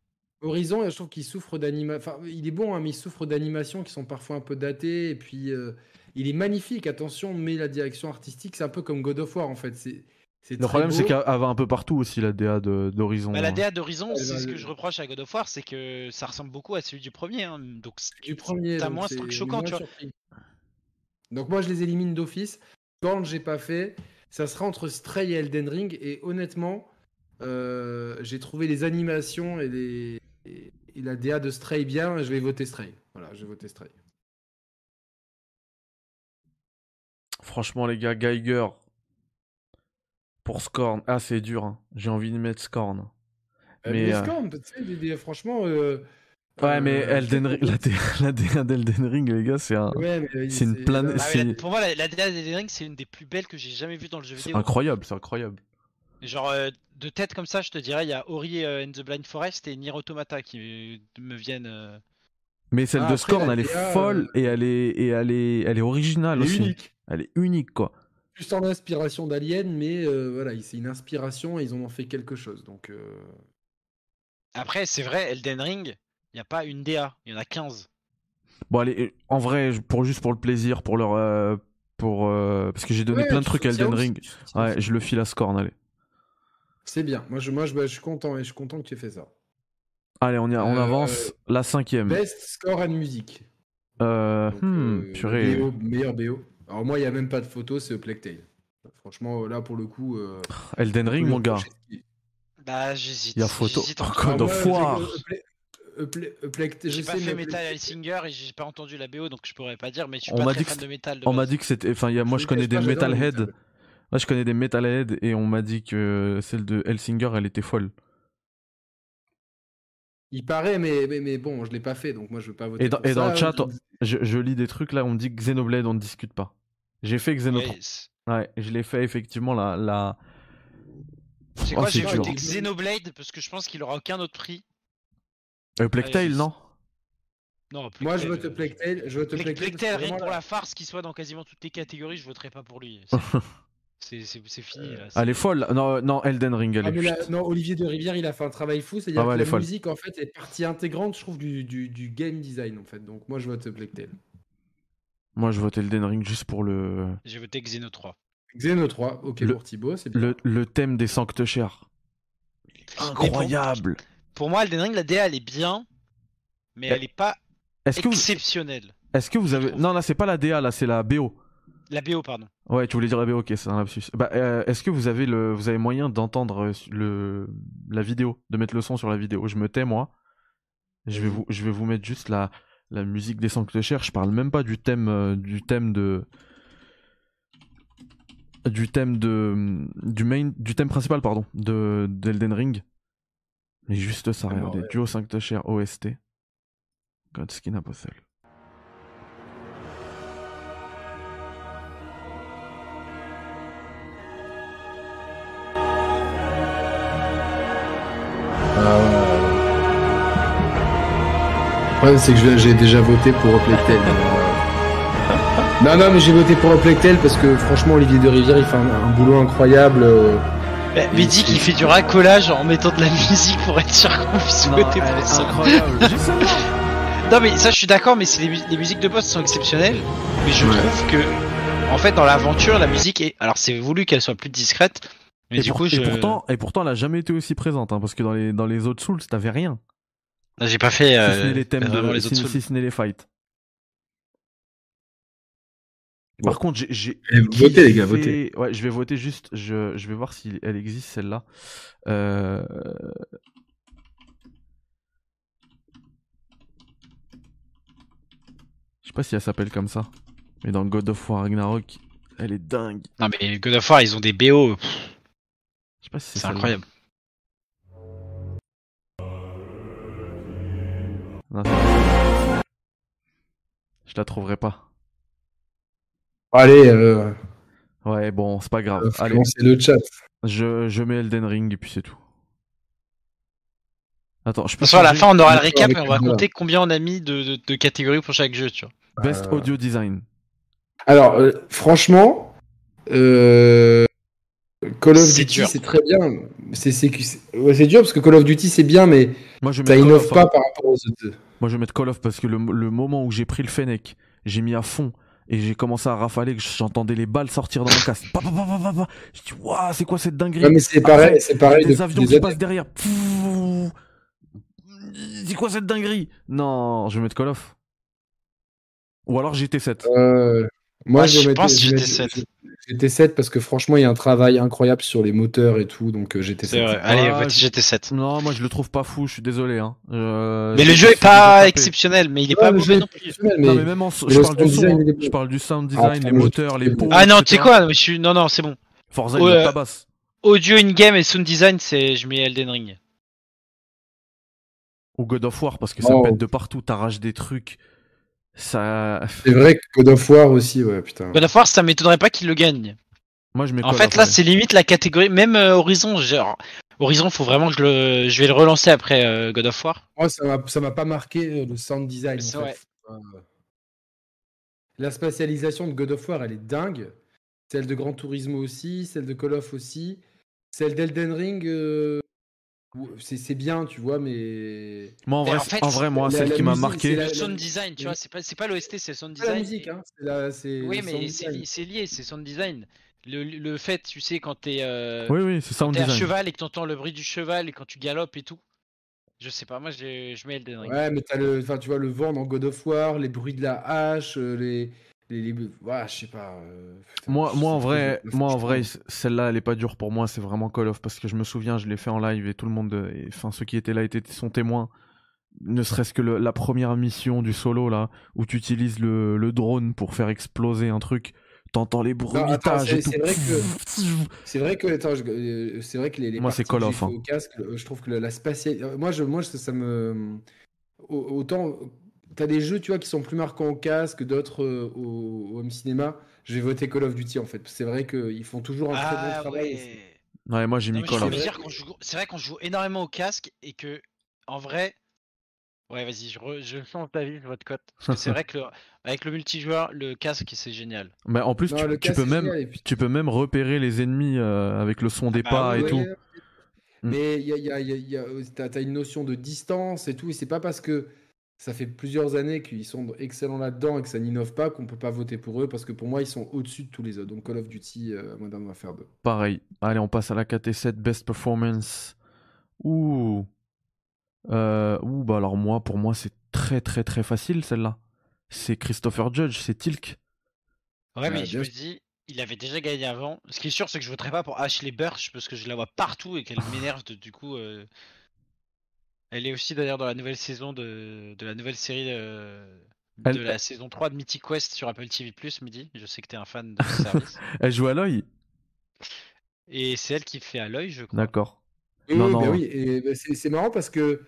[SPEAKER 2] Horizon, je trouve qu'il souffre d'animation. Enfin, il est bon, hein, mais il souffre d'animations qui sont parfois un peu datées. Et puis, euh, il est magnifique, attention, mais la direction artistique, c'est un peu comme God of War, en fait. C'est, c'est
[SPEAKER 1] Le
[SPEAKER 2] très
[SPEAKER 1] problème,
[SPEAKER 2] beau.
[SPEAKER 1] c'est qu'elle elle va un peu partout aussi, la DA de- d'Horizon. hein.
[SPEAKER 3] Bah, la DA d'Horizon,
[SPEAKER 2] Ouais,
[SPEAKER 3] c'est
[SPEAKER 2] bah,
[SPEAKER 3] ce que
[SPEAKER 2] le-
[SPEAKER 3] je reproche à God of War, c'est que ça ressemble beaucoup à celui du premier. hein, donc c'est-
[SPEAKER 2] du premier.
[SPEAKER 3] t'as
[SPEAKER 2] donc
[SPEAKER 3] moins ce
[SPEAKER 2] c'est-
[SPEAKER 3] truc
[SPEAKER 2] on est
[SPEAKER 3] choquant,
[SPEAKER 2] moins
[SPEAKER 3] tu vois.
[SPEAKER 2] surpris. Donc, moi, je les élimine d'office. Quand j'ai pas fait, ça sera entre Stray et Elden Ring. Et honnêtement, euh, j'ai trouvé les animations et, les... et et la DA de Stray bien. et Je vais voter Stray. Voilà, je vais voter Stray.
[SPEAKER 1] Franchement, les gars, Geiger pour Scorn. Ah, c'est dur. hein. J'ai envie de mettre Scorn.
[SPEAKER 2] Euh,
[SPEAKER 1] Mais,
[SPEAKER 2] mais
[SPEAKER 1] euh,
[SPEAKER 2] Scorn, tu sais, des- des- franchement. euh,
[SPEAKER 1] Ouais,
[SPEAKER 2] euh,
[SPEAKER 1] mais Elden Ring, la D- la DA d'Elden Ring, les gars, c'est un...
[SPEAKER 2] ouais, mais, euh,
[SPEAKER 1] c'est une plane-
[SPEAKER 2] euh,
[SPEAKER 3] Ah, mais la-
[SPEAKER 1] C'est-
[SPEAKER 3] pour moi, la, la DA d'Elden Ring, c'est une des plus belles que j'ai jamais vues dans le jeu
[SPEAKER 1] c'est
[SPEAKER 3] vidéo.
[SPEAKER 1] incroyable, c'est incroyable.
[SPEAKER 3] Genre, euh, de tête comme ça, je te dirais, il y a Ori euh, and the Blind Forest et Nier Automata qui euh, me viennent. euh,
[SPEAKER 1] Mais celle
[SPEAKER 2] Ah,
[SPEAKER 1] de
[SPEAKER 2] après,
[SPEAKER 1] Scorn,
[SPEAKER 2] la
[SPEAKER 1] elle est
[SPEAKER 2] DA, euh,
[SPEAKER 1] folle et elle est, et elle est, elle est originale
[SPEAKER 2] elle est
[SPEAKER 1] aussi.
[SPEAKER 2] unique.
[SPEAKER 1] Elle est Ah, unique, quoi.
[SPEAKER 2] Juste en inspiration d'Alien, mais euh, voilà, il- c'est une inspiration et ils en ont fait quelque chose. Donc, euh,
[SPEAKER 3] Après, c'est vrai, Elden Ring, il n'y a pas une DA, il y en a 15.
[SPEAKER 1] Bon, allez, euh, en vrai, je- pour juste pour le plaisir, pour leur... euh, pour, euh, parce que j'ai donné
[SPEAKER 2] ouais,
[SPEAKER 1] plein de
[SPEAKER 2] tu
[SPEAKER 1] trucs à
[SPEAKER 2] soutiens
[SPEAKER 1] Elden
[SPEAKER 2] aussi,
[SPEAKER 1] Ring.
[SPEAKER 2] tu soutiens
[SPEAKER 1] Ouais,
[SPEAKER 2] aussi.
[SPEAKER 1] je le file à Scorn, allez.
[SPEAKER 2] C'est bien. Moi, je, moi je, bah, je suis content et je suis content que tu aies fait ça.
[SPEAKER 1] Allez, on, y, on
[SPEAKER 2] Euh,
[SPEAKER 1] avance. La cinquième.
[SPEAKER 2] Best score and music.
[SPEAKER 1] Euh,
[SPEAKER 2] Donc,
[SPEAKER 1] hmm,
[SPEAKER 2] euh,
[SPEAKER 1] purée.
[SPEAKER 2] BO, meilleur BO. Alors, moi, il n'y a même pas de photo, c'est Plectail. Franchement, là, pour le coup. euh,
[SPEAKER 1] Elden Ring,
[SPEAKER 2] le
[SPEAKER 1] mon gars.
[SPEAKER 2] projet-
[SPEAKER 3] Bah, j'hésite.
[SPEAKER 1] Il y a photo.
[SPEAKER 3] j'hésite
[SPEAKER 1] Oh,
[SPEAKER 3] entre-
[SPEAKER 1] God
[SPEAKER 2] Ah,
[SPEAKER 1] of
[SPEAKER 2] moi,
[SPEAKER 1] War.
[SPEAKER 2] je- euh, Ple- euh, Ple- euh, Plectail,
[SPEAKER 3] J'ai
[SPEAKER 2] je
[SPEAKER 3] pas
[SPEAKER 2] sais,
[SPEAKER 3] fait
[SPEAKER 2] mais
[SPEAKER 3] Metal
[SPEAKER 2] Plectail-
[SPEAKER 3] Hellsinger et j'ai pas entendu la BO, donc je pourrais pas dire, mais je suis
[SPEAKER 1] On
[SPEAKER 3] pas
[SPEAKER 1] m'a
[SPEAKER 3] très
[SPEAKER 1] dit que
[SPEAKER 3] fan de métal. de
[SPEAKER 1] On m'a
[SPEAKER 3] base. hein,
[SPEAKER 1] dit que c'était. Enfin, il y a- moi, je connais des
[SPEAKER 2] déteste pas, j'adore le
[SPEAKER 1] Metalhead.
[SPEAKER 3] euh,
[SPEAKER 2] métal.
[SPEAKER 1] Moi, je connais des Metalhead et on m'a dit que celle de Hellsinger, elle était folle.
[SPEAKER 2] Il paraît, mais, mais, mais bon, je l'ai pas fait, donc moi je veux pas voter.
[SPEAKER 1] Et dans-
[SPEAKER 2] pour
[SPEAKER 1] et dans
[SPEAKER 2] ça.
[SPEAKER 1] le chat,
[SPEAKER 2] Je-
[SPEAKER 1] Je, je lis des trucs là, on me dit que Xenoblade, on ne discute pas. J'ai fait Xenotron.
[SPEAKER 3] Ouais, c'est-
[SPEAKER 1] Ouais, je l'ai fait effectivement la. la...
[SPEAKER 3] c'est
[SPEAKER 1] Oh,
[SPEAKER 3] quoi, j'ai
[SPEAKER 1] c'est dur.
[SPEAKER 3] voté Xenoblade parce que je pense qu'il aura aucun autre prix.
[SPEAKER 1] Euh, Plague
[SPEAKER 3] Ouais,
[SPEAKER 1] Tale,
[SPEAKER 3] je-
[SPEAKER 1] non
[SPEAKER 3] Non, plus
[SPEAKER 2] Moi,
[SPEAKER 3] que-
[SPEAKER 2] je vote Plague Tale. Je vote
[SPEAKER 3] Plague-
[SPEAKER 2] Plague Tale,
[SPEAKER 3] Plague Tale,
[SPEAKER 2] parce que
[SPEAKER 3] rien que
[SPEAKER 2] vraiment,
[SPEAKER 3] pour
[SPEAKER 2] là-
[SPEAKER 3] la farce qu'il soit dans quasiment toutes les catégories, je voterai pas pour lui. C'est- C'est c'est- c'est fini. là.
[SPEAKER 1] Elle est folle. là. Non, euh, non, Elden Ring, elle
[SPEAKER 2] Ah,
[SPEAKER 1] est
[SPEAKER 2] mais la-
[SPEAKER 1] chute.
[SPEAKER 2] non, Olivier de Rivière, il a fait un travail fou. C'est-à-dire
[SPEAKER 1] Ah ouais,
[SPEAKER 2] que
[SPEAKER 1] elle
[SPEAKER 2] la
[SPEAKER 1] est folle.
[SPEAKER 2] musique, en fait, est partie intégrante, je trouve, du, du, du game design, en fait. Donc, moi, je vote Plague Tale.
[SPEAKER 1] Moi, je vote Elden Ring juste pour le,
[SPEAKER 3] J'ai voté Xeno 3.
[SPEAKER 2] Xeno 3, ok
[SPEAKER 1] Le-
[SPEAKER 2] pour Thibaut, c'est bien.
[SPEAKER 1] le, le thème des Sanctuaires. Incroyable.
[SPEAKER 3] Pour moi, Elden Ring, la DA, elle est bien, mais
[SPEAKER 1] Euh,
[SPEAKER 3] elle est pas
[SPEAKER 1] Est-ce que, vous,
[SPEAKER 3] exceptionnelle.
[SPEAKER 1] est-ce que vous avez. Non, là, c'est pas la DA, là, c'est la BO.
[SPEAKER 3] La BO, pardon.
[SPEAKER 1] Ouais, tu voulais dire la BO, ok, c'est un lapsus. Bah, euh, est-ce que vous avez le, vous avez moyen d'entendre euh, le, la vidéo, de mettre le son sur la vidéo Je me tais, moi. Je vais vous, je vais vous mettre juste la, la musique des Sanctuaires. Je parle même pas du thème, euh, du thème de, du thème de, du main, du thème principal, pardon, de d'Elden Ring. Mais juste ça,
[SPEAKER 2] Ah,
[SPEAKER 1] regardez.
[SPEAKER 2] ouais.
[SPEAKER 1] Duo Sanctuaires OST. Godskin Apostle.
[SPEAKER 2] Ah ouais. Ouais, c'est que je- j'ai déjà voté pour Plague Tale. mais, euh, Non, non, mais j'ai voté pour Plague Tale parce que franchement, Olivier de Rivière, il fait un, un boulot incroyable. euh,
[SPEAKER 3] Bah, mais dit qu'il fait du racolage en mettant de la musique pour être sûr qu'on puisse voter pour ça.
[SPEAKER 1] incroyable.
[SPEAKER 3] Non, mais ça, je suis d'accord, mais c'est les, mus- les musiques de boss sont exceptionnelles. Mais je
[SPEAKER 2] Ouais.
[SPEAKER 3] trouve que, en fait, dans l'aventure, la musique est. Alors, c'est voulu qu'elle soit plus discrète, mais
[SPEAKER 1] et,
[SPEAKER 3] du
[SPEAKER 1] pour-
[SPEAKER 3] coup,
[SPEAKER 1] et
[SPEAKER 3] je.
[SPEAKER 1] pourtant, et pourtant, elle a jamais été aussi présente, hein, parce que dans les, dans les autres Souls, t'avais rien.
[SPEAKER 3] Non, J'ai pas fait.
[SPEAKER 1] si
[SPEAKER 3] euh,
[SPEAKER 1] ce n'est les thèmes, de-
[SPEAKER 3] vraiment les
[SPEAKER 1] si,
[SPEAKER 3] autres souls.
[SPEAKER 1] si ce n'est les fights.
[SPEAKER 2] Bon.
[SPEAKER 1] Par contre, j'ai- j'ai.
[SPEAKER 2] Et Eh, votez, les gars,
[SPEAKER 1] kiffé-
[SPEAKER 2] votez.
[SPEAKER 1] Ouais, je vais voter juste. Je, je vais voir si elle existe celle-là. Euh, Je sais pas si elle s'appelle comme ça. Mais dans God of War Ragnarok, elle est dingue.
[SPEAKER 3] Non, mais les God of War, ils ont des BO, pff,
[SPEAKER 1] Je sais pas si c'est
[SPEAKER 3] c'est
[SPEAKER 1] celle-là.
[SPEAKER 3] incroyable.
[SPEAKER 1] Non, c'est- je la trouverai pas.
[SPEAKER 2] Allez, euh,
[SPEAKER 1] Ouais, bon, c'est pas grave.
[SPEAKER 2] euh,
[SPEAKER 1] Allez,
[SPEAKER 2] lancez le chat.
[SPEAKER 1] je, je mets Elden Ring et puis c'est tout. Attends, je
[SPEAKER 3] De
[SPEAKER 1] peux
[SPEAKER 3] toute façon, à la
[SPEAKER 1] changer
[SPEAKER 3] fin, on aura le
[SPEAKER 2] Avec
[SPEAKER 3] récap et on va
[SPEAKER 2] le doigt.
[SPEAKER 3] compter combien on a mis de, de- de catégories pour chaque jeu, tu vois.
[SPEAKER 1] Best
[SPEAKER 2] Euh,
[SPEAKER 1] Audio Design.
[SPEAKER 2] Alors, euh, franchement, euh, Call of
[SPEAKER 3] C'est
[SPEAKER 2] Duty,
[SPEAKER 3] dur.
[SPEAKER 2] c'est très bien. C'est c'est- c'est- ouais, c'est dur parce que Call of Duty, c'est bien, mais
[SPEAKER 1] Moi, je vais
[SPEAKER 2] ça
[SPEAKER 1] mettre Call
[SPEAKER 2] innove
[SPEAKER 1] of,
[SPEAKER 2] pas
[SPEAKER 1] hein.
[SPEAKER 2] par rapport aux autres. deux.
[SPEAKER 1] Moi, je vais mettre Call of parce que le, le moment où j'ai pris le Fennec, j'ai mis à fond et j'ai commencé à rafaler que j'entendais les balles sortir dans mon casque. Pa, pa, pa, pa, pa, pa. Je dis, waouh, c'est quoi cette dinguerie
[SPEAKER 2] Non, mais c'est
[SPEAKER 1] Après,
[SPEAKER 2] pareil, c'est pareil.
[SPEAKER 1] Des
[SPEAKER 2] depuis
[SPEAKER 1] avions
[SPEAKER 2] des
[SPEAKER 1] qui
[SPEAKER 2] années.
[SPEAKER 1] passent derrière. Pfff. C'est quoi cette dinguerie Non, je vais mettre Call of. Ou alors GT7.
[SPEAKER 2] Euh, moi,
[SPEAKER 3] Ah,
[SPEAKER 2] je,
[SPEAKER 3] je
[SPEAKER 2] mettais-
[SPEAKER 3] pense
[SPEAKER 2] je mettais-
[SPEAKER 3] GT7.
[SPEAKER 2] je- GT7 parce que franchement, il y a un travail incroyable sur les moteurs et tout, donc euh, GT7.
[SPEAKER 3] C'est vrai. Allez, Euh,
[SPEAKER 1] Ah,
[SPEAKER 3] vote
[SPEAKER 1] je-
[SPEAKER 3] GT7.
[SPEAKER 1] Non, moi je le trouve pas fou, je suis désolé. Hein. Euh,
[SPEAKER 3] Mais
[SPEAKER 1] je
[SPEAKER 3] le jeu
[SPEAKER 1] suis
[SPEAKER 3] est pas
[SPEAKER 1] tapé.
[SPEAKER 3] exceptionnel, mais il est
[SPEAKER 2] Non,
[SPEAKER 3] pas
[SPEAKER 2] le jeu
[SPEAKER 3] mauvais
[SPEAKER 2] est
[SPEAKER 3] non plus.
[SPEAKER 2] exceptionnel, mais-
[SPEAKER 1] Non, mais même en so-
[SPEAKER 2] mais
[SPEAKER 1] je
[SPEAKER 2] le
[SPEAKER 1] parle du
[SPEAKER 2] sound
[SPEAKER 1] son,
[SPEAKER 2] design,
[SPEAKER 1] hein.
[SPEAKER 2] il est-
[SPEAKER 1] je parle du sound design,
[SPEAKER 2] Ah,
[SPEAKER 1] les
[SPEAKER 2] je-
[SPEAKER 1] moteurs, les pots.
[SPEAKER 3] Ah non, tu sais
[SPEAKER 1] etc.
[SPEAKER 3] quoi non, mais je suis... Non, non, c'est bon.
[SPEAKER 1] Forza,
[SPEAKER 3] Ouais.
[SPEAKER 1] il la tabasse.
[SPEAKER 3] Audio in-game et sound design, c'est... Je mets Elden Ring.
[SPEAKER 1] Ou God of War, parce que ça
[SPEAKER 2] Oh.
[SPEAKER 1] pète de partout, t'arraches des trucs. Ça.
[SPEAKER 2] C'est vrai que God of War aussi, ouais, putain.
[SPEAKER 3] God of War, ça m'étonnerait pas qu'il le gagne.
[SPEAKER 1] Moi je mets
[SPEAKER 3] En
[SPEAKER 1] Call
[SPEAKER 3] fait,
[SPEAKER 1] of,
[SPEAKER 3] là,
[SPEAKER 1] ouais.
[SPEAKER 3] c'est limite la catégorie... Même euh, Horizon, genre... Horizon, faut vraiment que je le... Je vais le relancer après euh, God of War.
[SPEAKER 2] Moi, ça m'a- ça m'a pas marqué euh, le sound design. en
[SPEAKER 3] C'est
[SPEAKER 2] fait.
[SPEAKER 3] vrai.
[SPEAKER 2] Euh, La spatialisation de God of War, elle est dingue. Celle de Gran Turismo aussi, celle de Call of aussi, celle d'Elden Ring. euh, ou- C'est c'est bien, tu vois, mais.
[SPEAKER 1] Moi en
[SPEAKER 3] Mais
[SPEAKER 1] vrai,
[SPEAKER 3] en
[SPEAKER 1] c'est-
[SPEAKER 3] fait,
[SPEAKER 1] en vrai, moi,
[SPEAKER 2] la-
[SPEAKER 1] celle
[SPEAKER 2] la
[SPEAKER 1] qui m'a
[SPEAKER 2] musique,
[SPEAKER 1] marqué.
[SPEAKER 2] c'est la-
[SPEAKER 3] Le
[SPEAKER 2] la-
[SPEAKER 3] sound design, tu vois, c'est pas, c'est pas l'OST, c'est le sound
[SPEAKER 2] C'est pas
[SPEAKER 3] design.
[SPEAKER 2] la musique, hein. c'est la- c'est
[SPEAKER 3] Oui,
[SPEAKER 2] le sound
[SPEAKER 3] mais c'est
[SPEAKER 2] design.
[SPEAKER 3] c'est lié, c'est sound design. Le, le fait, tu sais, quand t'es euh,
[SPEAKER 1] Oui, oui, c'est sound
[SPEAKER 3] t'es à
[SPEAKER 1] design.
[SPEAKER 3] cheval et que t'entends le bruit du cheval et quand tu galopes et tout. Je sais pas, moi je, je mets Elden Ring.
[SPEAKER 2] Ouais, mais t'as le, enfin, tu vois le vent dans God of War, les bruits de la hache, euh, les, les, les- ouais, je sais pas. euh, putain,
[SPEAKER 1] Moi,
[SPEAKER 2] je
[SPEAKER 1] moi, en
[SPEAKER 2] sais
[SPEAKER 1] vrai,
[SPEAKER 2] pas, je-
[SPEAKER 1] moi, en vrai, c- celle-là, elle est pas dure pour moi. C'est vraiment Call of parce que je me souviens, je l'ai fait en live et tout le monde, euh, et- enfin ceux qui étaient là étaient sont témoins. Ne serait-ce que le- la première mission du solo là, où tu utilises le, le drone pour faire exploser un truc, t'entends les
[SPEAKER 2] attends,
[SPEAKER 1] bruitages et
[SPEAKER 2] c'est-
[SPEAKER 1] tout.
[SPEAKER 2] c'est vrai que- C'est vrai que, attends, je- euh, c'est vrai que les, les
[SPEAKER 1] Moi, c'est
[SPEAKER 2] parties que
[SPEAKER 1] Call
[SPEAKER 2] j'ai
[SPEAKER 1] of, hein.
[SPEAKER 2] fait au casque, le- je trouve que la, la spatial, euh, moi, je, moi, je- ça me, au- autant, t'as des jeux, tu vois, qui sont plus marquants au casque, d'autres euh, au, au home cinéma. je vais voter Call of Duty en fait. C'est vrai qu'ils font toujours un très bon
[SPEAKER 3] Ah
[SPEAKER 2] travail. et
[SPEAKER 3] ouais.
[SPEAKER 1] Ouais, moi j'ai
[SPEAKER 3] Non,
[SPEAKER 1] mis
[SPEAKER 3] mais
[SPEAKER 1] Call
[SPEAKER 3] je
[SPEAKER 1] of
[SPEAKER 3] veux
[SPEAKER 2] Duty.
[SPEAKER 3] dire qu'on joue- C'est vrai qu'on joue énormément au casque et que, en vrai, ouais, vas-y, je, re- je change d'avis, je vote cote. Parce que c'est vrai que le- avec le multijoueur, le casque c'est génial.
[SPEAKER 1] Mais en plus,
[SPEAKER 2] c'est- Non,
[SPEAKER 1] tu,
[SPEAKER 2] le
[SPEAKER 1] tu
[SPEAKER 2] cas,
[SPEAKER 1] peux
[SPEAKER 2] c'est
[SPEAKER 1] même,
[SPEAKER 2] génial, et puis-
[SPEAKER 1] tu peux même repérer les ennemis euh, avec le son des
[SPEAKER 3] bah
[SPEAKER 1] pas et
[SPEAKER 2] Ah ouais,
[SPEAKER 1] tout. Mm.
[SPEAKER 2] ouais. Mais il y a, il y a- il y a- il y a- t'as- t'as une notion de distance et tout, et c'est pas parce que ça fait plusieurs années qu'ils sont excellents là-dedans et que ça n'innove pas qu'on peut pas voter pour eux, parce que pour moi ils sont au-dessus de tous les autres. Donc Call of Duty, euh, Modern Warfare 2.
[SPEAKER 1] Pareil. Allez, on passe à la KT7 Best Performance. Ouh. Euh, ouh, bah alors moi, pour moi, c'est très très très facile celle-là. C'est Christopher Judge, c'est Tilk.
[SPEAKER 3] Ouais, mais
[SPEAKER 2] Ouais, Bah, bien
[SPEAKER 3] je me
[SPEAKER 2] sûr.
[SPEAKER 3] dis, il avait déjà gagné avant. Ce qui est sûr, c'est que je voterai pas pour Ashley Burch parce que je la vois partout et qu'elle m'énerve de- du coup. euh, Elle est aussi d'ailleurs dans la nouvelle saison de, de la nouvelle série euh, de,
[SPEAKER 1] Elle-
[SPEAKER 3] la saison 3 de Mythic Quest sur Apple TV+, Midi. Je sais que t'es un fan de ce service.
[SPEAKER 1] Elle joue à l'œil
[SPEAKER 3] Et c'est elle qui fait à l'œil, je crois.
[SPEAKER 1] D'accord.
[SPEAKER 2] Et
[SPEAKER 1] Non, non.
[SPEAKER 2] bah oui, et bah, c'est c'est marrant parce que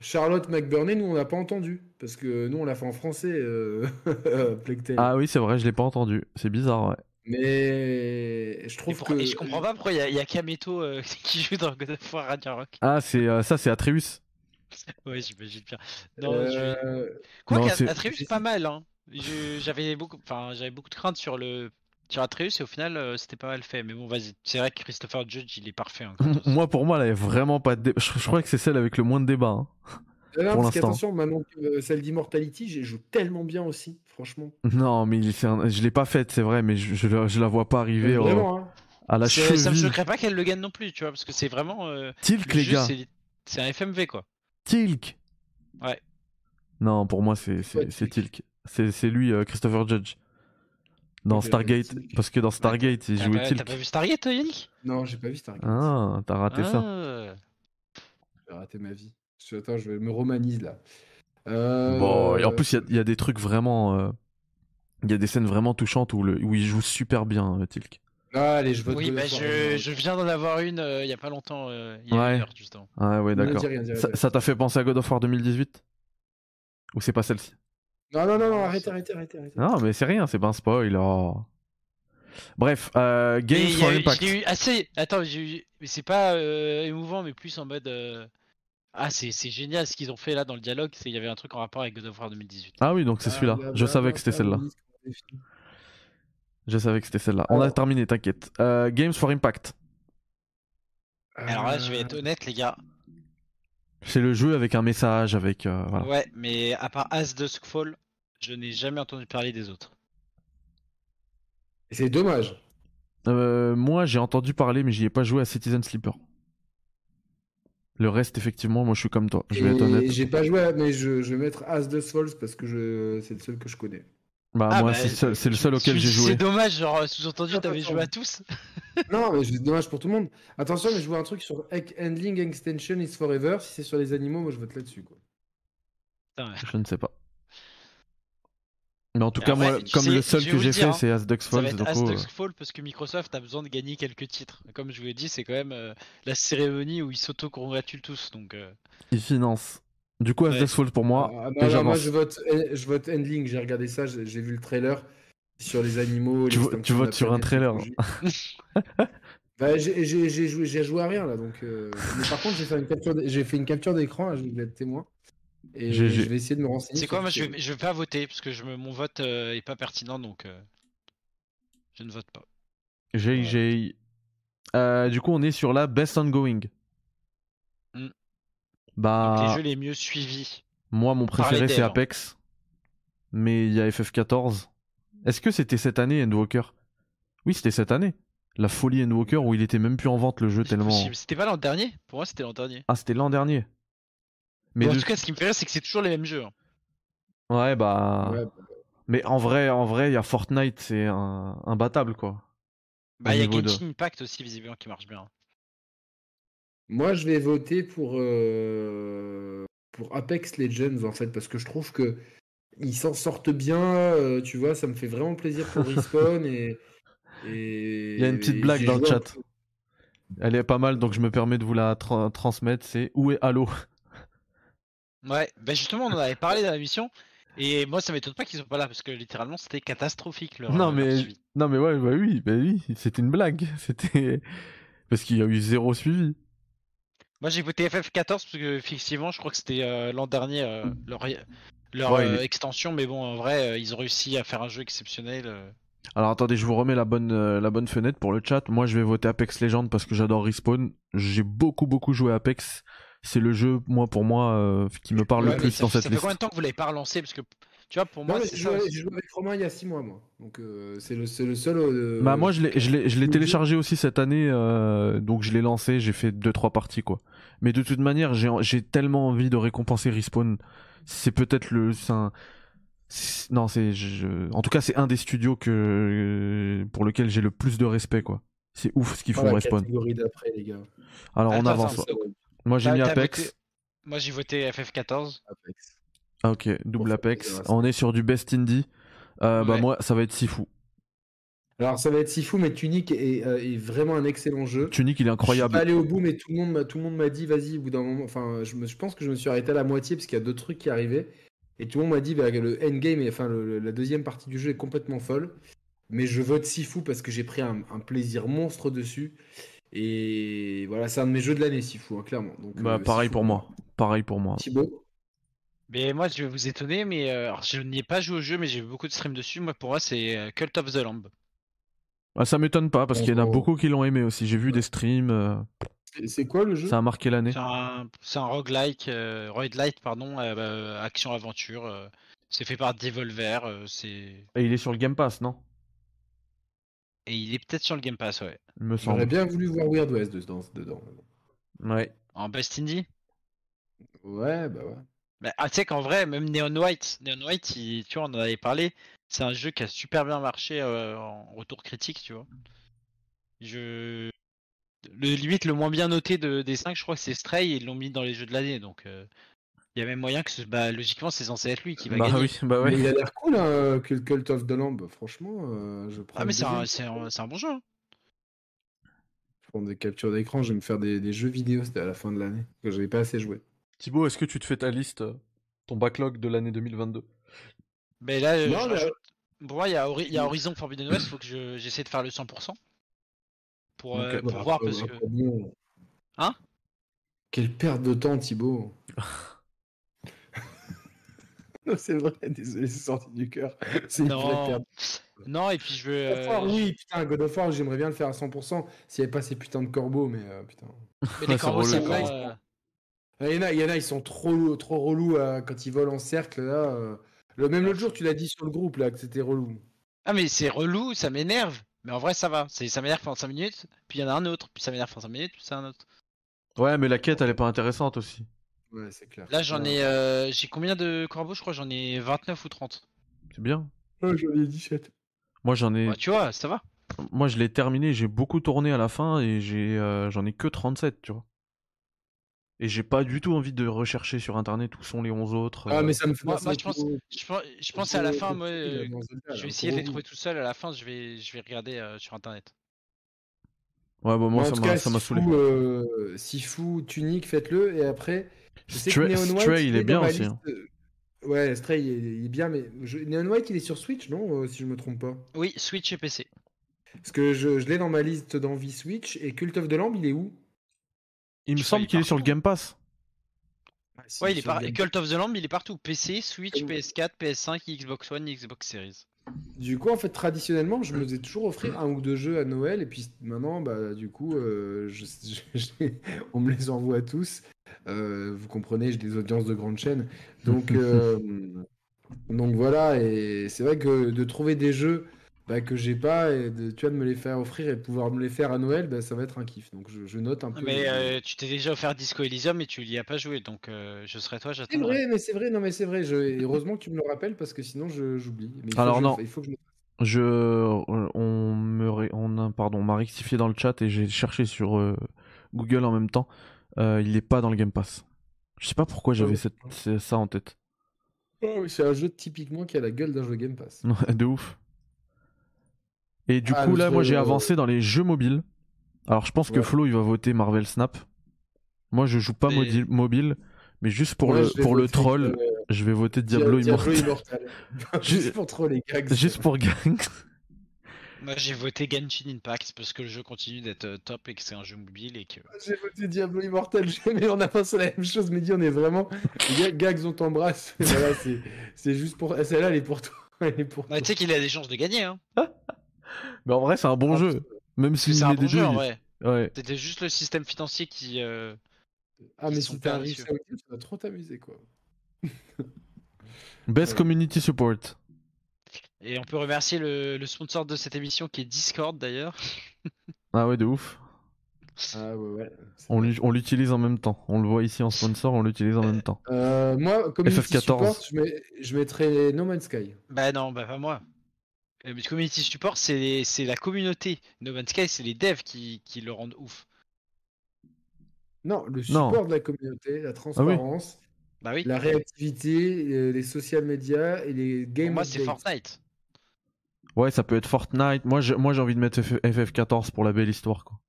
[SPEAKER 2] Charlotte McBurney, nous on n'a pas entendu, parce que nous on l'a fait en français, euh, Plague Tale.
[SPEAKER 1] Ah oui, c'est vrai, je l'ai pas entendu. C'est bizarre, ouais.
[SPEAKER 2] Mais je
[SPEAKER 3] Et,
[SPEAKER 2] trouve
[SPEAKER 3] pour-
[SPEAKER 2] que
[SPEAKER 3] et je comprends pas pourquoi il y a- il y, a Kameto euh, qui joue dans God of War Ragnarok.
[SPEAKER 1] Ah, c'est euh, ça, c'est Atreus.
[SPEAKER 3] Ouais, j'imagine bien. Non, je-
[SPEAKER 2] Euh,
[SPEAKER 3] Quoi
[SPEAKER 1] Non,
[SPEAKER 3] qu'A-
[SPEAKER 1] c'est-
[SPEAKER 3] Atreus, c'est pas mal. Hein. Je- J'avais beaucoup, enfin, j'avais beaucoup de craintes sur le sur Atreus et au final, euh, c'était pas mal fait. Mais bon, vas-y. C'est vrai que Christopher Judge, il est parfait. hein, quand on-
[SPEAKER 1] moi, pour moi, elle avait vraiment pas de dé- je, je crois que c'est celle avec le moins de débat. hein.
[SPEAKER 2] Ah non,
[SPEAKER 1] pour
[SPEAKER 2] parce
[SPEAKER 1] l'instant.
[SPEAKER 2] qu'attention, maintenant que euh, celle d'Immortality, j'y joue tellement bien aussi, franchement.
[SPEAKER 1] Non, mais il- c'est un- je l'ai pas faite, c'est vrai, mais je, je la- je la vois pas arriver au-
[SPEAKER 2] Vraiment, hein.
[SPEAKER 1] à la
[SPEAKER 3] C'est- Ça me
[SPEAKER 1] cheville.
[SPEAKER 3] choquerait pas qu'elle le gagne non plus, tu vois, parce que c'est vraiment. euh,
[SPEAKER 1] Tilk,
[SPEAKER 3] le
[SPEAKER 1] les
[SPEAKER 3] jeu,
[SPEAKER 1] gars.
[SPEAKER 3] c'est- C'est un FMV quoi.
[SPEAKER 1] Tilk
[SPEAKER 3] Ouais.
[SPEAKER 1] Non, pour moi, c'est
[SPEAKER 2] C'est quoi,
[SPEAKER 1] c'est- c'est Tilk. C'est c'est lui, euh, Christopher Judge. Dans
[SPEAKER 2] Ok,
[SPEAKER 1] Stargate.
[SPEAKER 2] Tilk.
[SPEAKER 1] Parce que dans Stargate, il
[SPEAKER 3] T'as
[SPEAKER 1] jouait
[SPEAKER 3] pas, Ah t'as
[SPEAKER 1] Tilk.
[SPEAKER 3] pas vu Stargate, toi, Yannick
[SPEAKER 2] Non, j'ai pas vu Stargate.
[SPEAKER 1] Ah, t'as raté ça.
[SPEAKER 3] Ah.
[SPEAKER 2] J'ai raté ma vie. Je- Attends, je vais- me romanise là. Euh,
[SPEAKER 1] Bon, et en plus, il y a- il y, a des trucs vraiment. euh, Il y a des scènes vraiment touchantes où, le, où il joue super bien, euh, Tilk.
[SPEAKER 2] Ah, allez, je vote
[SPEAKER 3] Oui,
[SPEAKER 2] God
[SPEAKER 3] bah
[SPEAKER 2] of War.
[SPEAKER 3] je, je viens d'en avoir une euh, il y a pas longtemps, euh, il y a
[SPEAKER 1] Ouais.
[SPEAKER 3] une heure justement.
[SPEAKER 1] Ah ouais,
[SPEAKER 2] Ne
[SPEAKER 1] d'accord.
[SPEAKER 2] dis rien, dis rien,
[SPEAKER 1] Ça
[SPEAKER 2] dis rien.
[SPEAKER 1] ça t'a fait penser à God of War 2018 Ou c'est pas celle-ci
[SPEAKER 2] Non, non, non, non, arrêtez, arrêtez, arrêtez. arrêtez.
[SPEAKER 1] Non, mais c'est rien, c'est pas un spoil. oh. Bref, euh,
[SPEAKER 3] Et
[SPEAKER 1] Games
[SPEAKER 3] il y
[SPEAKER 1] for
[SPEAKER 3] a eu-
[SPEAKER 1] Impact.
[SPEAKER 3] je l'ai eu assez. Attends, j'ai eu- mais c'est pas euh, émouvant, mais plus en mode. euh, Ah, c'est c'est génial ce qu'ils ont fait là dans le dialogue. c'est- Il y avait un truc en rapport avec God of War 2018.
[SPEAKER 1] Ah oui, donc c'est
[SPEAKER 2] Ah,
[SPEAKER 1] celui-là.
[SPEAKER 2] là,
[SPEAKER 1] Je
[SPEAKER 2] bah,
[SPEAKER 1] savais
[SPEAKER 2] là,
[SPEAKER 1] que c'était
[SPEAKER 2] ça,
[SPEAKER 1] celle-là.
[SPEAKER 2] oui, c'est fini.
[SPEAKER 1] Je savais que c'était celle-là. On a
[SPEAKER 2] Alors.
[SPEAKER 1] terminé, t'inquiète. Euh, Games for Impact.
[SPEAKER 3] Alors là, je vais être
[SPEAKER 2] Euh,
[SPEAKER 3] honnête, les gars.
[SPEAKER 1] C'est le jeu avec un message, avec. euh, voilà.
[SPEAKER 3] Ouais, mais à part As Dusk Fall, je n'ai jamais entendu parler des autres.
[SPEAKER 2] C'est dommage.
[SPEAKER 1] Euh, moi, j'ai entendu parler, mais j'y ai pas joué à Citizen Sleeper. Le reste, effectivement, moi, je suis comme toi. Je vais
[SPEAKER 2] Et
[SPEAKER 1] être honnête.
[SPEAKER 2] J'ai pas joué, à- mais je, je vais mettre As de Souls parce que je... c'est le seul que je connais.
[SPEAKER 1] Bah,
[SPEAKER 3] Ah,
[SPEAKER 1] moi,
[SPEAKER 3] bah,
[SPEAKER 1] c'est le seul- c'est le seul auquel
[SPEAKER 3] C'est-
[SPEAKER 1] j'ai joué. Ah,
[SPEAKER 3] C'est dommage, genre euh, sous-entendu,
[SPEAKER 2] Attends,
[SPEAKER 3] t'avais
[SPEAKER 2] attends.
[SPEAKER 3] joué à tous.
[SPEAKER 2] Non, mais c'est dommage pour tout le monde. Attention, mais je vois un truc sur Egg Handling Extension is Forever. Si c'est sur les animaux, moi je vote là-dessus. quoi.
[SPEAKER 3] Putain,
[SPEAKER 1] Je ne sais pas. Mais en tout
[SPEAKER 3] Et
[SPEAKER 1] cas,
[SPEAKER 3] en vrai,
[SPEAKER 1] moi,
[SPEAKER 3] Ah tu
[SPEAKER 1] comme
[SPEAKER 3] sais,
[SPEAKER 1] le seul
[SPEAKER 3] je vais
[SPEAKER 1] que
[SPEAKER 3] vous
[SPEAKER 1] j'ai
[SPEAKER 3] le dire, hein.
[SPEAKER 1] fait, c'est As Dusk
[SPEAKER 3] Ça va
[SPEAKER 1] Falls.
[SPEAKER 3] être
[SPEAKER 1] donc,
[SPEAKER 3] As
[SPEAKER 1] oh,
[SPEAKER 3] Dusk Fall parce que Microsoft a besoin de gagner quelques titres. Comme je vous l'ai dit, c'est quand même euh, la cérémonie où ils s'auto-congratulent tous. Donc, euh,
[SPEAKER 1] il finance. Du coup, As
[SPEAKER 3] Ouais.
[SPEAKER 1] Dusk Falls pour moi.
[SPEAKER 2] Ah, non,
[SPEAKER 1] et
[SPEAKER 2] non,
[SPEAKER 1] j'avance.
[SPEAKER 2] moi je vote, eh, je vote Handling. J'ai regardé ça, j'ai j'ai vu le trailer sur les animaux.
[SPEAKER 1] Tu
[SPEAKER 2] les
[SPEAKER 1] vo- tu
[SPEAKER 2] Stumptown
[SPEAKER 1] votes sur un
[SPEAKER 2] Apple,
[SPEAKER 1] trailer.
[SPEAKER 2] les bah, j'ai j'ai- j'ai joué, j'ai joué à rien là. Donc, euh, mais par contre, j'ai fait une capture, d'- j'ai fait une capture d'écran. là, Je vais être témoin. Et je
[SPEAKER 1] GG.
[SPEAKER 2] vais essayer de me renseigner.
[SPEAKER 3] C'est
[SPEAKER 2] sur
[SPEAKER 3] quoi
[SPEAKER 2] ce
[SPEAKER 3] Moi, je
[SPEAKER 2] que-
[SPEAKER 3] vais, je vais pas voter parce que je me, mon vote euh, est pas pertinent, donc euh, je ne vote pas.
[SPEAKER 1] GIGI. Euh, du coup, on est sur la best ongoing.
[SPEAKER 3] Mm. Donc,
[SPEAKER 1] Bah,
[SPEAKER 3] les jeux les mieux suivis.
[SPEAKER 1] moi, mon
[SPEAKER 3] par les
[SPEAKER 1] préféré, c'est
[SPEAKER 3] devs.
[SPEAKER 1] Apex. Mais il y a FF14. Est-ce que c'était cette année, Endwalker Oui, c'était cette année. La folie Endwalker où il était même plus en vente le jeu
[SPEAKER 3] C'est
[SPEAKER 1] tellement.
[SPEAKER 3] possible. C'était pas l'an dernier Pour moi, c'était l'an dernier.
[SPEAKER 1] Ah, c'était l'an dernier. Mais
[SPEAKER 3] Mais en
[SPEAKER 1] de-
[SPEAKER 3] tout cas, ce qui me fait rire, c'est que c'est toujours les mêmes jeux. hein.
[SPEAKER 1] ouais, bah.
[SPEAKER 2] Ouais,
[SPEAKER 1] Mais en vrai, en vrai, il y a Fortnite, c'est un... imbattable quoi.
[SPEAKER 3] Bah, il y a
[SPEAKER 1] niveau de-
[SPEAKER 3] Genshin Impact aussi, visiblement, qui marche bien. hein.
[SPEAKER 2] Moi, je vais voter pour, euh, pour Apex Legends, en fait, parce que je trouve que ils s'en sortent bien, euh, tu vois, ça me fait vraiment plaisir pour Respawn et, et-
[SPEAKER 1] Il y a une petite
[SPEAKER 2] et
[SPEAKER 1] blague
[SPEAKER 2] j'ai
[SPEAKER 1] dans le
[SPEAKER 2] joué un
[SPEAKER 1] chat.
[SPEAKER 2] peu.
[SPEAKER 1] Elle est pas mal, donc je me permets de vous la tra- transmettre. C'est où est Halo
[SPEAKER 3] Ouais, bah justement, on en avait parlé dans la mission. Et moi, ça m'étonne pas qu'ils soient pas là, parce que littéralement, c'était catastrophique. Leur, euh,
[SPEAKER 1] non
[SPEAKER 3] leur
[SPEAKER 1] mais
[SPEAKER 3] suivi.
[SPEAKER 1] non mais ouais bah oui bah oui c'était une blague c'était parce qu'il y a eu zéro suivi.
[SPEAKER 3] Moi, j'ai voté FF14 parce que effectivement, je crois que c'était euh, l'an dernier euh, leur, leur
[SPEAKER 1] Ouais, il
[SPEAKER 3] euh,
[SPEAKER 1] est-
[SPEAKER 3] extension, mais bon, en vrai, euh, ils ont réussi à faire un jeu exceptionnel. euh.
[SPEAKER 1] Alors attendez je vous remets la bonne euh, la bonne fenêtre pour le chat. Moi je vais voter Apex Legends parce que j'adore Respawn. J'ai beaucoup beaucoup joué à Apex. C'est le jeu moi pour moi euh, qui me parle
[SPEAKER 2] Ouais,
[SPEAKER 1] le
[SPEAKER 3] mais
[SPEAKER 1] plus
[SPEAKER 3] ça,
[SPEAKER 1] dans
[SPEAKER 3] ça
[SPEAKER 1] cette
[SPEAKER 3] fait
[SPEAKER 1] liste.
[SPEAKER 3] combien de temps que vous l'avez pas relancé Parce que tu vois, pour
[SPEAKER 2] Non,
[SPEAKER 3] moi,
[SPEAKER 2] mais
[SPEAKER 3] c'est
[SPEAKER 2] j'ai
[SPEAKER 3] ça.
[SPEAKER 2] joué,
[SPEAKER 3] aussi.
[SPEAKER 2] j'ai joué avec Romain il y a 6 mois, moi. Donc, euh, c'est le, c'est le seul. euh,
[SPEAKER 1] Bah moi je l'ai je l'ai je l'ai
[SPEAKER 2] Oui.
[SPEAKER 1] téléchargé aussi cette année euh, donc je l'ai lancé j'ai fait deux trois parties quoi. Mais de toute manière j'ai j'ai tellement envie de récompenser Respawn c'est peut-être le c'est un- c'est- non c'est je- en tout cas c'est un des studios que pour lequel j'ai le plus de respect quoi. C'est ouf ce qu'ils
[SPEAKER 2] dans
[SPEAKER 1] font
[SPEAKER 2] la
[SPEAKER 1] Respawn.
[SPEAKER 2] catégorie d'après, les gars.
[SPEAKER 1] Alors on
[SPEAKER 3] Attends,
[SPEAKER 1] avance.
[SPEAKER 3] attends,
[SPEAKER 1] Moi j'ai
[SPEAKER 3] T'as-
[SPEAKER 1] mis
[SPEAKER 3] t'as
[SPEAKER 1] Apex.
[SPEAKER 3] voté- Moi, j'ai voté FF14.
[SPEAKER 2] Apex.
[SPEAKER 1] Ah, ok double
[SPEAKER 2] Pour
[SPEAKER 1] Apex.
[SPEAKER 2] faire plaisir à
[SPEAKER 1] On est sur du best indie. Euh, Bah
[SPEAKER 3] Ouais.
[SPEAKER 1] moi ça va être si fou.
[SPEAKER 2] Alors, ça va être si fou, mais Tunic est, euh, est vraiment un excellent jeu.
[SPEAKER 1] Tunic il est
[SPEAKER 2] Je suis pas
[SPEAKER 1] incroyable.
[SPEAKER 2] allé au bout, mais tout le monde m'a, tout le monde m'a dit, vas-y, au bout d'un moment. Enfin, je, me- je pense que je me suis arrêté à la moitié parce qu'il y a deux trucs qui arrivaient. Et tout le monde m'a dit, bah, le endgame, et- enfin, le- le- la deuxième partie du jeu est complètement folle. Mais je vote si fou parce que j'ai pris un, un plaisir monstre dessus. Et voilà, c'est un de mes jeux de l'année, si fou, clairement. Donc,
[SPEAKER 1] Bah
[SPEAKER 2] euh,
[SPEAKER 1] pareil
[SPEAKER 2] Sifu.
[SPEAKER 1] pour moi. Pareil pour moi.
[SPEAKER 2] Thibaut,
[SPEAKER 3] Mais moi, je vais vous étonner, mais euh, alors, je n'y ai pas joué au jeu, mais j'ai vu beaucoup de streams dessus. Moi, pour moi, c'est euh, Cult of the Lamb.
[SPEAKER 1] Ah, ça m'étonne pas parce qu'il y en a
[SPEAKER 2] Oh.
[SPEAKER 1] beaucoup qui l'ont aimé aussi. J'ai vu des streams, euh,
[SPEAKER 2] c'est, c'est quoi le jeu
[SPEAKER 1] ça a marqué l'année.
[SPEAKER 3] C'est un, c'est un roguelike, euh, roguelite, pardon, euh, euh, action-aventure. euh, c'est fait par Devolver. euh, c'est...
[SPEAKER 1] Et il est sur le Game Pass, non
[SPEAKER 3] Et il est peut-être sur le Game Pass, ouais.
[SPEAKER 1] Il me
[SPEAKER 2] J'aurais
[SPEAKER 1] semble.
[SPEAKER 2] bien voulu voir Weird West dedans. dedans.
[SPEAKER 1] Ouais.
[SPEAKER 3] En Best Indie
[SPEAKER 2] Ouais, bah ouais.
[SPEAKER 3] Bah, ah, tu sais qu'en vrai, même Neon White, Neon White, il- tu vois, on en avait parlé, c'est un jeu qui a super bien marché euh, en retour critique, tu vois. Je... Le limite le moins bien noté de, des 5, je crois que c'est Stray, et ils l'ont mis dans les jeux de l'année, donc euh, il y a même moyen que, ce- bah, logiquement, c'est censé être lui qui va
[SPEAKER 1] Bah
[SPEAKER 3] gagner.
[SPEAKER 1] oui, bah
[SPEAKER 2] Mais
[SPEAKER 1] ouais.
[SPEAKER 2] il a l'air cool, hein, que le Cult of the Lamb. Franchement, euh, je prends.
[SPEAKER 3] Ah, mais
[SPEAKER 2] le
[SPEAKER 3] c'est un,
[SPEAKER 2] deuxième.
[SPEAKER 3] c'est un- c'est un bon jeu. hein.
[SPEAKER 2] Je prends des captures d'écran, je vais me faire des, des jeux vidéo, c'était à la fin de l'année, parce que j'avais pas assez joué.
[SPEAKER 1] Thibaut, est-ce que tu te fais ta liste, euh, ton backlog de l'année 2022
[SPEAKER 3] Mais là, euh,
[SPEAKER 2] Non,
[SPEAKER 3] je
[SPEAKER 2] mais-
[SPEAKER 3] rajoute- pour moi, il y, a Ori- il y a Horizon Forbidden West, il faut que je- j'essaie de faire le 100% pour, euh,
[SPEAKER 1] Ok,
[SPEAKER 3] pour
[SPEAKER 2] Bah,
[SPEAKER 3] voir,
[SPEAKER 2] après,
[SPEAKER 3] parce que...
[SPEAKER 2] après, bon.
[SPEAKER 3] Hein
[SPEAKER 2] Quelle perte de temps, Thibaut Non, c'est vrai, désolé, c'est sorti du cœur. C'est une vraie
[SPEAKER 3] Non.
[SPEAKER 2] perte.
[SPEAKER 3] non, et puis je veux...
[SPEAKER 2] God of War,
[SPEAKER 3] euh,
[SPEAKER 2] oui, putain, God of War, j'aimerais bien le faire à 100%, s'il n'y avait pas ces putains de corbeaux, mais euh, putain.
[SPEAKER 3] Mais
[SPEAKER 1] Ouais,
[SPEAKER 3] les
[SPEAKER 1] c'est
[SPEAKER 3] corbeaux, c'est
[SPEAKER 2] relou,
[SPEAKER 3] pas,
[SPEAKER 2] ouais.
[SPEAKER 3] euh,
[SPEAKER 2] Il y, en a, il y en a, ils sont trop, lou- trop relous euh, quand ils volent en cercle. Là, euh. Le même l'autre jour, tu l'as dit sur le groupe là que c'était relou.
[SPEAKER 3] Ah mais c'est relou, ça m'énerve. Mais en vrai ça va. C'est ça m'énerve pendant 5 minutes, puis il y en a un autre, puis ça m'énerve pendant 5 minutes, puis c'est un autre.
[SPEAKER 1] Ouais, mais la quête, elle est pas intéressante aussi.
[SPEAKER 2] Ouais, c'est clair.
[SPEAKER 3] Là j'en ai euh, j'ai combien de corbeaux Je crois que j'en ai 29 ou 30.
[SPEAKER 1] C'est bien.
[SPEAKER 2] Ouais, j'en ai 17.
[SPEAKER 1] Moi, j'en ai,
[SPEAKER 3] Bah, tu vois, ça va.
[SPEAKER 1] moi, je l'ai terminé. J'ai beaucoup tourné à la fin et j'ai, euh, j'en ai que 37, tu vois. Et j'ai pas du tout envie de rechercher sur internet où sont les 11 autres.
[SPEAKER 2] Ah,
[SPEAKER 1] euh.
[SPEAKER 2] mais ça me fait
[SPEAKER 3] Moi-
[SPEAKER 2] penser
[SPEAKER 3] moi,
[SPEAKER 2] au-
[SPEAKER 3] je pense- Je, pense- je pense à la fin moi euh, je vais essayer de les trouver tout seul à la fin, je vais je vais regarder euh, sur internet.
[SPEAKER 1] Ouais, bah moi,
[SPEAKER 2] En
[SPEAKER 1] ça
[SPEAKER 2] tout
[SPEAKER 1] m'a,
[SPEAKER 2] cas,
[SPEAKER 1] ça m'a
[SPEAKER 2] Sifu,
[SPEAKER 1] saoulé.
[SPEAKER 2] euh, Sifu, Tunic, faites-le. Et après, je sais que
[SPEAKER 1] Stray,
[SPEAKER 2] Neon White,
[SPEAKER 1] Stray, il est
[SPEAKER 2] dans
[SPEAKER 1] bien
[SPEAKER 2] ma
[SPEAKER 1] aussi.
[SPEAKER 2] liste,
[SPEAKER 1] hein.
[SPEAKER 2] euh, Ouais, Stray, il est, il est bien, mais je- Neon White, il est sur Switch, non euh, Si je me trompe pas.
[SPEAKER 3] Oui, Switch et PC.
[SPEAKER 2] Parce que je, je l'ai dans ma liste d'envie Switch. Et Cult of the Lamb, il est où
[SPEAKER 1] Il me
[SPEAKER 3] Je
[SPEAKER 1] semble
[SPEAKER 3] croyais
[SPEAKER 1] qu'il est
[SPEAKER 3] pas.
[SPEAKER 1] sur le Game Pass.
[SPEAKER 3] Ouais, il est par...
[SPEAKER 2] parti.
[SPEAKER 3] Cult of the Lamb, il est partout, PC, Switch,
[SPEAKER 2] Comme-
[SPEAKER 3] PS4, PS5, Xbox One, Xbox Series.
[SPEAKER 2] Du coup, en fait, traditionnellement,
[SPEAKER 3] Mm.
[SPEAKER 2] je me faisais toujours offrir un ou deux jeux à Noël, et puis maintenant, bah, du coup, euh, je- je- je- on me les envoie tous. Euh, vous comprenez, j'ai des audiences de grandes chaînes. Donc, euh, donc voilà, et c'est vrai que de trouver des jeux bah, que j'ai pas, et de, tu vois, de me les faire offrir et de pouvoir me les faire à Noël, bah, ça va être un kiff. Donc je, je note un peu.
[SPEAKER 3] Mais euh, tu t'es déjà offert Disco Elysium et tu n'y as pas joué, donc euh, je serai toi,
[SPEAKER 2] C'est
[SPEAKER 3] j'attendrai.
[SPEAKER 2] vrai, mais c'est vrai, non, mais c'est vrai. Je, et heureusement que tu me le rappelles parce que sinon je- j'oublie. Mais il faut
[SPEAKER 1] Alors
[SPEAKER 2] que je-
[SPEAKER 1] non.
[SPEAKER 2] il faut que je
[SPEAKER 1] Je, euh, on me, ré- on a, pardon, on m'a rectifié dans le chat et j'ai cherché sur euh, Google en même temps. Euh, il est pas dans le Game Pass. Je sais pas pourquoi j'avais
[SPEAKER 2] oui.
[SPEAKER 1] cette- c'est- ça en tête.
[SPEAKER 2] Oh, oui, c'est un jeu typiquement qui a la gueule d'un jeu Game Pass.
[SPEAKER 1] Ouais, De ouf. Et du
[SPEAKER 2] Ah,
[SPEAKER 1] coup
[SPEAKER 2] le
[SPEAKER 1] là, moi
[SPEAKER 2] jeu-
[SPEAKER 1] j'ai avancé dans les jeux mobiles. Alors je pense que
[SPEAKER 2] Ouais.
[SPEAKER 1] Flo il va voter Marvel Snap. Moi je joue pas
[SPEAKER 3] Et-
[SPEAKER 1] modi- mobile, mais juste pour
[SPEAKER 2] Moi,
[SPEAKER 1] le
[SPEAKER 2] je vais
[SPEAKER 1] pour le
[SPEAKER 2] voter,
[SPEAKER 1] troll,
[SPEAKER 2] euh,
[SPEAKER 1] Je vais voter Diablo,
[SPEAKER 2] Diablo
[SPEAKER 1] Immortal.
[SPEAKER 2] Immortal. Juste pour trop les gags.
[SPEAKER 1] Juste pour gang.
[SPEAKER 3] Moi j'ai voté Genshin Impact parce que le jeu continue d'être euh, top et que c'est un jeu mobile et que.
[SPEAKER 2] J'ai voté Diablo Immortal, j'ai- mais on a pensé à la même chose, mais dit on est vraiment. Ga- Gags, on t'embrasse. voilà, c'est- c'est juste pour. Eh, Celle-là, elle est pour toi. Elle est pour
[SPEAKER 3] Bah,
[SPEAKER 2] toi.
[SPEAKER 3] tu sais qu'il a des chances de gagner, hein.
[SPEAKER 1] Mais en vrai, c'est un bon
[SPEAKER 2] Ah,
[SPEAKER 1] jeu. Même si
[SPEAKER 3] C'est un
[SPEAKER 1] des
[SPEAKER 3] bon jeu en
[SPEAKER 1] douilles.
[SPEAKER 3] vrai.
[SPEAKER 1] Ouais.
[SPEAKER 3] C'était juste le système financier qui. euh,
[SPEAKER 2] Ah, mais
[SPEAKER 3] Ils sont
[SPEAKER 2] si t'es un riche
[SPEAKER 3] pernicieux.
[SPEAKER 2] saoudien, tu vas trop t'amuser, quoi.
[SPEAKER 1] Best
[SPEAKER 2] Ouais.
[SPEAKER 1] community support.
[SPEAKER 3] Et on peut remercier le, le sponsor de cette émission qui est Discord d'ailleurs.
[SPEAKER 1] Ah ouais, de ouf.
[SPEAKER 2] Ah, ouais, ouais. C'est
[SPEAKER 1] On l'u- on l'utilise en même temps. On le voit ici en sponsor, on l'utilise en même temps.
[SPEAKER 2] Euh, moi, comme
[SPEAKER 1] FF14.
[SPEAKER 2] support, je, mets- je mettrais No Man's Sky.
[SPEAKER 3] Bah non, bah pas moi. Euh, Mais Community Support, c'est les- c'est la communauté. No Man's Sky, c'est les devs qui, qui le rendent ouf.
[SPEAKER 2] Non, le support de la communauté,
[SPEAKER 1] Ah
[SPEAKER 2] la transparence,
[SPEAKER 3] Bah oui.
[SPEAKER 2] la réactivité, euh, les social media et les
[SPEAKER 3] Pour
[SPEAKER 2] game
[SPEAKER 3] moi, c'est
[SPEAKER 2] updates.
[SPEAKER 3] Fortnite.
[SPEAKER 1] Ouais, ça peut être Fortnite. Moi, je- moi j'ai envie de mettre FF FF14 pour la belle histoire. Quoi.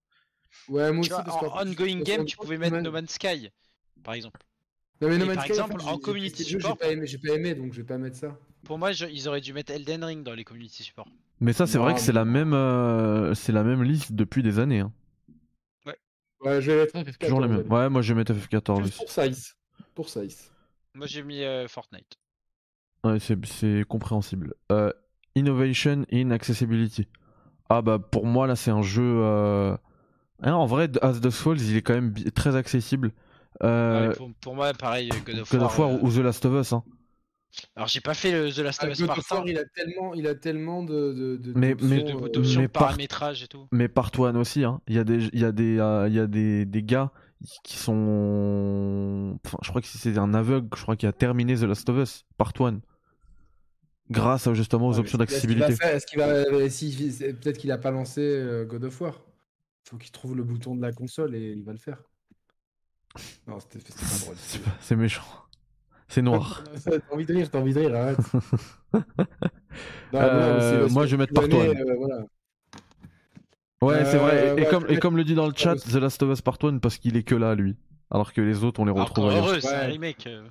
[SPEAKER 2] Ouais, moi aussi,
[SPEAKER 3] Tu vois,
[SPEAKER 2] parce
[SPEAKER 3] en
[SPEAKER 2] qu'en fait,
[SPEAKER 3] ongoing
[SPEAKER 2] parce
[SPEAKER 3] game,
[SPEAKER 2] qu'en
[SPEAKER 3] tu
[SPEAKER 2] fait,
[SPEAKER 3] pouvais mettre
[SPEAKER 2] Man-
[SPEAKER 3] No Man's Sky, par exemple.
[SPEAKER 2] Non, mais
[SPEAKER 3] Et
[SPEAKER 2] No Man's
[SPEAKER 3] par
[SPEAKER 2] Sky,
[SPEAKER 3] exemple,
[SPEAKER 2] fait,
[SPEAKER 3] en
[SPEAKER 2] j'ai-
[SPEAKER 3] community
[SPEAKER 2] j'ai- j'ai-
[SPEAKER 3] support-
[SPEAKER 2] J'ai pas, aimé- j'ai pas aimé, donc je vais pas mettre ça.
[SPEAKER 3] Pour moi, je- ils auraient dû mettre Elden Ring dans les Community Support.
[SPEAKER 1] Mais ça, c'est vrai
[SPEAKER 2] Non,
[SPEAKER 1] que c'est la même, euh, c'est la même liste depuis des années. hein.
[SPEAKER 2] Ouais, je vais mettre FF14.
[SPEAKER 1] Toujours la même.
[SPEAKER 2] allez.
[SPEAKER 1] Ouais, moi je vais mettre FF14
[SPEAKER 2] Juste
[SPEAKER 1] aussi.
[SPEAKER 2] pour size. Pour size.
[SPEAKER 3] Moi, j'ai mis euh, Fortnite.
[SPEAKER 1] Ouais, c'est, c'est compréhensible. Euh, innovation in accessibility. Ah bah pour moi là c'est un jeu. euh, hein, en vrai, As the Souls il est quand même bi- très accessible.
[SPEAKER 3] Ah
[SPEAKER 1] Euh,
[SPEAKER 3] oui, pour, pour moi, pareil, God of
[SPEAKER 1] God
[SPEAKER 3] War.
[SPEAKER 1] of War
[SPEAKER 3] euh,
[SPEAKER 1] ou The Last of Us. hein.
[SPEAKER 3] Alors, j'ai pas fait le The Last
[SPEAKER 2] Ah,
[SPEAKER 3] of Us
[SPEAKER 2] God of
[SPEAKER 3] Part
[SPEAKER 2] War, il a tellement, il a tellement de. de, de
[SPEAKER 1] Mais-
[SPEAKER 2] d'options,
[SPEAKER 1] mais-
[SPEAKER 3] de,
[SPEAKER 2] euh,
[SPEAKER 3] d'options
[SPEAKER 1] mais
[SPEAKER 3] de
[SPEAKER 1] par-
[SPEAKER 3] paramétrage et tout.
[SPEAKER 1] Mais Part One aussi, hein. il y a des, il y a des, euh, il y a des, des gars qui sont. Enfin, je crois que c'est un aveugle, je crois qu'il a terminé The Last of Us, Part One. Grâce euh, justement aux
[SPEAKER 2] Ouais,
[SPEAKER 1] options
[SPEAKER 2] mais est-ce qu'il va
[SPEAKER 1] d'accessibilité.
[SPEAKER 2] faire- Est-ce qu'il va, euh, si- c'est- peut-être qu'il a pas lancé euh, God of War. Il faut qu'il trouve le bouton de la console et il va le faire. Non, c'était c'était pas drôle.
[SPEAKER 1] C'est pas- c'est méchant. C'est noir.
[SPEAKER 2] T'as envie de rire, t'as envie de rire, arrête. Non, non,
[SPEAKER 1] Euh,
[SPEAKER 2] mais c'est parce
[SPEAKER 1] moi,
[SPEAKER 2] que
[SPEAKER 1] je vais mettre
[SPEAKER 2] tu connais,
[SPEAKER 1] Part
[SPEAKER 2] euh, voilà.
[SPEAKER 1] Ouais, c'est vrai.
[SPEAKER 2] Euh,
[SPEAKER 1] Et, et
[SPEAKER 2] ouais,
[SPEAKER 1] comme, et
[SPEAKER 2] ouais.
[SPEAKER 1] comme le dit dans le chat, The Last of Us Part One parce qu'il est que là, lui. Alors que les autres, on les
[SPEAKER 3] Alors,
[SPEAKER 1] retrouve
[SPEAKER 3] encore
[SPEAKER 1] ailleurs.
[SPEAKER 3] heureux, c'est un
[SPEAKER 2] Ouais.
[SPEAKER 3] remake. euh.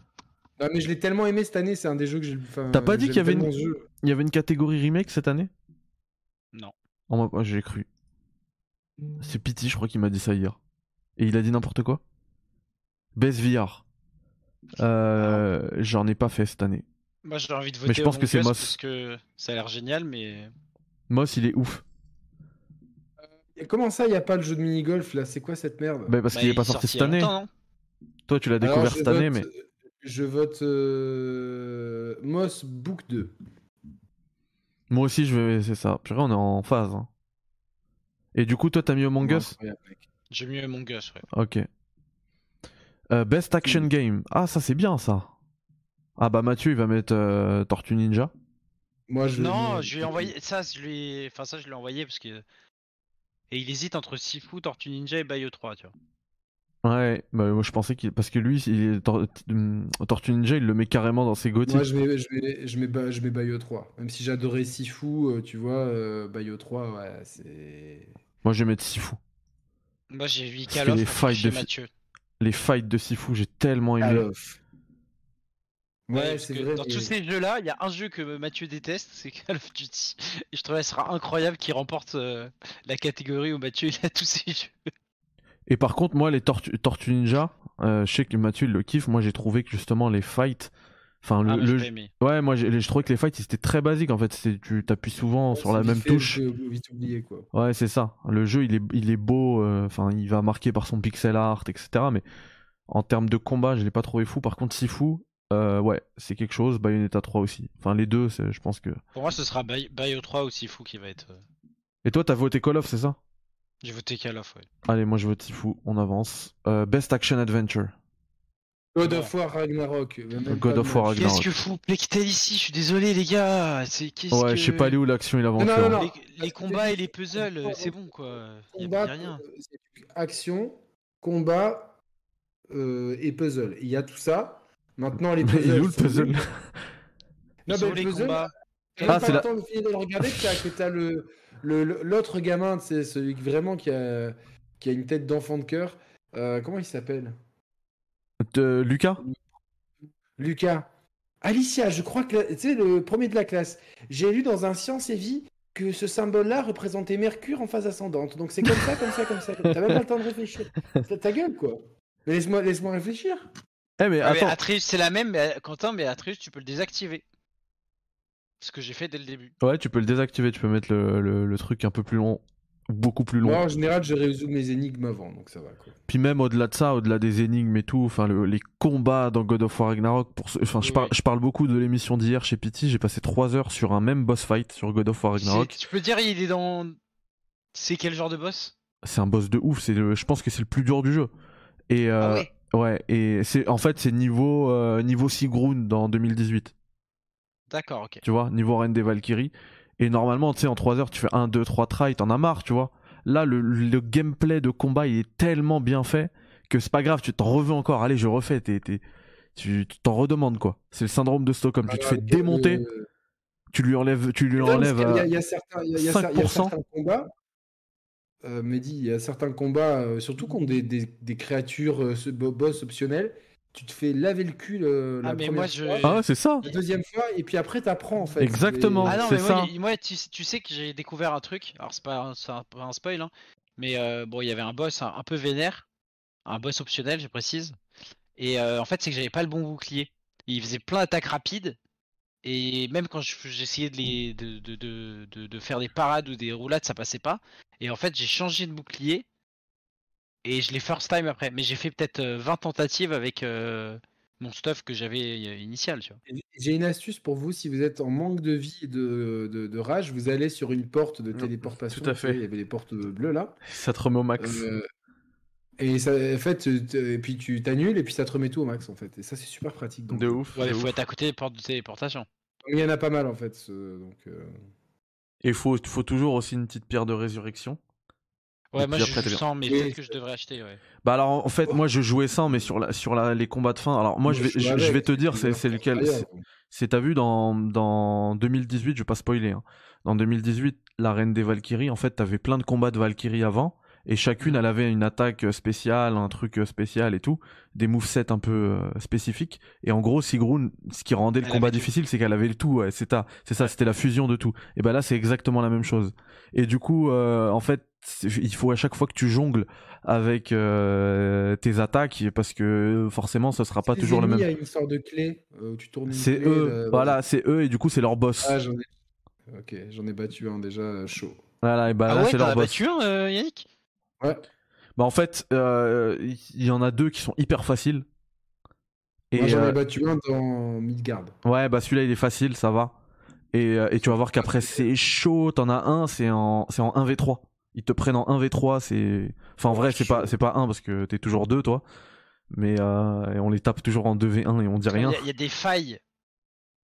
[SPEAKER 2] Non, mais je l'ai tellement aimé cette année, c'est un des jeux que j'ai. enfin,
[SPEAKER 1] T'as pas dit
[SPEAKER 2] j'aime
[SPEAKER 1] qu'il y avait une-
[SPEAKER 2] tellement ce jeu.
[SPEAKER 1] Il y avait une catégorie remake cette année
[SPEAKER 3] Non.
[SPEAKER 1] Oh, moi, moi, j'ai cru. C'est Pity, je crois qu'il m'a dit ça hier. Et il a dit n'importe quoi Best VR. Euh,
[SPEAKER 3] Ah.
[SPEAKER 1] J'en ai pas fait cette année.
[SPEAKER 3] Moi, j'ai envie de voter.
[SPEAKER 1] Mais je pense
[SPEAKER 3] Among
[SPEAKER 1] que c'est
[SPEAKER 3] Us
[SPEAKER 1] Moss.
[SPEAKER 3] Parce que ça a l'air génial, mais.
[SPEAKER 1] Moss, il est ouf.
[SPEAKER 2] Et comment ça, il n'y a pas le jeu de mini-golf là C'est quoi cette merde
[SPEAKER 1] Bah, parce
[SPEAKER 3] bah,
[SPEAKER 1] qu'il est pas sorti
[SPEAKER 3] il y
[SPEAKER 1] cette
[SPEAKER 3] a
[SPEAKER 1] année.
[SPEAKER 3] longtemps, non
[SPEAKER 1] Toi, tu l'as
[SPEAKER 2] Alors,
[SPEAKER 1] découvert
[SPEAKER 2] je
[SPEAKER 1] cette année, mais.
[SPEAKER 2] vote- Je vote euh, Moss Book 2.
[SPEAKER 1] Moi aussi, je vais. C'est ça. Purée, on est en phase. hein. Et du coup, toi, t'as mis Among Us
[SPEAKER 2] Incroyable, mec.
[SPEAKER 3] J'ai mis Among Us, ouais.
[SPEAKER 1] Ok. Euh, best Action
[SPEAKER 3] Mm.
[SPEAKER 1] Game. Ah, ça c'est bien ça. Ah bah Mathieu il va mettre euh, Tortue Ninja.
[SPEAKER 2] Moi, je
[SPEAKER 3] Non, je lui ai envoyé. Ça, je lui ai... Enfin, ça, je lui ai envoyé parce que. Et il hésite entre Sifu, Tortue Ninja et Bayo 3, tu vois.
[SPEAKER 1] Ouais, bah, moi je pensais qu'il. Parce que lui, il est Tor- hum, Tortue Ninja, il le met carrément dans ses gothiques.
[SPEAKER 2] Moi, je mets, je, mets, je, mets, Ba- je mets Bayo 3. Même si j'adorais Sifu, euh, tu vois, euh, Bayo 3, ouais, c'est.
[SPEAKER 1] Moi je vais mettre Sifu.
[SPEAKER 3] Moi, j'ai vu
[SPEAKER 1] Parce
[SPEAKER 3] Call
[SPEAKER 1] que
[SPEAKER 3] of
[SPEAKER 1] les
[SPEAKER 3] parce que
[SPEAKER 1] fights
[SPEAKER 3] chez
[SPEAKER 1] de fi-
[SPEAKER 3] Mathieu.
[SPEAKER 1] Les fights de Sifu, j'ai tellement aimé.
[SPEAKER 2] Alors. Ouais,
[SPEAKER 3] parce
[SPEAKER 2] c'est
[SPEAKER 3] que
[SPEAKER 2] vrai.
[SPEAKER 3] Dans
[SPEAKER 2] mais-
[SPEAKER 3] tous ces jeux-là, il y a un jeu que Mathieu déteste, c'est Call of Duty. Et je trouve que ça sera incroyable qu'il remporte euh, la catégorie où Mathieu il a tous ces jeux.
[SPEAKER 1] Et par contre, moi les Tortues Tortue Ninja, euh, je sais que Mathieu il le kiffe. Moi j'ai trouvé que justement les fights. Enfin, le,
[SPEAKER 3] Ah, mais
[SPEAKER 1] le-
[SPEAKER 3] j'ai pas aimé.
[SPEAKER 1] ouais, moi j'ai- je trouvais que les fights c'était très basique en fait. C'est- Tu t'appuies souvent sur la
[SPEAKER 2] c'est
[SPEAKER 1] même
[SPEAKER 2] vite fait,
[SPEAKER 1] touche.
[SPEAKER 2] vite, euh, vite oublié, quoi.
[SPEAKER 1] Ouais, c'est ça. Le jeu, il est, il est beau, euh, enfin, il va marquer par son pixel art, etc. Mais en termes de combat, je l'ai pas trouvé fou. Par contre, si fou, euh, ouais, c'est quelque chose. Bayonetta 3 aussi. Enfin, les deux, c'est- je pense que.
[SPEAKER 3] Pour moi, ce sera Bay- Bayo 3 ou Sifu qui va être. euh,
[SPEAKER 1] Et toi, t'as voté Call of, c'est ça
[SPEAKER 3] J'ai voté Call of, ouais.
[SPEAKER 1] Allez, moi je vote Sifu, on avance. Euh, Best Action Adventure.
[SPEAKER 2] God of War Ragnarok. mais même
[SPEAKER 1] God
[SPEAKER 2] pas
[SPEAKER 1] of War
[SPEAKER 2] de-
[SPEAKER 1] Ragnarok.
[SPEAKER 3] Qu'est-ce que fout Plectel ici Je suis désolé, les gars. C'est qu'est-ce
[SPEAKER 1] Ouais,
[SPEAKER 3] que...
[SPEAKER 1] je sais pas aller où l'action et l'aventure.
[SPEAKER 2] Non, non, non,
[SPEAKER 3] Les, les combats et les puzzles, euh,
[SPEAKER 2] Combat,
[SPEAKER 3] c'est bon quoi. Y a,
[SPEAKER 2] Combat,
[SPEAKER 3] y a rien.
[SPEAKER 2] euh, c'est du action, combat euh, et puzzle. Il y a tout ça. Maintenant, les
[SPEAKER 1] Mais
[SPEAKER 2] puzzles.
[SPEAKER 1] il est où le
[SPEAKER 2] sont-
[SPEAKER 1] puzzle
[SPEAKER 2] Non,
[SPEAKER 3] Ils
[SPEAKER 2] mais
[SPEAKER 3] ont
[SPEAKER 2] le
[SPEAKER 3] les
[SPEAKER 2] puzzle,
[SPEAKER 3] combats.
[SPEAKER 2] J'ai
[SPEAKER 1] Ah,
[SPEAKER 2] même
[SPEAKER 1] c'est
[SPEAKER 2] pas
[SPEAKER 1] la-
[SPEAKER 2] le temps de finir de le regarder que t'as, que t'as le, le- le- l'autre gamin, c'est celui qui- vraiment qui a, qui a une tête d'enfant de cœur. Euh, comment il s'appelle
[SPEAKER 1] De- Lucas
[SPEAKER 2] Lucas. Alicia, je crois que c'est le premier de la classe. J'ai lu dans un Science et Vie que ce symbole-là représentait Mercure en phase ascendante. Donc c'est comme ça, comme ça, comme ça. T'as même pas le temps de réfléchir. Ta, ta gueule, quoi. Mais Laisse-moi laisse réfléchir.
[SPEAKER 1] Eh mais
[SPEAKER 3] Ah, mais
[SPEAKER 1] attends,
[SPEAKER 3] Atreus, c'est la même, mais euh, Quentin, mais Atreus, tu peux le désactiver. Ce que j'ai fait dès le début.
[SPEAKER 1] ouais, tu peux le désactiver, tu peux mettre le, le- le truc un peu plus long, beaucoup plus long.
[SPEAKER 4] Ouais.
[SPEAKER 2] Moi, en général, je résous mes énigmes avant, donc ça va, quoi.
[SPEAKER 1] Puis même au-delà de ça, au-delà des énigmes et tout, enfin le- les combats dans God of War Ragnarok, pour ce- enfin je,
[SPEAKER 3] Oui,
[SPEAKER 1] parle-
[SPEAKER 3] oui.
[SPEAKER 1] je parle beaucoup de l'émission d'hier chez Pity, j'ai passé 3 heures sur un même boss fight sur God of War Ragnarok.
[SPEAKER 3] C'est- Tu peux dire, il est dans. C'est quel genre de boss
[SPEAKER 1] C'est un boss de ouf, c'est le- je pense que c'est le plus dur du jeu. Et euh,
[SPEAKER 3] Ah ouais.
[SPEAKER 1] ouais, et c'est en fait c'est niveau euh, niveau Sigrun dans 2018.
[SPEAKER 3] D'accord, ok.
[SPEAKER 1] tu vois, niveau Reine des Valkyries. Et normalement, tu sais, en 3 heures, tu fais 1, 2, 3 try, t'en as marre, tu vois. Là, le, le gameplay de combat, il est tellement bien fait que c'est pas grave, tu t'en reveux encore. Allez, je refais, t'es, t'es- tu tu t'en redemandes, quoi. C'est le syndrome de Stockholm. tu te fais démonter, tu lui enlèves, tu lui
[SPEAKER 2] Euh, Non, parce
[SPEAKER 1] enlèves.
[SPEAKER 2] qu'il y a-
[SPEAKER 1] euh,
[SPEAKER 2] Il y, a certains, il y a- il y a cer- il y a
[SPEAKER 1] 5%.
[SPEAKER 2] certains combats. Euh, Mehdi, il y a certains combats, euh, surtout contre des, des, des créatures euh, ce bo- boss optionnels, tu te fais laver le cul euh, la
[SPEAKER 3] Ah, mais
[SPEAKER 2] première
[SPEAKER 3] moi, je-
[SPEAKER 2] fois,
[SPEAKER 1] Ah ouais, c'est ça.
[SPEAKER 2] la deuxième fois, et puis après t'apprends en fait.
[SPEAKER 1] Exactement.
[SPEAKER 2] Et-
[SPEAKER 3] Ah non,
[SPEAKER 1] c'est
[SPEAKER 3] mais moi,
[SPEAKER 1] ça.
[SPEAKER 3] il- moi, tu, tu sais que j'ai découvert un truc. Alors, c'est pas, un- c'est un, pas un spoil, hein. Mais euh, bon, il y avait un boss un, un peu vénère. Un boss optionnel, je précise. Et euh, en fait, c'est que j'avais pas le bon bouclier. Il faisait plein d'attaques rapides. Et même quand je- j'essayais de, les- de, de, de, de- de faire des parades ou des roulades, ça passait pas. Et en fait, j'ai changé de bouclier. Et je l'ai first time après. Mais j'ai fait peut-être euh, 20 tentatives avec euh, mon stuff que j'avais euh, initial, tu vois.
[SPEAKER 2] et- J'ai une astuce pour vous, si vous êtes en manque de vie et de, de, de rage, vous allez sur une porte de
[SPEAKER 1] Non,
[SPEAKER 2] téléportation.
[SPEAKER 1] tout à fait.
[SPEAKER 2] Il y avait les portes euh, bleues là.
[SPEAKER 1] Ça te remet au max.
[SPEAKER 2] Euh, et ça, en fait, tu- tu- et puis tu t'annules et puis ça te remet tout au max en fait. Et ça, c'est super pratique. donc.
[SPEAKER 1] de ouf.
[SPEAKER 3] Ouais,
[SPEAKER 1] de
[SPEAKER 3] il faut
[SPEAKER 1] ouf.
[SPEAKER 3] être à côté des portes de téléportation.
[SPEAKER 2] Il y en a pas mal en fait. ce- donc, euh,
[SPEAKER 1] Et faut, faut toujours aussi une petite pierre de résurrection. Et
[SPEAKER 3] Ouais, moi
[SPEAKER 1] puis
[SPEAKER 3] je
[SPEAKER 1] après, t'as
[SPEAKER 3] joue
[SPEAKER 1] bien.
[SPEAKER 3] sans, mais
[SPEAKER 2] Oui,
[SPEAKER 3] peut-être que je devrais acheter, ouais.
[SPEAKER 1] Bah alors en fait, moi je jouais sans, mais sur, la, sur la, les combats de fin. Alors moi, je vais,
[SPEAKER 2] joue
[SPEAKER 1] je, je
[SPEAKER 2] avec,
[SPEAKER 1] vais te dire, c'est
[SPEAKER 2] une
[SPEAKER 1] c'est
[SPEAKER 2] affaire
[SPEAKER 1] lequel.
[SPEAKER 2] ailleurs.
[SPEAKER 1] C'est, t'as vu, dans, dans 2018, je vais pas spoiler, hein. Dans 2018, la Reine des Valkyries, en fait, t'avais plein de combats de Valkyries avant, et chacune,
[SPEAKER 3] Mm.
[SPEAKER 1] elle avait une attaque euh, spéciale, un truc euh, spécial et tout, des movesets un peu euh, spécifiques. Et en gros, Sigrun, ce qui rendait le
[SPEAKER 3] Elle
[SPEAKER 1] combat
[SPEAKER 3] avait tout.
[SPEAKER 1] difficile, c'est qu'elle avait le tout, ouais, c'est, ta- c'est ça, c'était la fusion de tout. Et ben là, c'est exactement la même chose. Et du coup, euh, en fait, c'est- il faut à chaque fois que tu jongles avec euh, tes attaques, parce que forcément, ce sera pas
[SPEAKER 2] Les
[SPEAKER 1] toujours le
[SPEAKER 2] ennemis,
[SPEAKER 1] même.
[SPEAKER 2] Il y a une sorte de clé euh, où tu tournes. une
[SPEAKER 1] C'est
[SPEAKER 2] clé,
[SPEAKER 1] eux,
[SPEAKER 2] là,
[SPEAKER 1] voilà, c'est eux, et du coup, c'est leur boss.
[SPEAKER 2] Ah, j'en ai... Ok, j'en ai battu un déjà euh, chaud.
[SPEAKER 1] Voilà, et bah là,
[SPEAKER 3] ah ouais,
[SPEAKER 1] c'est
[SPEAKER 3] t'en
[SPEAKER 1] leur
[SPEAKER 3] as
[SPEAKER 1] boss.
[SPEAKER 3] battu un, euh, Yannick
[SPEAKER 2] Ouais.
[SPEAKER 1] Bah, en fait, euh, il y, en a deux qui sont hyper faciles. Et
[SPEAKER 2] Moi, j'en ai
[SPEAKER 1] euh,
[SPEAKER 2] battu un dans Midgard.
[SPEAKER 1] ouais, bah celui-là il est facile, ça va. Et, euh, et tu vas voir qu'après c'est chaud, t'en as un, c'est en, c'est en 1v3. Ils te prennent en 1v3, c'est. Enfin, en vrai, c'est pas, c'est pas 1 parce que t'es toujours 2, toi. Mais euh, et on les tape toujours en 2v1 et on dit
[SPEAKER 3] Il Ah, y,
[SPEAKER 1] rien.
[SPEAKER 3] a- il y a des failles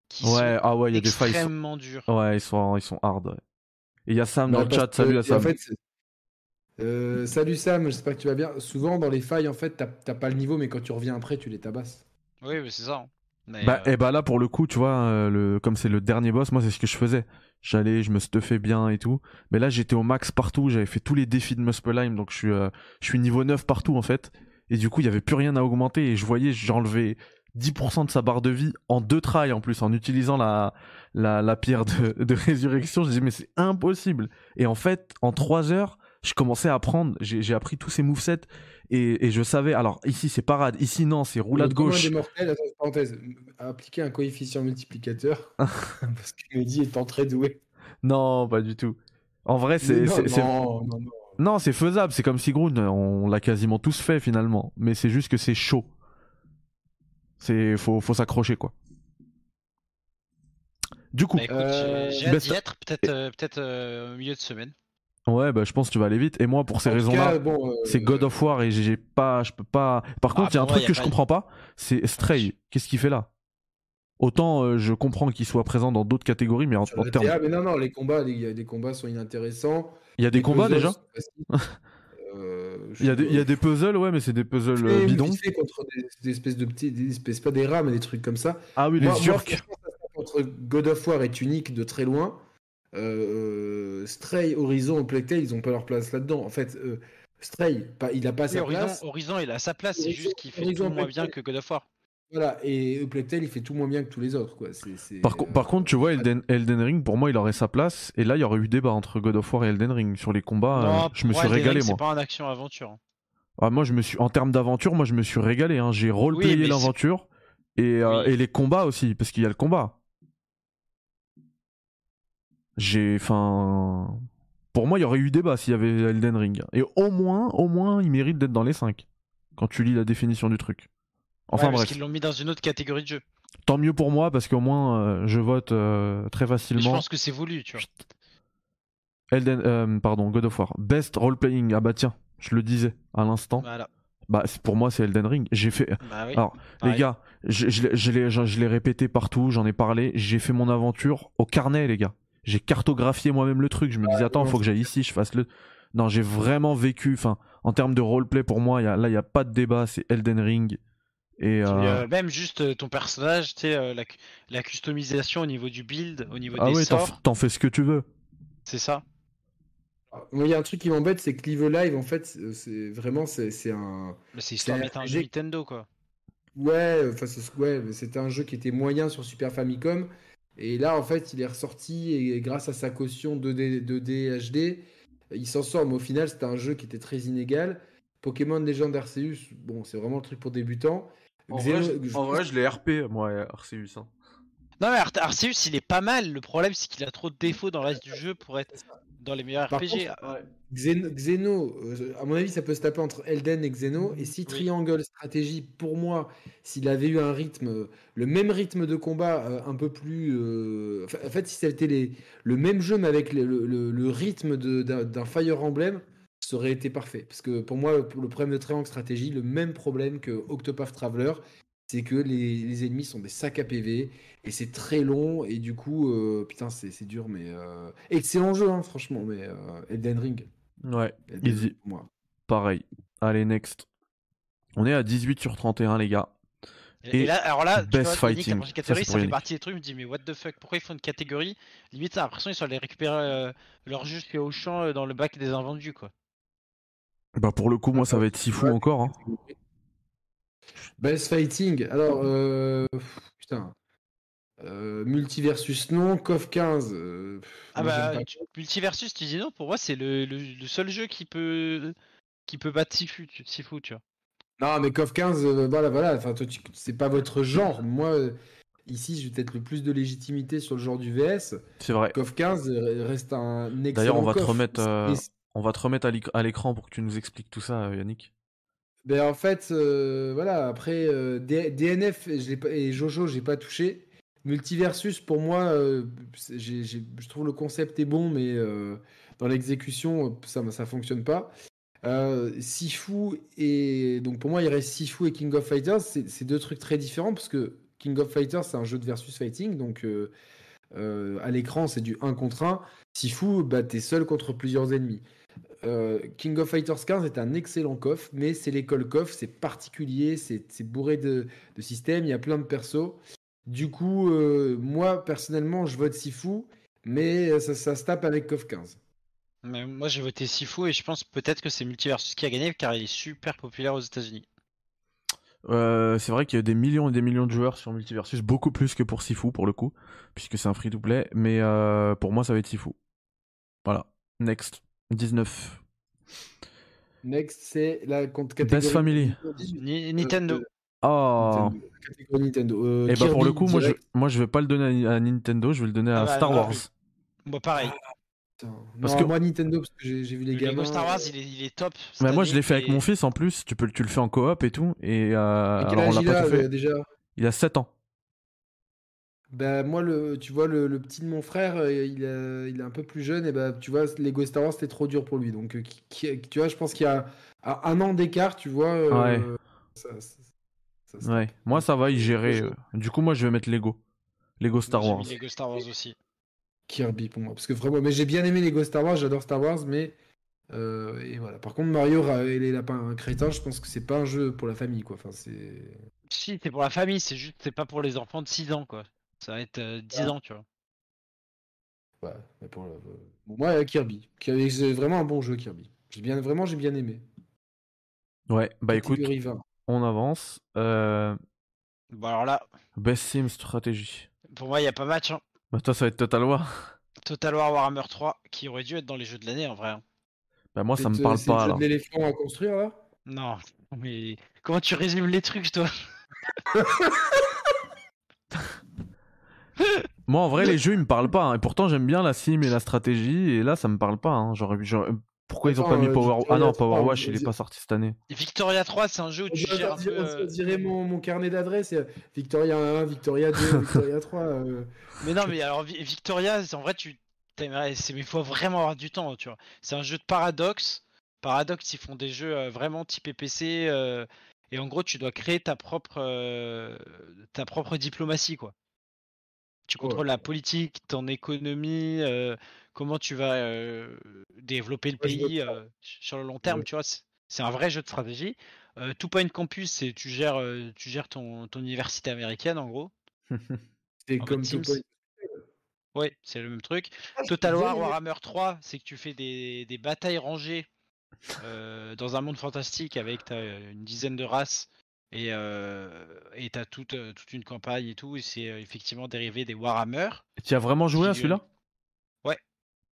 [SPEAKER 3] qui
[SPEAKER 1] Ouais, ah ouais,
[SPEAKER 3] sont
[SPEAKER 1] il y a des failles. Oh. ils sont-
[SPEAKER 3] extrêmement dures.
[SPEAKER 1] Ouais, ils sont, ils sont hard. ouais. Et il y a Sam dans
[SPEAKER 2] Ouais,
[SPEAKER 1] le
[SPEAKER 2] parce
[SPEAKER 1] chat,
[SPEAKER 2] que-
[SPEAKER 1] salut à
[SPEAKER 2] et
[SPEAKER 1] Sam.
[SPEAKER 2] En fait, c'est- euh, salut Sam, j'espère que tu vas bien. Souvent dans les failles, en fait, t'as- t'as pas le niveau, mais quand tu reviens après, tu les tabasses.
[SPEAKER 3] Oui, mais c'est ça. hein. Mais,
[SPEAKER 1] Bah,
[SPEAKER 3] euh,
[SPEAKER 1] et bah là pour le coup, tu vois, euh, le, comme c'est le dernier boss, moi c'est ce que je faisais. J'allais, je me stuffais bien et tout. Mais là j'étais au max partout, j'avais fait tous les défis de Muspelheim, donc je suis, euh, je suis niveau 9 partout en fait. Et du coup il y avait plus rien à augmenter et je voyais j'enlevais 10% de sa barre de vie en deux tries en plus, en utilisant la, la, la pierre de, de résurrection. Je disais mais c'est impossible. Et en fait en 3 heures, je commençais à apprendre, j'ai j'ai appris tous ces movesets et, et je savais, alors ici c'est parade, ici non c'est roulade
[SPEAKER 2] Le commun
[SPEAKER 1] gauche.
[SPEAKER 2] des mortels, attends, parenthèse, appliquer un coefficient multiplicateur, parce que Mehdi est en très doué.
[SPEAKER 1] Non, pas du tout. En vrai, c'est.
[SPEAKER 2] Mais non,
[SPEAKER 1] c'est- c'est-
[SPEAKER 2] non, non, non.
[SPEAKER 1] Non, c'est faisable, c'est comme Sigrun, on l'a quasiment tous fait finalement. Mais c'est juste que c'est chaud. C'est. Faut, faut s'accrocher quoi. Du coup.
[SPEAKER 3] bah, écoute,
[SPEAKER 2] Euh,
[SPEAKER 3] j'ai j'ai hâte
[SPEAKER 1] Best-
[SPEAKER 3] d'y être, peut-être euh, peut-être euh, au milieu de semaine.
[SPEAKER 1] Ouais, bah je pense que tu vas aller vite. Et moi, pour ces
[SPEAKER 2] En tout
[SPEAKER 1] raisons-là,
[SPEAKER 2] cas, bon, euh,
[SPEAKER 1] c'est God of War et j'ai pas. Je peux pas. Par contre, il y a un
[SPEAKER 3] Ah, pour moi,
[SPEAKER 1] truc
[SPEAKER 3] y a
[SPEAKER 1] que je
[SPEAKER 3] pas-
[SPEAKER 1] comprends pas, c'est Stray. Qu'est-ce qu'il fait là Autant euh, je comprends qu'il soit présent dans d'autres catégories, mais en,
[SPEAKER 2] sur
[SPEAKER 1] en
[SPEAKER 2] la
[SPEAKER 1] termes.
[SPEAKER 2] TA, mais non, non, les combats, les, il y a des combats sont inintéressants.
[SPEAKER 1] Il y a des
[SPEAKER 2] Les
[SPEAKER 1] combats
[SPEAKER 2] puzzles
[SPEAKER 1] déjà
[SPEAKER 2] sont faciles. Euh, je-
[SPEAKER 1] Il y, a des- il y a des puzzles, ouais, mais c'est des puzzles
[SPEAKER 2] Fait,
[SPEAKER 1] euh, bidons.
[SPEAKER 2] vite fait, contre des, des espèces de petits, des espèces pas des rats, mais des trucs comme ça.
[SPEAKER 1] Ah oui, les
[SPEAKER 2] Moi- moi,
[SPEAKER 1] Turcs.
[SPEAKER 2] franchement, ça se tape entre God of War et Tunic de très loin, euh, Stray, Horizon, Plectel, ils ont pas leur place là-dedans. En fait, euh, Stray, pas, il a pas
[SPEAKER 3] Et
[SPEAKER 2] sa
[SPEAKER 3] Horizon,
[SPEAKER 2] place.
[SPEAKER 3] Horizon, il a sa place, c'est
[SPEAKER 2] Horizon-
[SPEAKER 3] juste qu'il fait
[SPEAKER 2] Horizon
[SPEAKER 3] tout moins
[SPEAKER 2] Black
[SPEAKER 3] bien
[SPEAKER 2] Flag.
[SPEAKER 3] que God of War.
[SPEAKER 2] Voilà, et Plectel, il fait tout moins bien que tous les autres, quoi. C'est- c'est,
[SPEAKER 1] Par, co-
[SPEAKER 2] euh,
[SPEAKER 1] par contre, tu vois, Elden, Elden Ring, pour moi, il aurait sa place. Et là, il y aurait eu débat entre God of War et Elden Ring sur les combats. euh,
[SPEAKER 3] Non,
[SPEAKER 1] je me
[SPEAKER 3] pour
[SPEAKER 1] suis
[SPEAKER 3] Elden Ring,
[SPEAKER 1] régalé, moi.
[SPEAKER 3] C'est pas un action-aventure. hein.
[SPEAKER 1] Ah, moi, je me suis, en termes d'aventure, moi, je me suis régalé. hein. J'ai roleplayé
[SPEAKER 3] mais c'est-
[SPEAKER 1] l'aventure et, euh,
[SPEAKER 3] Oui.
[SPEAKER 1] et les combats aussi, parce qu'il y a le combat. J'ai, enfin, pour moi, il y aurait eu débat s'il y avait Elden Ring. Et au moins, au moins, il mérite d'être dans les 5 quand tu lis la définition du truc. Enfin
[SPEAKER 3] Ouais, Parce
[SPEAKER 1] bref,
[SPEAKER 3] qu'ils l'ont mis dans une autre catégorie de jeu.
[SPEAKER 1] tant mieux pour moi parce qu'au moins, euh, je vote euh, très
[SPEAKER 3] Mais je
[SPEAKER 1] facilement.
[SPEAKER 3] pense que c'est voulu, tu vois.
[SPEAKER 1] Elden, euh, pardon, God of War, best role playing. Ah bah tiens, je le disais à l'instant.
[SPEAKER 3] Voilà.
[SPEAKER 1] Bah c'est- pour moi, c'est Elden Ring. J'ai fait,
[SPEAKER 3] Bah oui.
[SPEAKER 1] Alors,
[SPEAKER 3] pareil.
[SPEAKER 1] les gars, je, je l'ai- je l'ai- je- je l'ai répété partout, j'en ai parlé, j'ai fait mon aventure au carnet, les gars. J'ai cartographié moi-même le truc. Je me disais, attends, faut que j'aille ici, je fasse le. Non, j'ai vraiment vécu. Enfin, en termes de roleplay, pour moi, il y a- là, il n'y a pas de débat, c'est Elden Ring. Et.
[SPEAKER 3] Puis,
[SPEAKER 1] euh,
[SPEAKER 3] euh, même juste euh, ton personnage, tu sais, euh, la, cu- la customisation au niveau du build, au niveau
[SPEAKER 1] ah
[SPEAKER 3] des
[SPEAKER 1] ouais, t'en,
[SPEAKER 3] sorts,
[SPEAKER 1] f- t'en fais ce que tu veux.
[SPEAKER 3] c'est ça.
[SPEAKER 2] Moi, il y a un truc qui m'embête, c'est que Live Live, en fait, c'est- c'est vraiment, c'est c'est un.
[SPEAKER 3] Mais Bah, c'est histoire
[SPEAKER 2] C'est
[SPEAKER 3] de mettre un
[SPEAKER 2] RPG.
[SPEAKER 3] jeu Nintendo, quoi.
[SPEAKER 2] Ouais, euh, enfin, c'est- ouais, mais c'était un jeu qui était moyen sur Super Famicom. Et là, en fait, il est ressorti et grâce à sa caution 2D, 2D HD, il s'en sort. Mais au final, c'était un jeu qui était très inégal. Pokémon Legend Arceus, bon, c'est vraiment le truc pour débutants. Xeno- je-
[SPEAKER 1] l'ai RP, moi, Arceus. hein.
[SPEAKER 3] Non, mais Ar- Arceus, il est pas mal. Le problème, c'est qu'il a trop de défauts dans le reste du jeu pour être dans les meilleurs
[SPEAKER 2] Par
[SPEAKER 3] RPG.
[SPEAKER 2] Xeno, Xeno, euh, à mon avis, ça peut se taper entre Elden et Xeno. Et si
[SPEAKER 3] Oui.
[SPEAKER 2] Triangle Stratégie, pour moi, s'il avait eu un rythme, euh, le même rythme de combat, euh, un peu plus. euh, enfin, en fait, si c'était les, le même jeu, mais avec le, le- le- le rythme de- d'un d'un Fire Emblem, ça aurait été parfait. Parce que pour moi, le, le problème de Triangle Stratégie, le même problème que Octopath Traveler, c'est que les, les ennemis sont des sacs à PV et c'est très long. Et du coup, euh, putain, c'est c'est dur, mais. euh, excellent jeu, hein, franchement, mais euh, Elden Ring.
[SPEAKER 1] Ouais,
[SPEAKER 2] Elle
[SPEAKER 1] Easy.
[SPEAKER 2] développe pour moi.
[SPEAKER 1] pareil. Allez, next. On est à 18 sur 31, les gars.
[SPEAKER 3] Et,
[SPEAKER 1] Et
[SPEAKER 3] là, alors là, tu
[SPEAKER 1] Best
[SPEAKER 3] vois, Yannick,
[SPEAKER 1] Fighting.
[SPEAKER 3] la prochaine
[SPEAKER 1] Ça,
[SPEAKER 3] catégorie,
[SPEAKER 1] c'est
[SPEAKER 3] ça,
[SPEAKER 1] pour
[SPEAKER 3] fait
[SPEAKER 1] Yannick.
[SPEAKER 3] partie des trucs. Je me dis, mais what the fuck, pourquoi ils font une catégorie Limite, t'as l'impression qu'ils sont allés récupérer euh, leur jeu chez Auchan euh, dans le bac des invendus, quoi.
[SPEAKER 1] Bah, pour le coup, moi, ça va être si fou
[SPEAKER 2] Ouais.
[SPEAKER 1] encore. hein.
[SPEAKER 2] Best Fighting. Alors, euh, pff, putain. Euh, multiversus non, CoF 15. euh, pff,
[SPEAKER 3] Ah
[SPEAKER 2] moi,
[SPEAKER 3] bah,
[SPEAKER 2] j'aime pas.
[SPEAKER 3] tu- Multiversus, tu dis non, pour moi, c'est le, le, le seul jeu qui peut, qui peut battre Sifu, tu- Sifu, tu vois.
[SPEAKER 2] Non, mais CoF 15, euh, voilà, voilà. Enfin, toi, tu- c'est pas votre genre. Moi, euh, ici, j'ai peut-être le plus de légitimité sur le genre du VS.
[SPEAKER 1] C'est vrai.
[SPEAKER 2] CoF 15 euh, reste un excellent.
[SPEAKER 1] D'ailleurs, on va te
[SPEAKER 2] coff.
[SPEAKER 1] remettre, euh,
[SPEAKER 2] Mais-
[SPEAKER 1] On va te remettre à l'éc- à l'écran pour que tu nous expliques tout ça, euh, Yannick.
[SPEAKER 2] Ben en fait, euh, voilà, après euh, D- DNF et, je l'ai pas- et Jojo, j'ai pas touché. Multiversus, pour moi, euh, c'est- j'ai- j'ai- je trouve le concept est bon, mais euh, dans l'exécution, euh, ça ça fonctionne pas. Euh, Sifu et donc pour moi, il reste Sifu et King of Fighters. C'est c'est deux trucs très différents parce que King of Fighters, c'est un jeu de versus fighting, donc euh, euh, à l'écran, c'est du 1 contre 1. Sifu, bah, t'es seul contre plusieurs ennemis. Euh, King of Fighters 15 est un excellent coff, mais c'est l'école coff, c'est particulier, c'est c'est bourré de, de systèmes, il y a plein de persos. Du coup, euh, moi personnellement, je vote Sifu, mais euh, ça, ça se tape avec coff 15.
[SPEAKER 3] Mais moi, j'ai voté Sifu et je pense peut-être que c'est Multiversus qui a gagné car il est super populaire aux États-Unis.
[SPEAKER 1] Euh, c'est vrai qu'il y a des millions et des millions de joueurs sur Multiversus, beaucoup plus que pour Sifu pour le coup, puisque c'est un free-to-play, mais euh, pour moi ça va être Sifu. Voilà. Next. 19.
[SPEAKER 2] Next, c'est la compte catégorie.
[SPEAKER 1] Best Family.
[SPEAKER 3] Ni- Nintendo.
[SPEAKER 2] Euh,
[SPEAKER 1] Ah.
[SPEAKER 2] Nintendo. Catégorie Nintendo. Euh,
[SPEAKER 1] Et bah pour
[SPEAKER 2] Kirby
[SPEAKER 1] le coup, moi je,
[SPEAKER 2] direct.
[SPEAKER 1] moi je vais pas le donner à, à Nintendo, je vais le donner à
[SPEAKER 3] Ah bah,
[SPEAKER 1] Star
[SPEAKER 3] non,
[SPEAKER 1] Wars.
[SPEAKER 3] Bon, pareil.
[SPEAKER 1] parce
[SPEAKER 2] Parce
[SPEAKER 1] que-
[SPEAKER 2] que moi Nintendo, parce que j'ai j'ai vu les
[SPEAKER 3] Ah, Le
[SPEAKER 2] gamins.
[SPEAKER 3] Lego Star Wars, il est, il est top.
[SPEAKER 1] Mais
[SPEAKER 3] cette
[SPEAKER 1] Bah, moi je
[SPEAKER 3] année,
[SPEAKER 1] l'ai fait avec
[SPEAKER 3] et-
[SPEAKER 1] mon fils en plus, tu, peux, tu le fais en coop et tout, et euh,
[SPEAKER 2] À quel
[SPEAKER 1] alors on l'a
[SPEAKER 2] âge il
[SPEAKER 1] pas
[SPEAKER 2] a
[SPEAKER 1] tout
[SPEAKER 2] euh,
[SPEAKER 1] fait.
[SPEAKER 2] déjà
[SPEAKER 1] Il a 7 ans.
[SPEAKER 2] Bah moi le tu vois le, le petit de mon frère euh, il, euh, il est un peu plus jeune et bah tu vois Lego Star Wars c'était trop dur pour lui donc euh, qui- qui- tu vois je pense qu'il y a à un an d'écart tu vois euh, ça- ça- ça- ça-
[SPEAKER 1] Ouais. Moi ça va, il gérait. euh. Du coup, moi je vais mettre Lego. Lego Star
[SPEAKER 3] J'ai mis
[SPEAKER 1] Wars.
[SPEAKER 3] Lego Star Wars aussi.
[SPEAKER 2] Kirby pour moi parce que vraiment mais j'ai bien aimé Lego Star Wars j'adore Star Wars mais euh, et voilà par contre Mario Ra- et les lapins crétins je pense que c'est pas un jeu pour la famille quoi enfin c'est
[SPEAKER 3] Si, c'est pour la famille, c'est juste, c'est pas pour les enfants de 6 ans, quoi. Ça va être euh,
[SPEAKER 1] Ah.
[SPEAKER 3] 10 ans, tu vois.
[SPEAKER 2] ouais mais pour le... bon, moi euh, Kirby Kirby, c'est vraiment un bon jeu Kirby j'ai bien vraiment j'ai bien aimé
[SPEAKER 1] Ouais, bah écoute,
[SPEAKER 2] Catégorie 20.
[SPEAKER 1] on avance. Euh,
[SPEAKER 3] Bon, alors là,
[SPEAKER 1] Best Sim stratégie.
[SPEAKER 3] pour moi, il n'y a pas match. hein.
[SPEAKER 1] Bah toi ça va être Total War.
[SPEAKER 3] Total War Warhammer 3, qui aurait dû être dans les jeux de l'année en vrai. hein.
[SPEAKER 1] Bah moi ça me
[SPEAKER 5] C'est-
[SPEAKER 1] parle
[SPEAKER 5] c'est le
[SPEAKER 1] pas
[SPEAKER 5] jeu
[SPEAKER 1] là.
[SPEAKER 5] de l'éléphant à construire là
[SPEAKER 3] Non, mais comment tu résumes les trucs, toi
[SPEAKER 1] Moi en vrai les jeux ils me parlent pas. hein. Et pourtant j'aime bien la sim et la stratégie et là ça me parle pas. hein. J'aurais- j'aurais- Pourquoi ils ont
[SPEAKER 5] Attends,
[SPEAKER 1] pas mis
[SPEAKER 5] euh,
[SPEAKER 1] Power
[SPEAKER 5] Victoria,
[SPEAKER 1] Ah non
[SPEAKER 5] attends,
[SPEAKER 1] Power Wash
[SPEAKER 5] on-
[SPEAKER 1] il est pas sorti cette année.
[SPEAKER 3] Victoria 3, c'est un jeu où tu
[SPEAKER 5] Je
[SPEAKER 3] gères un peu.
[SPEAKER 5] dirais- je
[SPEAKER 3] euh,
[SPEAKER 5] dirais mon, mon carnet d'adresse euh, Victoria 1, Victoria 2, Victoria 3. euh.
[SPEAKER 3] Mais non, mais alors Vi- Victoria, c'est- en vrai, tu t'aimerais, c'est mais faut vraiment avoir du temps, tu vois. C'est un jeu de paradoxe. Paradoxe, ils font des jeux euh, vraiment type PC euh, et en gros, tu dois créer ta propre euh, ta propre diplomatie, quoi. Tu contrôles la politique, ton économie, euh, comment tu vas euh, développer le
[SPEAKER 5] Ouais, je vois
[SPEAKER 3] pays euh, sur le long terme, tu vois. c'est- C'est un vrai jeu de stratégie. Euh, Two Point Campus, c'est tu gères euh, tu gères ton ton université américaine en gros.
[SPEAKER 5] C'est
[SPEAKER 3] En
[SPEAKER 5] comme Ah, tout.
[SPEAKER 3] mode Sims. Ouais, c'est le même truc. Total War Warhammer 3, c'est que tu fais des, des batailles rangées euh, dans un monde fantastique avec t'as, euh, une dizaine de races et euh, et t'as toute euh, toute une campagne et tout et c'est euh, effectivement dérivé des Warhammer.
[SPEAKER 1] Et Tu as vraiment joué à
[SPEAKER 3] Puis, euh,
[SPEAKER 1] celui-là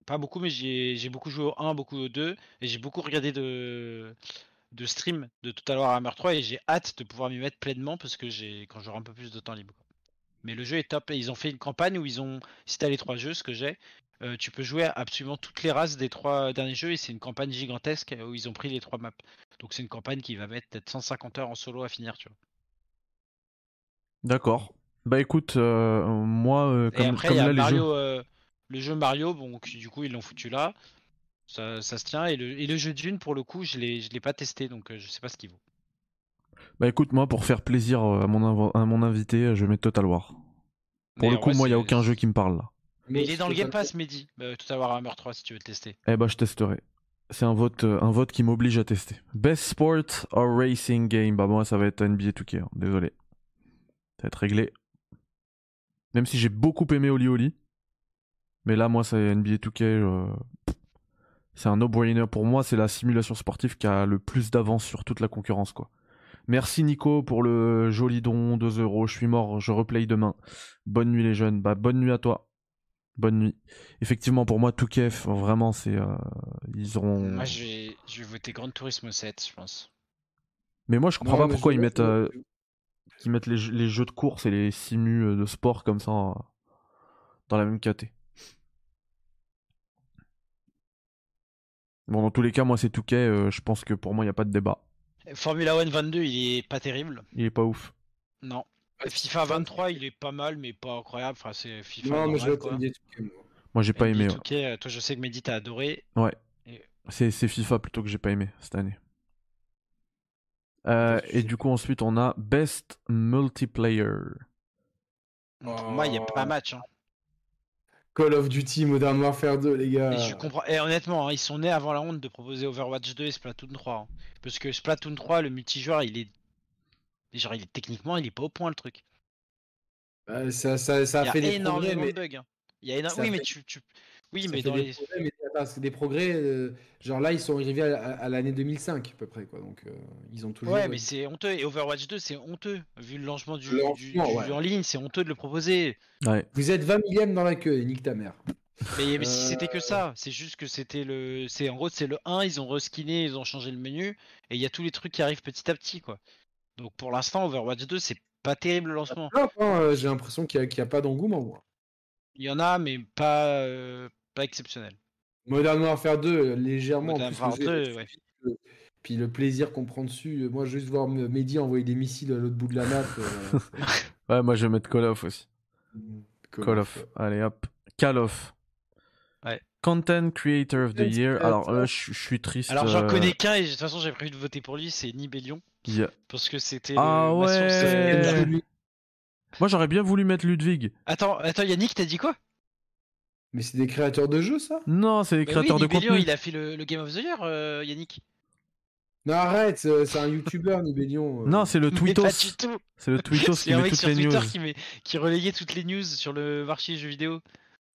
[SPEAKER 3] Pas beaucoup mais j'ai j'ai beaucoup joué au 1, beaucoup au 2 et j'ai beaucoup regardé de de stream de Total Warhammer 3 et j'ai hâte de pouvoir m'y mettre pleinement parce que j'ai quand j'aurai un peu plus de temps libre. quoi. Mais le jeu est top et ils ont fait une campagne où ils ont si t'as les trois jeux ce que j'ai euh, tu peux jouer à absolument toutes les races des trois derniers jeux et c'est une campagne gigantesque euh, où ils ont pris les trois maps. Donc c'est une campagne qui va mettre peut-être 150 heures en solo à finir, tu vois.
[SPEAKER 1] D'accord. Bah écoute, euh, moi euh,
[SPEAKER 3] et
[SPEAKER 1] comme,
[SPEAKER 3] après
[SPEAKER 1] comme
[SPEAKER 3] il y
[SPEAKER 1] là
[SPEAKER 3] a
[SPEAKER 1] les jeux.
[SPEAKER 3] Mario, euh, le jeu Mario, bon qui- du coup ils l'ont foutu là, ça, ça se tient et le, et le jeu Dune pour le coup je l'ai je l'ai pas testé donc euh, je sais pas ce qu'il vaut.
[SPEAKER 1] Bah écoute, moi pour faire plaisir euh, à mon, inv- à mon invité, euh, je mets Total War. Pour
[SPEAKER 3] Mais
[SPEAKER 1] le
[SPEAKER 3] en
[SPEAKER 1] coup,
[SPEAKER 3] vrai,
[SPEAKER 1] moi il y a
[SPEAKER 3] c'est-
[SPEAKER 1] aucun jeu qui me parle là.
[SPEAKER 3] Mais il est dans le Game Pass Mehdi, euh, tout à l'heure Warhammer 3 si tu veux le tester.
[SPEAKER 1] Eh bah je testerai. C'est un vote, euh, un vote qui m'oblige à tester. Best sport or racing game. Bah moi ça va être NBA 2K. hein. Désolé. Ça va être réglé. Même si j'ai beaucoup aimé Oli Oli. Mais là moi c'est NBA 2K. euh, pff. C'est un no-brainer pour moi. C'est la simulation sportive qui a le plus d'avance sur toute la concurrence quoi. Merci Nico pour le joli don 2 euros. Je suis mort. Je replay demain. Bonne nuit les jeunes. Bah bonne nuit à toi. Bonne nuit. Effectivement pour moi 2K vraiment c'est euh, ils auront.
[SPEAKER 3] Moi je vais je vais voter Grand Turismo 7 je pense.
[SPEAKER 1] Mais moi, je comprends pas pourquoi ils mettent, euh, qu'ils mettent les, jeux- les jeux de course et les simus euh, de sport comme ça euh, dans la même caté. Bon, dans tous les cas, moi, c'est Touquet. euh, je pense que pour moi, il n'y a pas de débat.
[SPEAKER 3] Formula 1 22 il est pas terrible.
[SPEAKER 1] Il est pas ouf.
[SPEAKER 3] Non. FIFA 23 il est pas mal mais pas incroyable. Enfin c'est FIFA.
[SPEAKER 5] Non, mais
[SPEAKER 3] normal,
[SPEAKER 5] je vais
[SPEAKER 3] quoi.
[SPEAKER 5] prendre des trucs. moi.
[SPEAKER 1] Moi, j'ai pas
[SPEAKER 3] NBA
[SPEAKER 1] aimé. ouais.
[SPEAKER 3] 2K, euh, toi, je sais que Mehdi t'a adoré.
[SPEAKER 1] C'est c'est FIFA plutôt que j'ai pas aimé cette année. Euh, et du coup, ensuite, on a Best Multiplayer.
[SPEAKER 3] Pour moi, il n'y a pas match. Hein.
[SPEAKER 5] Call of Duty Modern Warfare 2, les gars.
[SPEAKER 3] Et, je comprends... et honnêtement, hein, ils sont nés avant la honte de proposer Overwatch 2 et Splatoon 3. hein. Parce que Splatoon 3, le multijoueur, il est. Genre, il est... techniquement, il est pas au point le truc.
[SPEAKER 5] Euh, ça, ça, ça
[SPEAKER 3] Il
[SPEAKER 5] a
[SPEAKER 3] y
[SPEAKER 5] fait
[SPEAKER 3] a
[SPEAKER 5] des progrès,
[SPEAKER 3] énormément
[SPEAKER 5] mais
[SPEAKER 3] de bugs. hein. Il y a éno-
[SPEAKER 5] Ça
[SPEAKER 3] Oui,
[SPEAKER 5] fait-
[SPEAKER 3] mais tu. tu- Oui,
[SPEAKER 5] ça
[SPEAKER 3] mais
[SPEAKER 5] fait
[SPEAKER 3] dans
[SPEAKER 5] des
[SPEAKER 3] les.
[SPEAKER 5] progrès, mais attends, c'est des progrès. euh, genre là, ils sont arrivés à, à- à l'année 2005 à peu près, quoi. Donc euh, ils ont toujours.
[SPEAKER 3] Ouais, mais c'est honteux. Et Overwatch 2, c'est honteux. Vu le lancement du,
[SPEAKER 5] Le
[SPEAKER 3] du-
[SPEAKER 5] lancement,
[SPEAKER 3] du
[SPEAKER 5] ouais.
[SPEAKER 3] jeu en ligne, c'est honteux de le proposer.
[SPEAKER 1] Ouais.
[SPEAKER 5] Vous êtes 20 millième dans la queue, et nique ta mère.
[SPEAKER 3] Mais, mais si
[SPEAKER 5] Euh,
[SPEAKER 3] c'était que ça, c'est juste que c'était le. c'est En gros, c'est le 1, ils ont reskiné, ils ont changé le menu, et il y a tous les trucs qui arrivent petit à petit, quoi. Donc pour l'instant, Overwatch 2, c'est pas terrible le lancement.
[SPEAKER 5] Non, non, euh, j'ai l'impression qu'il n'y a, qu'il y a pas d'engouement, moi.
[SPEAKER 3] Il y en a, mais pas, euh, pas exceptionnel.
[SPEAKER 5] Modern Warfare 2, euh, légèrement.
[SPEAKER 3] Modern
[SPEAKER 5] en plus,
[SPEAKER 3] Warfare
[SPEAKER 5] le jeu est
[SPEAKER 3] 2, ouais.
[SPEAKER 5] plus vite, euh, Puis le plaisir qu'on prend dessus. euh, Moi, juste voir M- Mehdi envoyer des missiles à l'autre bout de la map. euh,
[SPEAKER 1] Ouais, moi, je vais mettre Call of aussi.
[SPEAKER 5] c'est-
[SPEAKER 1] Call of. Allez hop. Call of.
[SPEAKER 3] Ouais.
[SPEAKER 1] Content Creator of the
[SPEAKER 5] Content
[SPEAKER 1] Year. Alors
[SPEAKER 5] Creator.
[SPEAKER 1] là, je je suis triste.
[SPEAKER 3] Alors j'en
[SPEAKER 1] euh,
[SPEAKER 3] connais qu'un, et de toute façon, j'ai prévu de voter pour lui, c'est Nibellion,
[SPEAKER 1] il y a-
[SPEAKER 3] parce que c'était.
[SPEAKER 1] Ah
[SPEAKER 3] le- ma source,
[SPEAKER 1] ouais.
[SPEAKER 3] euh, de la-
[SPEAKER 1] Moi, j'aurais bien voulu mettre Ludwig.
[SPEAKER 3] Attends, attends, Yannick, t'as dit quoi
[SPEAKER 5] Mais c'est des créateurs de jeux, ça
[SPEAKER 1] Non, c'est les
[SPEAKER 3] Bah oui,
[SPEAKER 1] créateurs de
[SPEAKER 3] Nibellion,
[SPEAKER 1] contenu.
[SPEAKER 3] il a fait le, le Game of the Year, euh, Yannick.
[SPEAKER 5] Non, arrête, c'est c'est un youtubeur, Nibelion. euh.
[SPEAKER 1] Non, c'est le
[SPEAKER 3] Mais
[SPEAKER 1] Twittos.
[SPEAKER 3] Pas du tout.
[SPEAKER 1] C'est le Twittos
[SPEAKER 3] C'est
[SPEAKER 1] qui
[SPEAKER 3] un
[SPEAKER 1] met
[SPEAKER 3] mec
[SPEAKER 1] toutes
[SPEAKER 3] sur
[SPEAKER 1] les
[SPEAKER 3] Twitter
[SPEAKER 1] news.
[SPEAKER 3] Qui, met- qui relayait toutes les news sur le marché des jeux vidéo,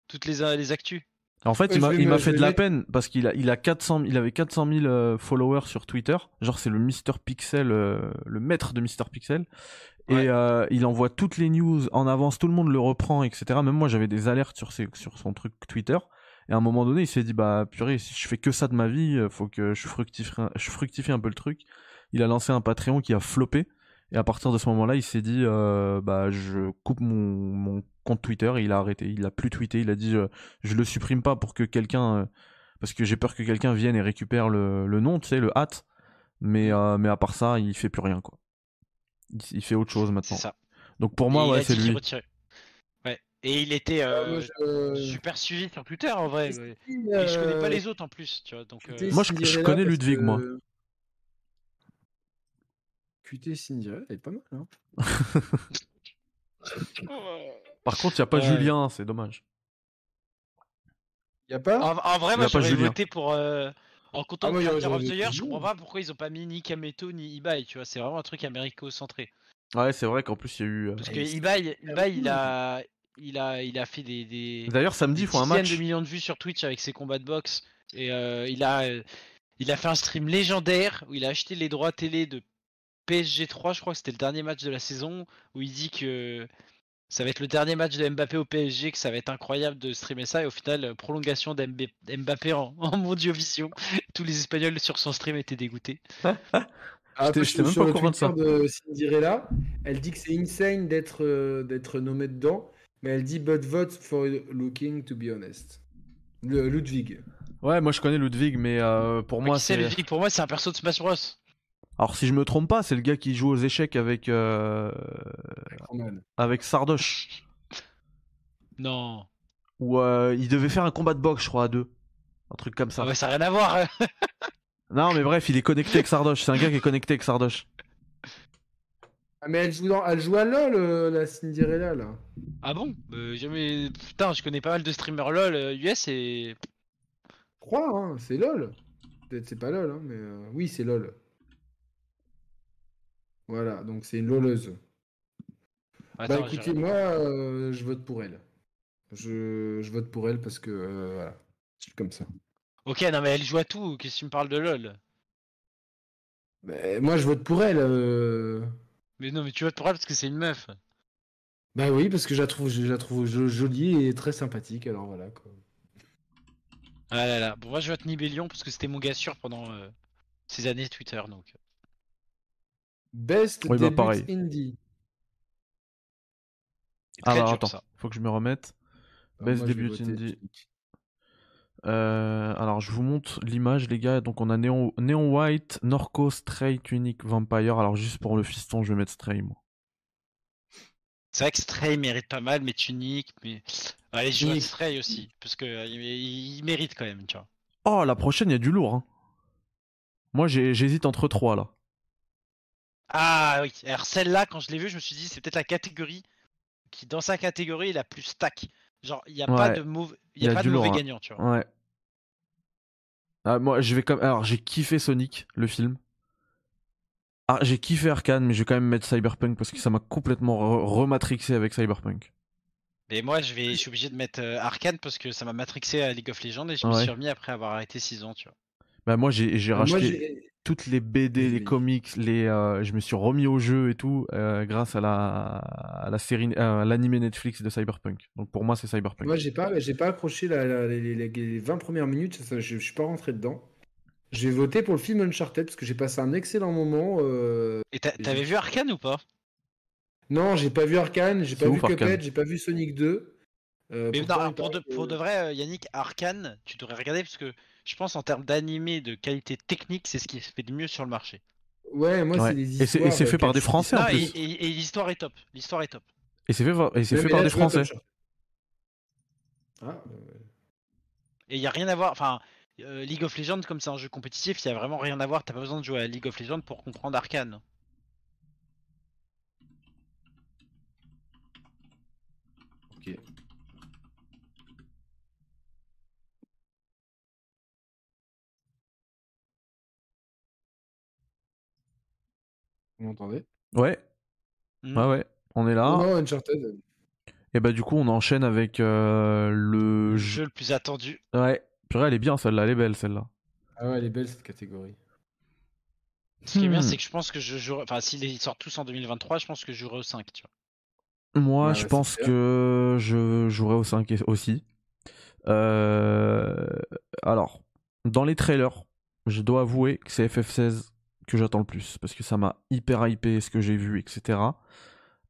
[SPEAKER 3] toutes les, euh, les actus.
[SPEAKER 1] En fait,
[SPEAKER 5] Ouais,
[SPEAKER 1] il m'a-
[SPEAKER 5] je vais
[SPEAKER 1] il
[SPEAKER 5] me-
[SPEAKER 1] m'a
[SPEAKER 5] je
[SPEAKER 1] fait
[SPEAKER 5] vais
[SPEAKER 1] de la
[SPEAKER 5] mettre-
[SPEAKER 1] peine parce qu'il a, il a 400, il avait 400 000 euh, followers sur Twitter. Genre, c'est le Mister Pixel, euh, le maître de Mister Pixel. Et euh, il envoie toutes les news en avance, tout le monde le reprend, etc. Même moi, j'avais des alertes sur, ses- sur son truc Twitter. Et à un moment donné, il s'est dit, bah purée, si je fais que ça de ma vie, euh, faut que je fructifie, un- je fructifie un peu le truc. Il a lancé un Patreon qui a floppé. Et à partir de ce moment-là, il s'est dit, euh, bah je coupe mon, mon compte Twitter. Et il a arrêté, il a plus tweeté. Il a dit, euh, je le supprime pas pour que quelqu'un, euh, parce que j'ai peur que quelqu'un vienne et récupère le, le nom, tu sais, le hâte.
[SPEAKER 3] Mm.
[SPEAKER 1] Mais, euh, mais à part ça, il fait plus rien, quoi. Il, il fait autre chose
[SPEAKER 3] C'est
[SPEAKER 1] maintenant.
[SPEAKER 3] ça.
[SPEAKER 1] Donc pour
[SPEAKER 3] Et
[SPEAKER 1] moi,
[SPEAKER 3] il
[SPEAKER 1] ouais,
[SPEAKER 3] a
[SPEAKER 1] c'est
[SPEAKER 3] dit qu'il
[SPEAKER 1] lui.
[SPEAKER 3] retirait. Ouais. Et il était
[SPEAKER 2] Euh,
[SPEAKER 3] euh,
[SPEAKER 2] moi, je-
[SPEAKER 3] super suivi sur Twitter en vrai. ouais.
[SPEAKER 2] Christine,
[SPEAKER 3] Et je connais
[SPEAKER 2] euh,
[SPEAKER 3] pas les autres en plus, tu vois. Donc, euh,
[SPEAKER 2] QT
[SPEAKER 1] Moi, je- je
[SPEAKER 2] Cinderella
[SPEAKER 1] connais
[SPEAKER 2] parce
[SPEAKER 1] Ludwig,
[SPEAKER 2] que-
[SPEAKER 1] moi.
[SPEAKER 6] QT Cinderella, elle est pas mal. Hein.
[SPEAKER 3] Oh.
[SPEAKER 1] Par contre, il n'y a pas
[SPEAKER 3] Ouais.
[SPEAKER 1] Julien, c'est dommage.
[SPEAKER 6] Y a
[SPEAKER 5] Ah,
[SPEAKER 6] pas
[SPEAKER 3] en, en vrai, moi
[SPEAKER 1] a pas
[SPEAKER 3] j'aurais
[SPEAKER 1] Julien.
[SPEAKER 3] voté pour. euh, En comptant
[SPEAKER 6] Ah, moi,
[SPEAKER 3] le
[SPEAKER 6] j'aurais-
[SPEAKER 3] Character of the
[SPEAKER 6] j'aurais
[SPEAKER 3] Year,
[SPEAKER 6] voté
[SPEAKER 3] je
[SPEAKER 6] Julien.
[SPEAKER 3] comprends pas pourquoi ils ont pas mis ni Kameto ni Ibai, tu vois. C'est vraiment un truc américo-centré.
[SPEAKER 1] Ouais, c'est vrai qu'en plus, il y a eu. euh,
[SPEAKER 3] Parce
[SPEAKER 6] Ah,
[SPEAKER 3] que
[SPEAKER 6] mais c'est-
[SPEAKER 3] Ibai,
[SPEAKER 6] Ah,
[SPEAKER 3] Ibai, il
[SPEAKER 6] oui.
[SPEAKER 3] a. Il a, il a fait des, des,
[SPEAKER 1] D'ailleurs, samedi,
[SPEAKER 3] des
[SPEAKER 1] il faut un
[SPEAKER 3] dizaines
[SPEAKER 1] match.
[SPEAKER 3] de millions de vues sur Twitch avec ses combats de boxe. Et euh, il, a, euh, il a fait un stream légendaire où il a acheté les droits télé de PSG 3, je crois que c'était le dernier match de la saison, où il dit que ça va être le dernier match de Mbappé au PSG, que ça va être incroyable de streamer ça. Et au final, euh, prolongation d'Mb- d'Mbappé en, en mondiovision. Tous les Espagnols sur son stream étaient dégoûtés.
[SPEAKER 2] Ah,
[SPEAKER 1] J'étais-
[SPEAKER 2] parce
[SPEAKER 1] j'étais
[SPEAKER 2] que
[SPEAKER 1] même
[SPEAKER 2] sur
[SPEAKER 1] pas
[SPEAKER 2] le
[SPEAKER 1] au courant de
[SPEAKER 2] Twitter de Cinderella, elle dit que c'est insane d'être euh, d'être nommé dedans, mais elle dit but vote for looking to be honest. Le- Ludwig.
[SPEAKER 1] Ouais, moi je connais Ludwig, mais euh, pour moi,
[SPEAKER 3] Qui c'est
[SPEAKER 1] c'est.
[SPEAKER 3] Ludwig Pour moi, c'est un perso de Smash Bros.
[SPEAKER 1] Alors, si je me trompe pas, c'est le gars qui joue aux échecs avec. euh,
[SPEAKER 2] Norman.
[SPEAKER 1] avec Sardoche.
[SPEAKER 3] Non.
[SPEAKER 1] Où euh, il devait faire un combat de boxe, je crois, à deux. Un truc comme
[SPEAKER 3] Ça
[SPEAKER 1] ça.
[SPEAKER 3] n'a rien à voir. hein.
[SPEAKER 1] Non, mais bref, il est connecté avec Sardoche. C'est un gars qui est connecté avec Sardoche.
[SPEAKER 2] Ah, mais elle joue, dans- elle joue à LoL, euh, la Cinderella, là.
[SPEAKER 3] Ah bon Euh, jamais... Putain, je connais pas mal de streamers LOL euh, US et.
[SPEAKER 2] Je crois, hein, c'est LoL. Peut-être c'est pas LoL, hein, mais euh, oui, c'est LoL. Voilà, donc c'est une LoLeuse.
[SPEAKER 3] Attends,
[SPEAKER 2] bah
[SPEAKER 3] je-
[SPEAKER 2] écoutez, moi, euh, je vote pour elle. Je, je vote pour elle parce que, euh, voilà, je suis comme ça.
[SPEAKER 3] Ok, non, mais elle joue à tout. Qu'est-ce que tu me parles de LOL
[SPEAKER 2] Mais moi, je vote pour elle. euh.
[SPEAKER 3] Mais non, mais tu votes pour elle parce que c'est une meuf.
[SPEAKER 2] Bah oui, parce que je la trouve, je la trouve jo- jolie et très sympathique, alors voilà. Quoi.
[SPEAKER 3] Ah là là. Bon, moi, je vote Nibelion parce que c'était mon gars sûr pendant euh, ces années Twitter. Donc,
[SPEAKER 2] Best
[SPEAKER 1] Oui, bah,
[SPEAKER 2] debut
[SPEAKER 1] pareil.
[SPEAKER 2] indie.
[SPEAKER 3] C'est
[SPEAKER 1] Ah
[SPEAKER 3] très
[SPEAKER 1] bah
[SPEAKER 3] dur,
[SPEAKER 1] attends,
[SPEAKER 3] ça.
[SPEAKER 1] faut que je me remette.
[SPEAKER 2] Ah,
[SPEAKER 1] Best
[SPEAKER 2] moi, je vais
[SPEAKER 1] debut
[SPEAKER 2] voter
[SPEAKER 1] indie.
[SPEAKER 2] Tunic.
[SPEAKER 1] Euh, alors, je vous montre l'image, les gars. Donc, on a Neon, Neon White, Norco, Stray, Tunic, Vampire. Alors, juste pour le fiston, je vais mettre Stray, moi.
[SPEAKER 3] C'est vrai que Stray mérite pas mal, mais Tunic, mais. Allez, je vote
[SPEAKER 2] Tunic.
[SPEAKER 3] Stray aussi parce que euh, il, il mérite quand même, tu vois.
[SPEAKER 1] Oh, la prochaine, il y a du lourd. hein. Moi, j'ai- j'hésite entre trois, là.
[SPEAKER 3] Ah oui. Alors celle-là, quand je l'ai vue, je me suis dit, c'est peut-être la catégorie qui, dans sa catégorie, est la plus stack. Genre, il n'y a pas
[SPEAKER 1] Ouais.
[SPEAKER 3] de mauvais, il y a pas
[SPEAKER 1] du
[SPEAKER 3] de mauvais
[SPEAKER 1] lourd, hein.
[SPEAKER 3] gagnant, tu vois.
[SPEAKER 1] Ouais. Ah, moi, je vais comme. Alors, j'ai kiffé Sonic, le film. Ah, j'ai kiffé Arkane, mais je vais quand même mettre Cyberpunk parce que ça m'a complètement re- rematrixé avec Cyberpunk.
[SPEAKER 3] Mais moi, je vais, je suis obligé de mettre euh, Arcane parce que ça m'a matrixé à League of Legends et je me
[SPEAKER 1] Ouais.
[SPEAKER 3] suis remis après avoir arrêté 6 ans, tu vois.
[SPEAKER 1] Bah, moi, j'ai j'ai
[SPEAKER 2] Moi,
[SPEAKER 1] racheté
[SPEAKER 2] j'ai-
[SPEAKER 1] toutes les BD, les
[SPEAKER 2] Oui.
[SPEAKER 1] comics, les. euh, je me suis remis au jeu et tout euh, grâce à la à la série, euh, à l'animé Netflix de Cyberpunk. Donc pour moi, c'est Cyberpunk.
[SPEAKER 2] moi, j'ai pas, j'ai pas accroché la- la- les, les- les 20 premières minutes, ça, je, je suis pas rentré dedans. J'ai voté pour le film Uncharted parce que j'ai passé un excellent moment. euh,
[SPEAKER 3] Et t'a-
[SPEAKER 2] Et
[SPEAKER 3] t'avais
[SPEAKER 2] j'ai-
[SPEAKER 3] vu Arcane ou pas
[SPEAKER 2] Non, j'ai pas vu Arkane, j'ai
[SPEAKER 1] C'est
[SPEAKER 2] pas
[SPEAKER 1] ouf,
[SPEAKER 2] vu Cuphead,
[SPEAKER 1] Arcane.
[SPEAKER 2] j'ai pas vu Sonic 2. euh,
[SPEAKER 3] Mais non,
[SPEAKER 2] pourtant, il
[SPEAKER 3] alors, pour, de,
[SPEAKER 2] paraît que-
[SPEAKER 3] pour de vrai, euh, Yannick, Arcane, tu devrais regarder parce que je pense en termes d'animé, de qualité technique, c'est ce qui se fait de mieux sur le marché.
[SPEAKER 2] Ouais, moi,
[SPEAKER 1] Ouais.
[SPEAKER 2] c'est les
[SPEAKER 1] Et c'est- et
[SPEAKER 2] histoires,
[SPEAKER 1] c'est fait
[SPEAKER 2] euh,
[SPEAKER 1] par des
[SPEAKER 2] qui-
[SPEAKER 1] Français, en
[SPEAKER 3] Non, et,
[SPEAKER 1] plus.
[SPEAKER 3] et- et l'histoire est top. L'histoire est top.
[SPEAKER 1] Et c'est fait, par- et c'est
[SPEAKER 2] Mais-
[SPEAKER 1] fait
[SPEAKER 2] mais
[SPEAKER 1] par
[SPEAKER 2] là,
[SPEAKER 1] des
[SPEAKER 2] je vote
[SPEAKER 1] Français.
[SPEAKER 2] Uncharted. Ah, euh,
[SPEAKER 3] Et il y a rien à voir. Enfin, euh, League of Legends, comme c'est un jeu compétitif, il y a vraiment rien à voir. T'as pas besoin de jouer à League of Legends pour comprendre Arcane.
[SPEAKER 6] Ok.
[SPEAKER 2] vous m'entendez
[SPEAKER 1] Ouais.
[SPEAKER 3] Mm.
[SPEAKER 1] Ouais, ouais. On est là.
[SPEAKER 2] Non, Uncharted.
[SPEAKER 1] Et bah du coup, on enchaîne avec euh, le
[SPEAKER 3] Le
[SPEAKER 1] jeu.
[SPEAKER 3] jeu le plus attendu.
[SPEAKER 1] Ouais. Purée, elle est bien celle-là, elle est belle celle-là.
[SPEAKER 2] Ah ouais, elle est belle cette catégorie.
[SPEAKER 3] Ce qui est bien,
[SPEAKER 1] Hmm.
[SPEAKER 3] c'est que je pense que je jouerai. Enfin, s'ils sortent tous en 2023, je pense que je jouerai au 5, tu vois.
[SPEAKER 1] Moi,
[SPEAKER 2] Ouais,
[SPEAKER 1] je
[SPEAKER 2] ouais,
[SPEAKER 1] pense
[SPEAKER 2] c'est clair.
[SPEAKER 1] que je jouerai au 5 et- aussi. Euh, Alors, dans les trailers, je dois avouer que c'est FF16 que j'attends le plus, parce que ça m'a hyper hypé ce que j'ai vu, etc.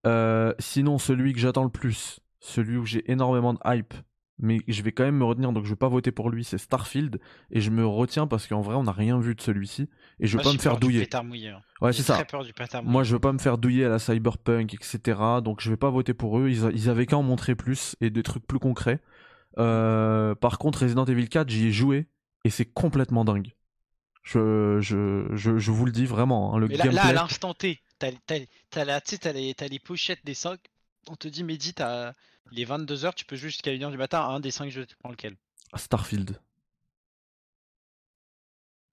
[SPEAKER 1] Euh, sinon, celui que j'attends le plus, celui où j'ai énormément de hype, mais je vais quand même me retenir, donc je vais pas voter pour lui, c'est Starfield, et je me retiens parce qu'en vrai, on n'a rien vu de celui-ci, et je veux
[SPEAKER 2] Ah,
[SPEAKER 3] Moi,
[SPEAKER 1] pas
[SPEAKER 3] j'ai
[SPEAKER 1] me faire
[SPEAKER 3] peur du
[SPEAKER 1] douiller.
[SPEAKER 3] pétard mouillé, hein.
[SPEAKER 1] Ouais,
[SPEAKER 3] J'ai
[SPEAKER 1] c'est ça.
[SPEAKER 3] très peur du pétard mouillé.
[SPEAKER 1] Moi, je veux pas me faire douiller à la cyberpunk, etc. Donc, je vais pas voter pour eux. Ils, a- ils avaient qu'à en montrer plus et des trucs plus concrets. Euh, par contre, Resident Evil 4, j'y ai joué et c'est complètement dingue. Je, je, je, je vous le dis vraiment. hein, le
[SPEAKER 3] Mais là, là,
[SPEAKER 1] gameplay.
[SPEAKER 3] à l'instant T, t'as t'as- t'as la- tu sais, t'as les, t'as les pochettes des 5. On te dit, Mehdi, t'as- il est 22h, tu peux jouer jusqu'à 1h du matin à un des 5 jeux, tu prends lequel
[SPEAKER 1] Starfield.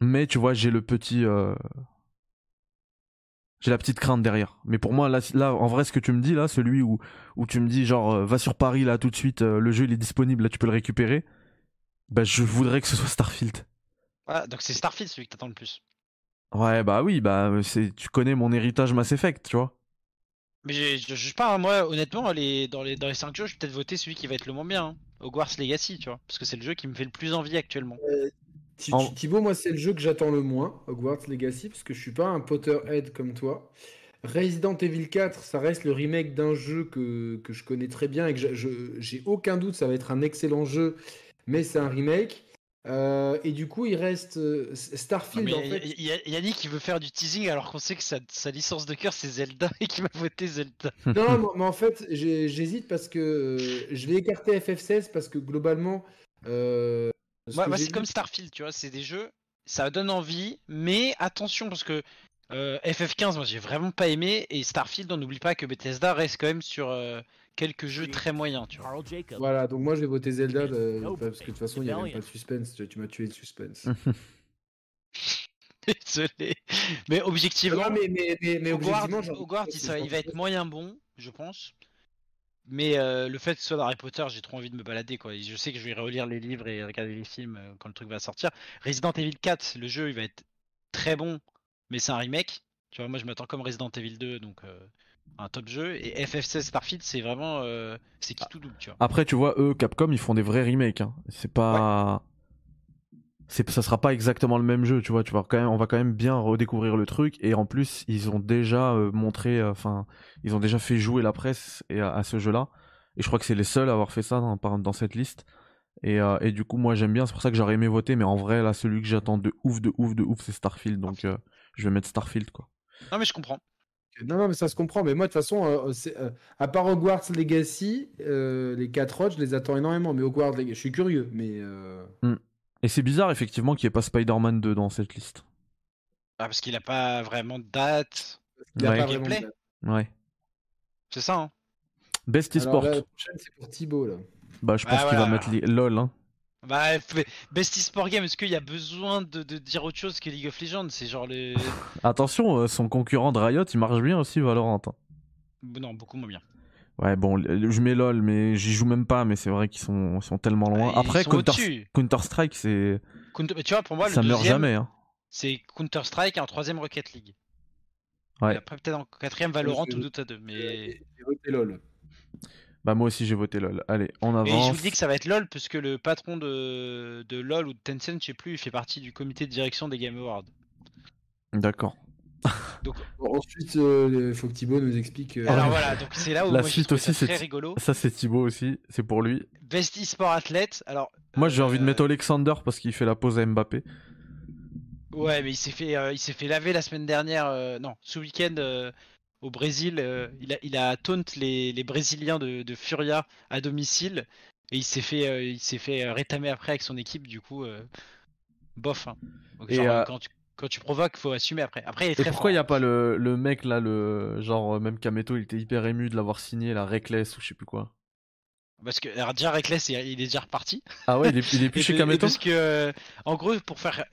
[SPEAKER 1] Mais tu vois, j'ai le petit. euh, J'ai la petite crainte derrière. Mais pour moi, là, là, en vrai, ce que tu me dis, là, celui où, où tu me dis, genre, euh, va sur Paris, là, tout de suite, euh, le jeu, il est disponible, là, tu peux le récupérer. Bah, je voudrais que ce soit Starfield.
[SPEAKER 3] Ah, donc c'est Starfield celui que t'attends le plus.
[SPEAKER 1] Ouais, bah oui, bah, c'est, tu connais mon héritage Mass Effect, tu vois.
[SPEAKER 3] Mais je, je juge pas, hein. moi, honnêtement, les, dans, les, dans les 5 jeux, je vais peut-être voter celui qui va être le moins bien. hein. Hogwarts Legacy, tu vois. Parce que c'est le jeu qui me fait le plus envie actuellement.
[SPEAKER 5] Thi-
[SPEAKER 1] En-
[SPEAKER 5] Thibaut, moi, c'est le jeu que j'attends le moins, Hogwarts Legacy, parce que je suis pas un Potterhead comme toi. Resident Evil 4, ça reste le remake d'un jeu que, que je connais très bien et que je- je- j'ai aucun doute, ça va être un excellent jeu, mais c'est un remake. Euh, et du coup, il reste euh,
[SPEAKER 3] Non,
[SPEAKER 5] Starfield,
[SPEAKER 3] mais
[SPEAKER 5] en fait.
[SPEAKER 3] Y- Y- Yannick, il veut faire du teasing alors qu'on sait que sa, sa licence de cœur, c'est Zelda et qu'il va voter Zelda.
[SPEAKER 5] Non, mais- mais en fait, j'ai- j'hésite parce que euh, je vais écarter FF16 parce que globalement. euh, ce
[SPEAKER 3] Moi,
[SPEAKER 5] que
[SPEAKER 3] moi,
[SPEAKER 5] j'ai
[SPEAKER 3] c'est
[SPEAKER 5] vu-
[SPEAKER 3] comme Starfield, tu vois, c'est des jeux, ça donne envie, mais attention parce que euh, FF15, moi j'ai vraiment pas aimé, et Starfield, on n'oublie pas que Bethesda reste quand même sur euh, quelques jeux très moyens, tu vois.
[SPEAKER 7] Carl Jacob.
[SPEAKER 5] Voilà, donc moi je vais voter Zelda euh,
[SPEAKER 3] Ah
[SPEAKER 7] Nope.
[SPEAKER 5] parce que de toute façon il n'y a même pas de suspense. Tu, tu m'as tué le suspense.
[SPEAKER 1] Mmh.
[SPEAKER 3] Désolé. Mais objectivement,
[SPEAKER 5] Ah Non, mais, mais, mais, mais
[SPEAKER 3] Hogwarts,
[SPEAKER 5] objectivement, j'ai envie de
[SPEAKER 3] Hogwarts,
[SPEAKER 5] dire
[SPEAKER 3] il,
[SPEAKER 5] que
[SPEAKER 3] sera-
[SPEAKER 5] c'est
[SPEAKER 3] il va être moyen bon, je pense. Mais euh, le fait que ce soit dans Harry Potter, j'ai trop envie de me balader quoi. Et je sais que je vais relire les livres et regarder les films euh, quand le truc va sortir. Resident Evil 4, le jeu, il va être très bon, mais c'est un remake. Tu vois, moi je m'attends comme Resident Evil 2, donc euh, un top jeu. Et FF16 Starfield, c'est vraiment euh, c'est
[SPEAKER 5] Ah.
[SPEAKER 3] qui tout double, tu vois.
[SPEAKER 1] Après, tu vois, eux, Capcom, ils font des vrais remakes. hein. C'est pas. C'est, ça sera pas exactement le même jeu, tu vois. Tu vois, quand même, on va quand même bien redécouvrir le truc. Et en plus, ils ont déjà euh, montré, euh, enfin, ils ont déjà fait jouer la presse et, à, à ce jeu-là. Et je crois que c'est les seuls à avoir fait ça dans, par- dans cette liste. Et, euh, et du coup, moi, j'aime bien. C'est pour ça que j'aurais aimé voter. Mais en vrai, là, celui que j'attends de ouf, de ouf, de ouf, c'est Starfield. Donc, euh, je vais mettre Starfield, quoi.
[SPEAKER 3] Non mais je comprends.
[SPEAKER 5] que- Non, non, mais ça se comprend. Mais moi, de toute façon, euh, c'est, euh, à part Hogwarts Legacy, euh, les 4 autres, je les attends énormément. Mais Hogwarts Legacy, je suis curieux. Mais euh,
[SPEAKER 1] Et c'est bizarre, effectivement, qu'il n'y ait pas Spider-Man 2 dans cette liste.
[SPEAKER 3] Ah, parce qu'il a pas vraiment de date.
[SPEAKER 5] il a
[SPEAKER 1] Ouais.
[SPEAKER 5] pas vraiment de
[SPEAKER 3] Gameplay.
[SPEAKER 5] date.
[SPEAKER 1] Ouais.
[SPEAKER 3] C'est ça. Hein
[SPEAKER 1] Best
[SPEAKER 5] Alors,
[SPEAKER 1] eSport.
[SPEAKER 5] la prochaine, c'est pour Thibaut. Là.
[SPEAKER 1] Bah, je
[SPEAKER 3] Ouais,
[SPEAKER 1] pense qu'il va
[SPEAKER 3] voilà.
[SPEAKER 1] mettre les- LOL, hein.
[SPEAKER 3] bah, f- Best Sport Game, est-ce qu'il y a besoin de, de dire autre chose que League of Legends C'est genre le
[SPEAKER 1] Attention, euh, son concurrent de Riot, il marche bien aussi, Valorant. hein.
[SPEAKER 3] non beaucoup moins bien.
[SPEAKER 1] Ouais, bon, le- je mets LOL, mais j'y joue même pas, mais c'est vrai qu'ils sont, sont tellement loin.
[SPEAKER 3] Ah, ils
[SPEAKER 1] Après,
[SPEAKER 3] sont
[SPEAKER 1] Counter,
[SPEAKER 3] au-dessus.
[SPEAKER 1] Strike, c'est,
[SPEAKER 3] Counter- mais Tu vois, pour moi,
[SPEAKER 1] ça
[SPEAKER 3] le
[SPEAKER 1] meurt
[SPEAKER 3] deuxième,
[SPEAKER 1] jamais. hein.
[SPEAKER 3] c'est Counter-Strike et en troisième Rocket League.
[SPEAKER 1] Ouais.
[SPEAKER 3] Et après, peut-être en quatrième Valorant
[SPEAKER 5] Je-
[SPEAKER 3] ou Dota 2. Mais...
[SPEAKER 5] Et- J'ai voté LOL.
[SPEAKER 1] Bah, moi aussi, j'ai voté LOL. Allez, on
[SPEAKER 3] Et je vous
[SPEAKER 1] avance.
[SPEAKER 3] dis que ça va être LoL, parce que le patron de, de LoL ou de Tencent, je sais plus, il fait partie du comité de direction des Game Awards.
[SPEAKER 1] D'accord.
[SPEAKER 5] Bon, ensuite, euh, il faut que Thibaut nous explique. euh,
[SPEAKER 3] Alors voilà, donc c'est là où
[SPEAKER 1] Ah La
[SPEAKER 3] moi, j'ai
[SPEAKER 1] suite
[SPEAKER 3] trouvé ça
[SPEAKER 1] aussi, c'est-
[SPEAKER 3] très rigolo.
[SPEAKER 1] Ça, c'est Thibaut aussi, c'est pour lui.
[SPEAKER 3] Best eSport athlète, alors
[SPEAKER 1] Moi, j'ai envie de
[SPEAKER 3] Euh,
[SPEAKER 1] mettre Alexander parce qu'il fait la pause à Mbappé.
[SPEAKER 3] ouais, mais il s'est fait, euh, il s'est fait laver la semaine dernière, euh, non, ce week-end euh, au Brésil, euh, il, a, il a taunt les, les Brésiliens de, de Furia à domicile et il s'est fait, euh, il s'est fait euh, rétamer après avec son équipe, du coup, euh, bof. hein. Donc,
[SPEAKER 1] Et,
[SPEAKER 3] genre,
[SPEAKER 1] euh,
[SPEAKER 3] quand, tu, quand tu provoques, faut assumer après. Après, il est
[SPEAKER 1] Et
[SPEAKER 3] très
[SPEAKER 1] pourquoi il n'y a
[SPEAKER 3] fort.
[SPEAKER 1] pas le, le mec là, le genre, euh, même Kameto, il était hyper ému de l'avoir signé, la Reckless ou je sais plus quoi.
[SPEAKER 3] hein, Parce que alors, déjà Reckless, il il est déjà reparti.
[SPEAKER 1] Ah ouais, il est, il est plus
[SPEAKER 3] Et
[SPEAKER 1] chez
[SPEAKER 3] de- et
[SPEAKER 1] Kameto
[SPEAKER 3] Parce que, euh, en gros, pour faire,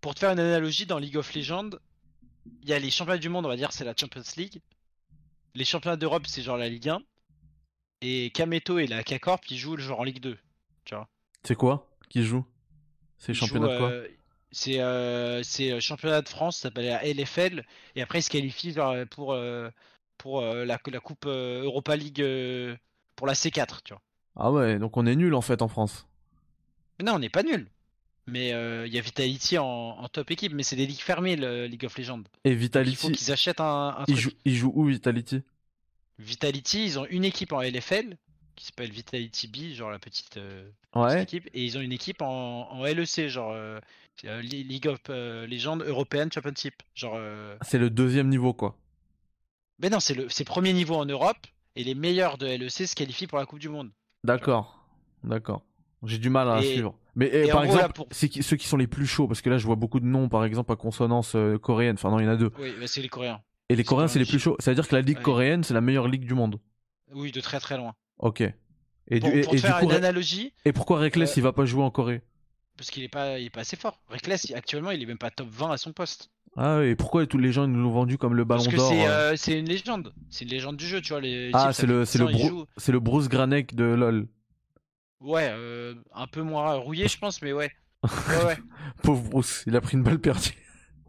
[SPEAKER 3] pour te faire une analogie, dans League of Legends, il y a les championnats du monde, on va dire, c'est la Champions League. Les championnats d'Europe, c'est genre la Ligue 1. Et Kameto et la K-Corp, ils jouent genre en Ligue 2.
[SPEAKER 1] C'est quoi Qui joue C'est
[SPEAKER 3] Ils
[SPEAKER 1] championnat de
[SPEAKER 3] jouent,
[SPEAKER 1] quoi
[SPEAKER 3] euh, C'est euh, c'est euh, championnat de France, ça s'appelle la LFL, et après ils se qualifient genre, pour euh, pour euh, la, la coupe euh, Europa League euh, pour la C4, tu vois.
[SPEAKER 1] Ah ouais, donc on est nul en fait en France.
[SPEAKER 3] Mais non, on n'est pas nul. Mais euh, il y a Vitality en, en top équipe, mais c'est des ligues fermées, le League of Legends.
[SPEAKER 1] Et
[SPEAKER 3] Il faut
[SPEAKER 1] Vitality,
[SPEAKER 3] qu'ils achètent un, un
[SPEAKER 1] il
[SPEAKER 3] truc.
[SPEAKER 1] joue, il joue où Vitality
[SPEAKER 3] Vitality, ils ont une équipe en LFL qui s'appelle Vitality B, genre la petite, euh, petite
[SPEAKER 1] Ouais.
[SPEAKER 3] équipe, et ils ont une équipe en, en LEC, genre euh, euh, Li- League of euh, Legends European Championship. Genre, euh,
[SPEAKER 1] C'est le deuxième niveau quoi.
[SPEAKER 3] mais non, c'est le c'est premier niveau en Europe et les meilleurs de LEC se qualifient pour la Coupe du Monde.
[SPEAKER 1] D'accord, d'accord. J'ai du mal à
[SPEAKER 3] Et-
[SPEAKER 1] suivre. Mais eh,
[SPEAKER 3] et en
[SPEAKER 1] par
[SPEAKER 3] gros, là,
[SPEAKER 1] exemple,
[SPEAKER 3] pour-
[SPEAKER 1] c'est qui- ceux qui sont les plus chauds, parce que là je vois beaucoup de noms, par exemple à consonance euh, coréenne. Enfin non, il y en a deux.
[SPEAKER 3] Oui, bah, c'est les Coréens.
[SPEAKER 1] Et les
[SPEAKER 3] C'est
[SPEAKER 1] Coréens,
[SPEAKER 3] quand
[SPEAKER 1] c'est
[SPEAKER 3] même
[SPEAKER 1] les plus chauds. Ça veut dire que la ligue
[SPEAKER 3] Ouais.
[SPEAKER 1] coréenne, c'est la meilleure ligue du monde.
[SPEAKER 3] Oui, de très très loin.
[SPEAKER 1] Ok. Et,
[SPEAKER 3] Pour,
[SPEAKER 1] du, et,
[SPEAKER 3] pour
[SPEAKER 1] et du
[SPEAKER 3] te faire
[SPEAKER 1] coup,
[SPEAKER 3] une
[SPEAKER 1] Re-
[SPEAKER 3] analogie,
[SPEAKER 1] et pourquoi Reckless
[SPEAKER 3] euh,
[SPEAKER 1] il va pas jouer en Corée
[SPEAKER 3] parce qu'il est pas il est pas assez fort. Reckless il- actuellement il est même pas top 20 à son poste.
[SPEAKER 1] Ah ouais, et pourquoi tous les gens ils nous l'ont vendu comme le ballon
[SPEAKER 3] Parce que
[SPEAKER 1] d'or
[SPEAKER 3] c'est
[SPEAKER 1] euh,
[SPEAKER 3] euh, c'est une légende, c'est une légende du jeu, tu vois. Les
[SPEAKER 1] Ah,
[SPEAKER 3] types, ça
[SPEAKER 1] c'est le,
[SPEAKER 3] fait
[SPEAKER 1] c'est le,
[SPEAKER 3] 10 ans, ils
[SPEAKER 1] Bru-
[SPEAKER 3] jouent.
[SPEAKER 1] c'est le Bruce Granek de LoL.
[SPEAKER 3] Ouais, euh, un peu moins rouillé, je pense, mais ouais. Ouais, ouais.
[SPEAKER 1] Pauvre Bruce, il a pris une balle perdue.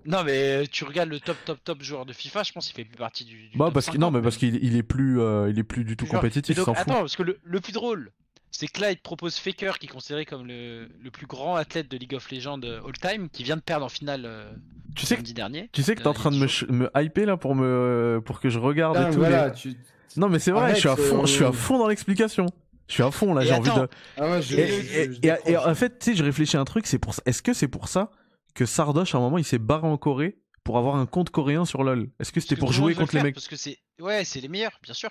[SPEAKER 3] Non, mais euh, tu regardes le top, top, top joueur de FIFA, je pense qu'il fait plus partie du. du
[SPEAKER 1] Bah
[SPEAKER 3] top
[SPEAKER 1] parce que non
[SPEAKER 3] 50,
[SPEAKER 1] mais parce qu'il il est plus euh, il est plus du tout
[SPEAKER 3] genre-
[SPEAKER 1] compétitif,
[SPEAKER 3] Mais
[SPEAKER 1] il
[SPEAKER 3] donc,
[SPEAKER 1] s'en fout.
[SPEAKER 3] attends, parce que le, le plus drôle, c'est que là, il te propose Faker, qui est considéré comme le, le plus grand athlète de League of Legends euh, all-time, qui vient de perdre en finale euh,
[SPEAKER 1] Tu sais que
[SPEAKER 3] samedi dernier.
[SPEAKER 1] tu sais que t'es en
[SPEAKER 3] Euh,
[SPEAKER 1] train de
[SPEAKER 3] il
[SPEAKER 1] me,
[SPEAKER 3] est
[SPEAKER 1] ch- me hyper là pour me pour que je
[SPEAKER 5] Ah,
[SPEAKER 1] regarde et
[SPEAKER 2] Putain,
[SPEAKER 1] tout.
[SPEAKER 2] Ah, voilà,
[SPEAKER 1] les-
[SPEAKER 2] tu-
[SPEAKER 1] Non mais c'est vrai,
[SPEAKER 2] Arrête,
[SPEAKER 1] je suis à fond,
[SPEAKER 2] euh,
[SPEAKER 1] je suis à fond dans l'explication. Je suis à fond là,
[SPEAKER 3] Et
[SPEAKER 1] j'ai envie
[SPEAKER 3] attends,
[SPEAKER 1] de.
[SPEAKER 2] Ah ouais, je-
[SPEAKER 1] Et,
[SPEAKER 2] je-
[SPEAKER 1] et-
[SPEAKER 2] je
[SPEAKER 1] et- et
[SPEAKER 2] décroche.
[SPEAKER 1] en fait, tu sais, je réfléchis à un truc. C'est pour ça- Est-ce que c'est pour ça que Sardoche à un moment il s'est barré en Corée pour avoir un compte coréen sur LoL Est-ce que c'était pour
[SPEAKER 3] Parce que tout le monde
[SPEAKER 1] jouer
[SPEAKER 3] veut le
[SPEAKER 1] contre les
[SPEAKER 3] faire,
[SPEAKER 1] mecs
[SPEAKER 3] Parce que c'est. Ouais, c'est les meilleurs, bien sûr.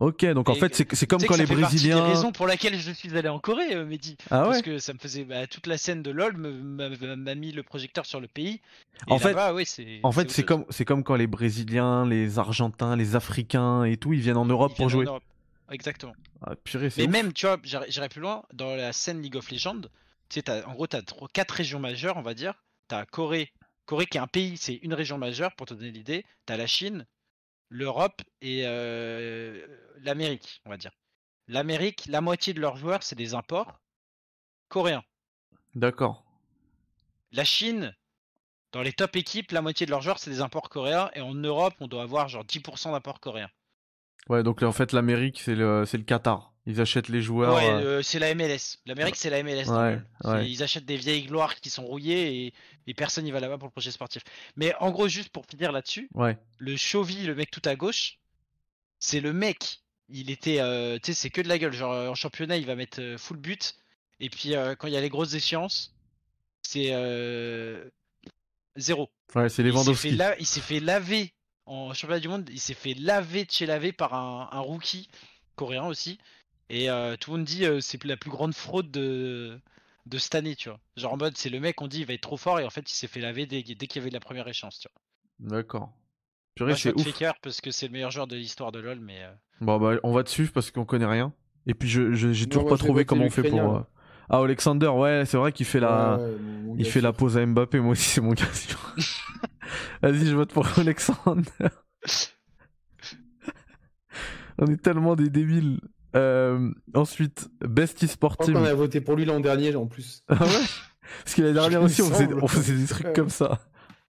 [SPEAKER 1] Ok, donc en
[SPEAKER 3] Et
[SPEAKER 1] fait c'est c'est comme
[SPEAKER 3] Tu sais
[SPEAKER 1] quand
[SPEAKER 3] que
[SPEAKER 1] les
[SPEAKER 3] ça fait partie des
[SPEAKER 1] Brésiliens.
[SPEAKER 3] raisons pour laquelle je suis allé en Corée, euh, Mehdi.
[SPEAKER 1] Ah ouais.
[SPEAKER 3] Parce que ça me faisait bah, toute la scène de LOL me- m'a m'a mis le projecteur sur le pays. Et
[SPEAKER 1] En fait-
[SPEAKER 3] là-bas, ouais, c'est.
[SPEAKER 1] En fait,
[SPEAKER 3] autre
[SPEAKER 1] c'est
[SPEAKER 3] chose.
[SPEAKER 1] comme c'est comme quand les Brésiliens, les Argentins, les Africains et tout, ils viennent en Europe
[SPEAKER 3] Ils
[SPEAKER 1] pour
[SPEAKER 3] viennent en
[SPEAKER 1] jouer.
[SPEAKER 3] Europe. Exactement.
[SPEAKER 1] Ah purée, c'est
[SPEAKER 3] Mais
[SPEAKER 1] ouf.
[SPEAKER 3] même, tu vois, j'irai- j'irai plus loin, dans la scène League of Legends, tu sais, t'as- en gros, t'as trois- quatre régions majeures, on va dire. T'as Corée, Corée qui est un pays, c'est une région majeure, pour te donner l'idée. T'as la Chine, l'Europe et euh, l'Amérique, on va dire. L'Amérique, la moitié de leurs joueurs, c'est des imports coréens.
[SPEAKER 1] D'accord.
[SPEAKER 3] La Chine, dans les top équipes, la moitié de leurs joueurs, c'est des imports coréens. Et en Europe, on doit avoir genre 10% d'imports coréens.
[SPEAKER 1] Ouais, donc là, en fait l'Amérique c'est le c'est le Qatar. Ils achètent les joueurs.
[SPEAKER 3] ouais,
[SPEAKER 1] euh,
[SPEAKER 3] euh, c'est la MLS. L'Amérique, c'est la MLS.
[SPEAKER 1] Ouais,
[SPEAKER 3] donc, euh,
[SPEAKER 1] ouais.
[SPEAKER 3] c'est- Ils achètent des vieilles gloires qui sont rouillées et, et personne n'y va là-bas pour le projet sportif. Mais en gros, juste pour finir là-dessus,
[SPEAKER 1] Ouais.
[SPEAKER 3] le Chovy, le mec tout à gauche, c'est le mec. Il était, euh, tu sais, c'est que de la gueule. Genre euh, en championnat, il va mettre euh, full but. Et puis euh, quand il y a les grosses échéances, c'est euh, zéro.
[SPEAKER 1] Ouais, c'est
[SPEAKER 3] Il s'est fait,
[SPEAKER 1] Lewandowski.
[SPEAKER 3] la- il s'est fait laver en championnat du monde. Il s'est fait laver de chez laver par un, un rookie coréen aussi. Et euh, tout le monde dit euh, c'est la plus grande fraude de, de cette année, tu vois. Genre en mode c'est le mec on dit il va être trop fort et en fait il s'est fait laver dès, dès qu'il y avait de la première échéance, tu vois.
[SPEAKER 1] D'accord.
[SPEAKER 3] Moi,
[SPEAKER 1] Purée,
[SPEAKER 3] je
[SPEAKER 1] c'est
[SPEAKER 3] vote
[SPEAKER 1] ouf.
[SPEAKER 3] Faker parce que c'est le meilleur joueur de l'histoire de LoL, mais euh,
[SPEAKER 1] Bon bah on va te suivre parce qu'on connaît rien. Et puis je je- j'ai
[SPEAKER 2] Non,
[SPEAKER 1] toujours
[SPEAKER 2] moi,
[SPEAKER 1] pas
[SPEAKER 2] je vais
[SPEAKER 1] trouvé
[SPEAKER 2] voter
[SPEAKER 1] comment on fait pour.
[SPEAKER 2] l'Ukrainien,
[SPEAKER 1] euh, Ah Alexander, ouais c'est vrai qu'il fait la
[SPEAKER 2] Ouais, ouais, mon
[SPEAKER 1] il
[SPEAKER 2] gars,
[SPEAKER 1] fait la pause à Mbappé. Moi aussi c'est mon gars. sûr. Vas-y je vote pour Alexander. on est tellement des débiles. Euh, ensuite Bestie
[SPEAKER 2] Je crois qu'on
[SPEAKER 1] Sportive.
[SPEAKER 2] a voté pour lui l'an dernier en plus.
[SPEAKER 1] Ah ouais Parce que la dernière
[SPEAKER 2] Il me
[SPEAKER 1] aussi on faisait
[SPEAKER 2] semble.
[SPEAKER 1] on faisait des trucs
[SPEAKER 2] Ouais.
[SPEAKER 1] comme ça.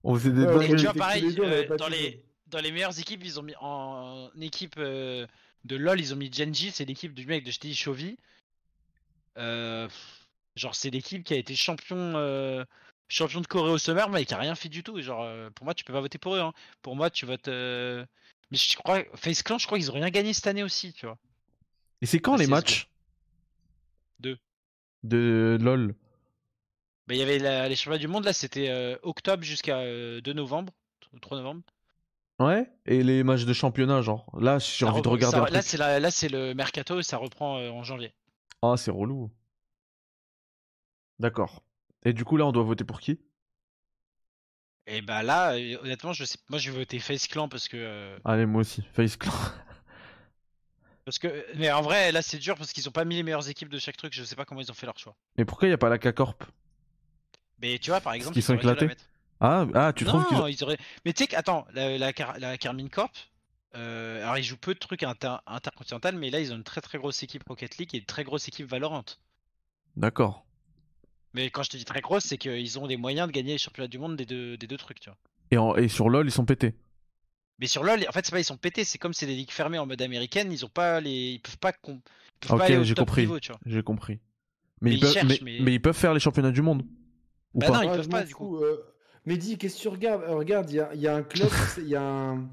[SPEAKER 1] On faisait des
[SPEAKER 2] Ouais,
[SPEAKER 1] dingueries.
[SPEAKER 3] Mais tu
[SPEAKER 2] ouais,
[SPEAKER 3] vois,
[SPEAKER 2] tous
[SPEAKER 3] pareil,
[SPEAKER 2] les deux, on
[SPEAKER 3] euh,
[SPEAKER 2] avait pas
[SPEAKER 3] dans
[SPEAKER 2] tout
[SPEAKER 3] les- dans les meilleures équipes, ils ont mis en équipe euh, de LoL, ils ont mis Genji, c'est l'équipe du mec de JTI Chovy. Euh, pff, genre, c'est l'équipe qui a été champion, euh, champion de Corée au Summer, mais qui a rien fait du tout. Genre, euh, pour moi, tu peux pas voter pour eux. hein. Pour moi, tu votes. euh, Mais je crois, Face Clan, je crois qu'ils ont rien gagné cette année aussi, tu vois.
[SPEAKER 1] Et c'est quand
[SPEAKER 3] Ah,
[SPEAKER 1] les
[SPEAKER 3] CSGO.
[SPEAKER 1] matchs
[SPEAKER 3] Deux.
[SPEAKER 1] De LOL.
[SPEAKER 3] Bah, il y avait la- les championnats du monde, là, c'était euh, octobre jusqu'à euh, 2 novembre, 3 novembre.
[SPEAKER 1] Ouais. Et les matchs de championnat, genre. Là, j'ai
[SPEAKER 3] Ça
[SPEAKER 1] envie de
[SPEAKER 3] reprend-
[SPEAKER 1] regarder
[SPEAKER 3] Ah, ça-
[SPEAKER 1] un
[SPEAKER 3] là,
[SPEAKER 1] truc.
[SPEAKER 3] c'est la- là, c'est le mercato, ça reprend euh, en janvier.
[SPEAKER 1] Ah, c'est relou. D'accord. Et du coup, là, on doit voter pour qui
[SPEAKER 3] Et bah là, euh, honnêtement, je sais, moi je vais voter Face Clan parce que, euh,
[SPEAKER 1] Allez, moi aussi. Face Clan.
[SPEAKER 3] parce que, mais en vrai, là c'est dur parce qu'ils ont pas mis les meilleures équipes de chaque truc. Je sais pas comment ils ont fait leur choix.
[SPEAKER 1] Mais pourquoi il n'y a pas la K-Corp
[SPEAKER 3] Mais tu vois, par exemple,
[SPEAKER 1] qu'ils sont
[SPEAKER 3] auraient dû la
[SPEAKER 1] éclatés
[SPEAKER 3] mettre.
[SPEAKER 1] ah, ah, tu trouves qu'ils
[SPEAKER 3] non,
[SPEAKER 1] ont...
[SPEAKER 3] ils auraient. Mais tu sais que, attends, la, la, Car- la Carmine Corp, euh, alors ils jouent peu de trucs inter intercontinentales, mais là ils ont une très très grosse équipe Rocket League et une très grosse équipe Valorant.
[SPEAKER 1] D'accord.
[SPEAKER 3] Mais quand je te dis très grosse, c'est qu'ils ont des moyens de gagner les championnats du monde des deux, des deux trucs, tu vois.
[SPEAKER 1] Et, en- et sur LoL, ils sont pétés.
[SPEAKER 3] Mais sur LoL, en fait, c'est pas ils sont pétés, c'est comme c'est des ligues fermées en mode américaine, ils ont pas les, ils peuvent pas, com- ils peuvent
[SPEAKER 1] Ok,
[SPEAKER 3] pas aller au
[SPEAKER 1] j'ai
[SPEAKER 3] top
[SPEAKER 1] compris.
[SPEAKER 3] niveau, tu vois.
[SPEAKER 1] J'ai compris. Mais,
[SPEAKER 3] Mais
[SPEAKER 1] ils
[SPEAKER 3] ils
[SPEAKER 1] peuvent,
[SPEAKER 3] cherchent,
[SPEAKER 1] mais,
[SPEAKER 3] mais-
[SPEAKER 1] mais ils peuvent faire les championnats du monde. Ou
[SPEAKER 3] Bah
[SPEAKER 1] pas
[SPEAKER 3] non, ils
[SPEAKER 2] Ouais,
[SPEAKER 3] peuvent
[SPEAKER 2] je
[SPEAKER 3] pas,
[SPEAKER 2] m'en
[SPEAKER 3] du
[SPEAKER 2] fous, euh, Mehdi, qu'est-ce que tu regardes Euh, Regarde, il y a, il y a un club, c'est- il y a un.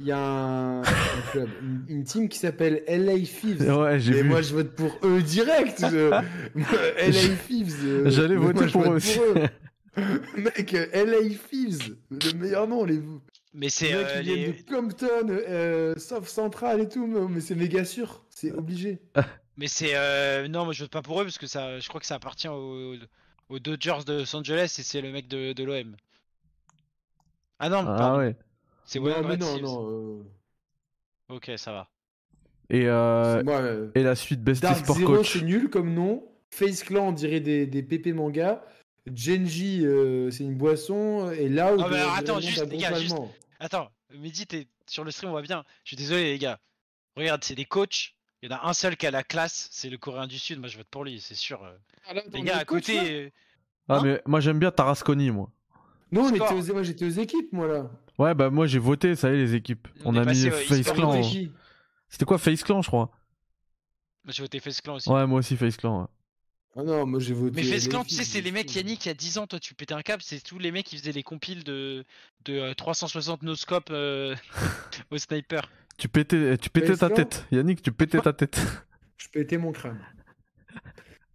[SPEAKER 2] Il y a un, un club, une, une team qui s'appelle LA Thieves.
[SPEAKER 1] Ouais, j'ai
[SPEAKER 2] Et
[SPEAKER 1] vu.
[SPEAKER 2] moi, je vote pour eux direct. je- Moi, LA Thieves. euh,
[SPEAKER 1] J'allais
[SPEAKER 2] moi,
[SPEAKER 1] voter
[SPEAKER 2] je
[SPEAKER 1] pour
[SPEAKER 2] vote
[SPEAKER 1] eux aussi.
[SPEAKER 2] eux. Mec, euh, LA Thieves, le meilleur nom, les vous.
[SPEAKER 3] Mais
[SPEAKER 2] Les
[SPEAKER 3] c'est,
[SPEAKER 2] mecs
[SPEAKER 3] euh,
[SPEAKER 2] qui viennent
[SPEAKER 3] les-
[SPEAKER 2] de Compton, euh, South Central et tout, mais, mais c'est méga sûr, c'est obligé.
[SPEAKER 3] mais c'est, euh, non, moi je vote pas pour eux parce que ça, je crois que ça appartient aux, aux Dodgers de Los Angeles et c'est le mec de, de l'OM. Ah non,
[SPEAKER 1] Ah
[SPEAKER 3] pardon,
[SPEAKER 1] ouais.
[SPEAKER 3] c'est
[SPEAKER 2] non,
[SPEAKER 3] Wayne
[SPEAKER 2] mais
[SPEAKER 3] Brett
[SPEAKER 2] non, euh,
[SPEAKER 3] Sims.
[SPEAKER 2] non.
[SPEAKER 3] Ok, ça va.
[SPEAKER 1] Et, euh,
[SPEAKER 2] euh, moi, euh,
[SPEAKER 1] et la suite Best
[SPEAKER 2] Dark
[SPEAKER 1] Sport
[SPEAKER 2] Zero,
[SPEAKER 1] Coach.
[SPEAKER 2] c'est nul comme nom. Face Clan, on dirait des, des PP manga. Genji, euh, c'est une boisson. Et là où.
[SPEAKER 3] Ah, mais alors, attends, juste, les gars, juste. Attends, Mehdi, t'es sur le stream, on va bien. Je suis désolé, les gars. Regarde, c'est des coachs. Il y en a un seul qui a la classe, c'est le Coréen du Sud. Moi, je vote pour lui, c'est sûr. euh. Les gars, à côté, euh,
[SPEAKER 1] Ah,
[SPEAKER 3] Hein
[SPEAKER 1] mais moi j'aime bien Tarasconi, moi.
[SPEAKER 2] Non, on
[SPEAKER 3] Score.
[SPEAKER 2] était aux- moi j'étais aux équipes, moi là.
[SPEAKER 1] Ouais, bah moi j'ai voté, ça y est, les équipes.
[SPEAKER 3] On
[SPEAKER 1] On,
[SPEAKER 3] est
[SPEAKER 1] a mis
[SPEAKER 3] passé, ouais,
[SPEAKER 1] Face
[SPEAKER 3] histoire
[SPEAKER 1] Clan.
[SPEAKER 2] C'était
[SPEAKER 1] hein.
[SPEAKER 2] qui
[SPEAKER 1] C'était quoi Face Clan, je crois
[SPEAKER 3] j'ai voté Face Clan aussi.
[SPEAKER 1] Ouais, moi aussi Face Clan. ouais.
[SPEAKER 2] Ah non, moi j'ai voté.
[SPEAKER 3] Mais Face Clan,
[SPEAKER 2] les
[SPEAKER 3] tu sais,
[SPEAKER 2] filles,
[SPEAKER 3] c'est les mecs,
[SPEAKER 2] filles.
[SPEAKER 3] Yannick, il y a 10 ans, toi, tu pétais un câble. C'est tous les mecs qui faisaient les compiles de, de euh, 360 no-scope euh, au sniper.
[SPEAKER 1] Tu pétais, tu pétais
[SPEAKER 2] Face
[SPEAKER 1] ta
[SPEAKER 2] Clan
[SPEAKER 1] tête. Yannick, tu pétais ta tête.
[SPEAKER 2] Je pétais mon crâne.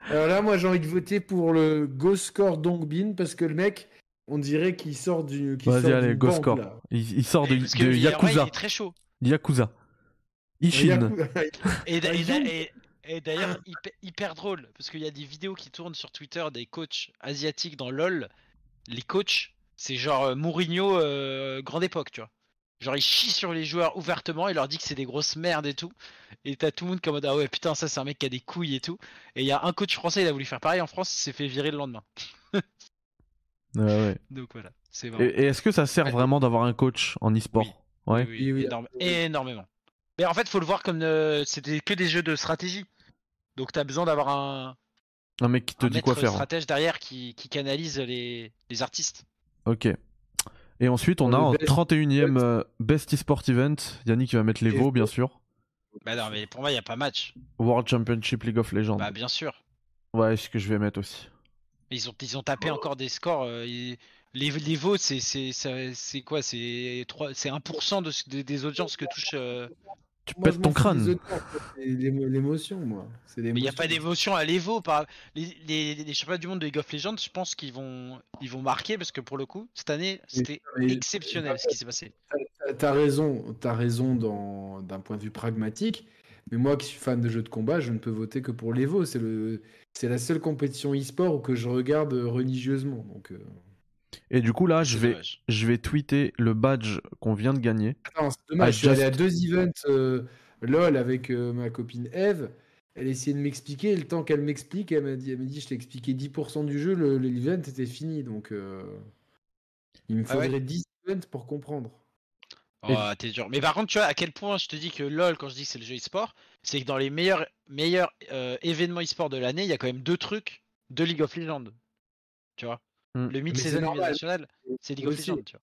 [SPEAKER 2] Alors là, moi j'ai envie de voter pour le Go Score Dongbin parce que le mec, on dirait qu'il sort du. qu'il
[SPEAKER 1] Vas-y,
[SPEAKER 2] sort
[SPEAKER 1] allez,
[SPEAKER 2] d'une
[SPEAKER 1] go
[SPEAKER 2] bande,
[SPEAKER 1] score.
[SPEAKER 2] là.
[SPEAKER 1] Il, il sort de,
[SPEAKER 3] Parce que
[SPEAKER 1] de
[SPEAKER 3] lui, en vrai,
[SPEAKER 1] Yakuza.
[SPEAKER 3] il est très chaud.
[SPEAKER 1] Yakuza.
[SPEAKER 2] Et
[SPEAKER 1] Ishin.
[SPEAKER 2] Yakuza-
[SPEAKER 3] Et, d'a-
[SPEAKER 2] Ah,
[SPEAKER 3] et d'a-
[SPEAKER 2] Young. Ah.
[SPEAKER 3] et- et d'ailleurs, hyper, hyper drôle, parce qu'il y a des vidéos qui tournent sur Twitter des coachs asiatiques dans LoL. Les coachs, c'est genre euh, Mourinho, euh, grande époque, tu vois. Genre, il chie sur les joueurs ouvertement, il leur dit que c'est des grosses merdes et tout. Et t'as tout le monde comme Ah ouais, putain, ça c'est un mec qui a des couilles et tout. Et il y a un coach français, il a voulu faire pareil en France, il s'est fait virer le lendemain.
[SPEAKER 1] Ouais, ouais.
[SPEAKER 3] Donc voilà, c'est marrant.
[SPEAKER 1] Et, et est-ce que ça sert
[SPEAKER 3] Ouais.
[SPEAKER 1] vraiment d'avoir un coach en e-sport Ouais.
[SPEAKER 3] Oui,
[SPEAKER 2] Oui, oui,
[SPEAKER 3] énorme-
[SPEAKER 2] absolument.
[SPEAKER 3] énormément. Mais en fait, faut le voir comme euh, c'était que des jeux de stratégie. Donc t'as besoin d'avoir un,
[SPEAKER 1] Un mec qui te
[SPEAKER 3] un
[SPEAKER 1] dit quoi
[SPEAKER 3] maître
[SPEAKER 1] faire. hein.
[SPEAKER 3] stratège derrière qui, qui canalise les, les artistes.
[SPEAKER 1] Ok. Et ensuite, on
[SPEAKER 2] Dans
[SPEAKER 1] a
[SPEAKER 2] le
[SPEAKER 1] en
[SPEAKER 2] best-
[SPEAKER 1] 31ème euh, Best e-sport event. Yannick qui va mettre les
[SPEAKER 2] Et-
[SPEAKER 1] veaux, bien sûr.
[SPEAKER 3] Bah non, mais pour moi, il n'y a pas match.
[SPEAKER 1] World Championship League of Legends.
[SPEAKER 3] Bah bien sûr.
[SPEAKER 1] Ouais, c'est ce que je vais mettre aussi.
[SPEAKER 3] Mais Ils ont, ils ont tapé encore des scores. euh, et- les, les votes, c'est, c'est, ça- c'est quoi C'est, trois- c'est 1% de, ce- des- des audiences que touche. euh,
[SPEAKER 1] Tu
[SPEAKER 2] Moi, je
[SPEAKER 1] pètes
[SPEAKER 2] m'en
[SPEAKER 1] ton
[SPEAKER 2] fous des
[SPEAKER 1] crâne.
[SPEAKER 2] auteurs, c'est l'é- L'émotion, moi. C'est
[SPEAKER 3] Mais il n'y a
[SPEAKER 2] l'émotion.
[SPEAKER 3] pas d'émotion à l'Evo. Par... Les, les, les championnats du monde de League of Legends, je pense qu'ils vont, ils vont marquer parce que pour le coup, cette année, c'était
[SPEAKER 2] Mais-
[SPEAKER 3] exceptionnel ce qui s'est passé.
[SPEAKER 2] T'as- T'as raison, t'as raison dans- d'un point de vue pragmatique, mais moi qui suis fan de jeux de combat, je ne peux voter que pour l'Evo. C'est le, c'est la seule compétition e-sport que je regarde euh, religieusement. Donc, euh.
[SPEAKER 1] Et du coup, là, Ah, je
[SPEAKER 3] C'est
[SPEAKER 1] vais,
[SPEAKER 3] dommage.
[SPEAKER 1] je vais tweeter le badge qu'on vient de gagner.
[SPEAKER 2] Attends, c'est dommage.
[SPEAKER 1] Ah,
[SPEAKER 2] je suis allé
[SPEAKER 1] just-
[SPEAKER 2] à deux events euh, LOL avec euh, ma copine Eve. Elle essayait de m'expliquer, et le temps qu'elle m'explique, elle m'a dit, elle m'a dit, je t'ai expliqué 10% du jeu, le- l'event était fini. Donc, euh, il me
[SPEAKER 3] Ah ouais.
[SPEAKER 2] faudrait 10 events pour comprendre.
[SPEAKER 1] Et-
[SPEAKER 3] Oh, t'es dur. Mais par contre, tu vois, à quel point je te dis que LoL, quand je dis que c'est le jeu e-sport, c'est que dans les meilleurs, meilleurs euh, événements e-sport de l'année, il y a quand même deux trucs de League of Legends. Tu vois
[SPEAKER 1] Mm.
[SPEAKER 3] Le
[SPEAKER 2] Mais c'est
[SPEAKER 3] mid-season
[SPEAKER 2] normal.
[SPEAKER 3] national, c'est League of
[SPEAKER 2] Aussi.
[SPEAKER 3] Legends. tu vois.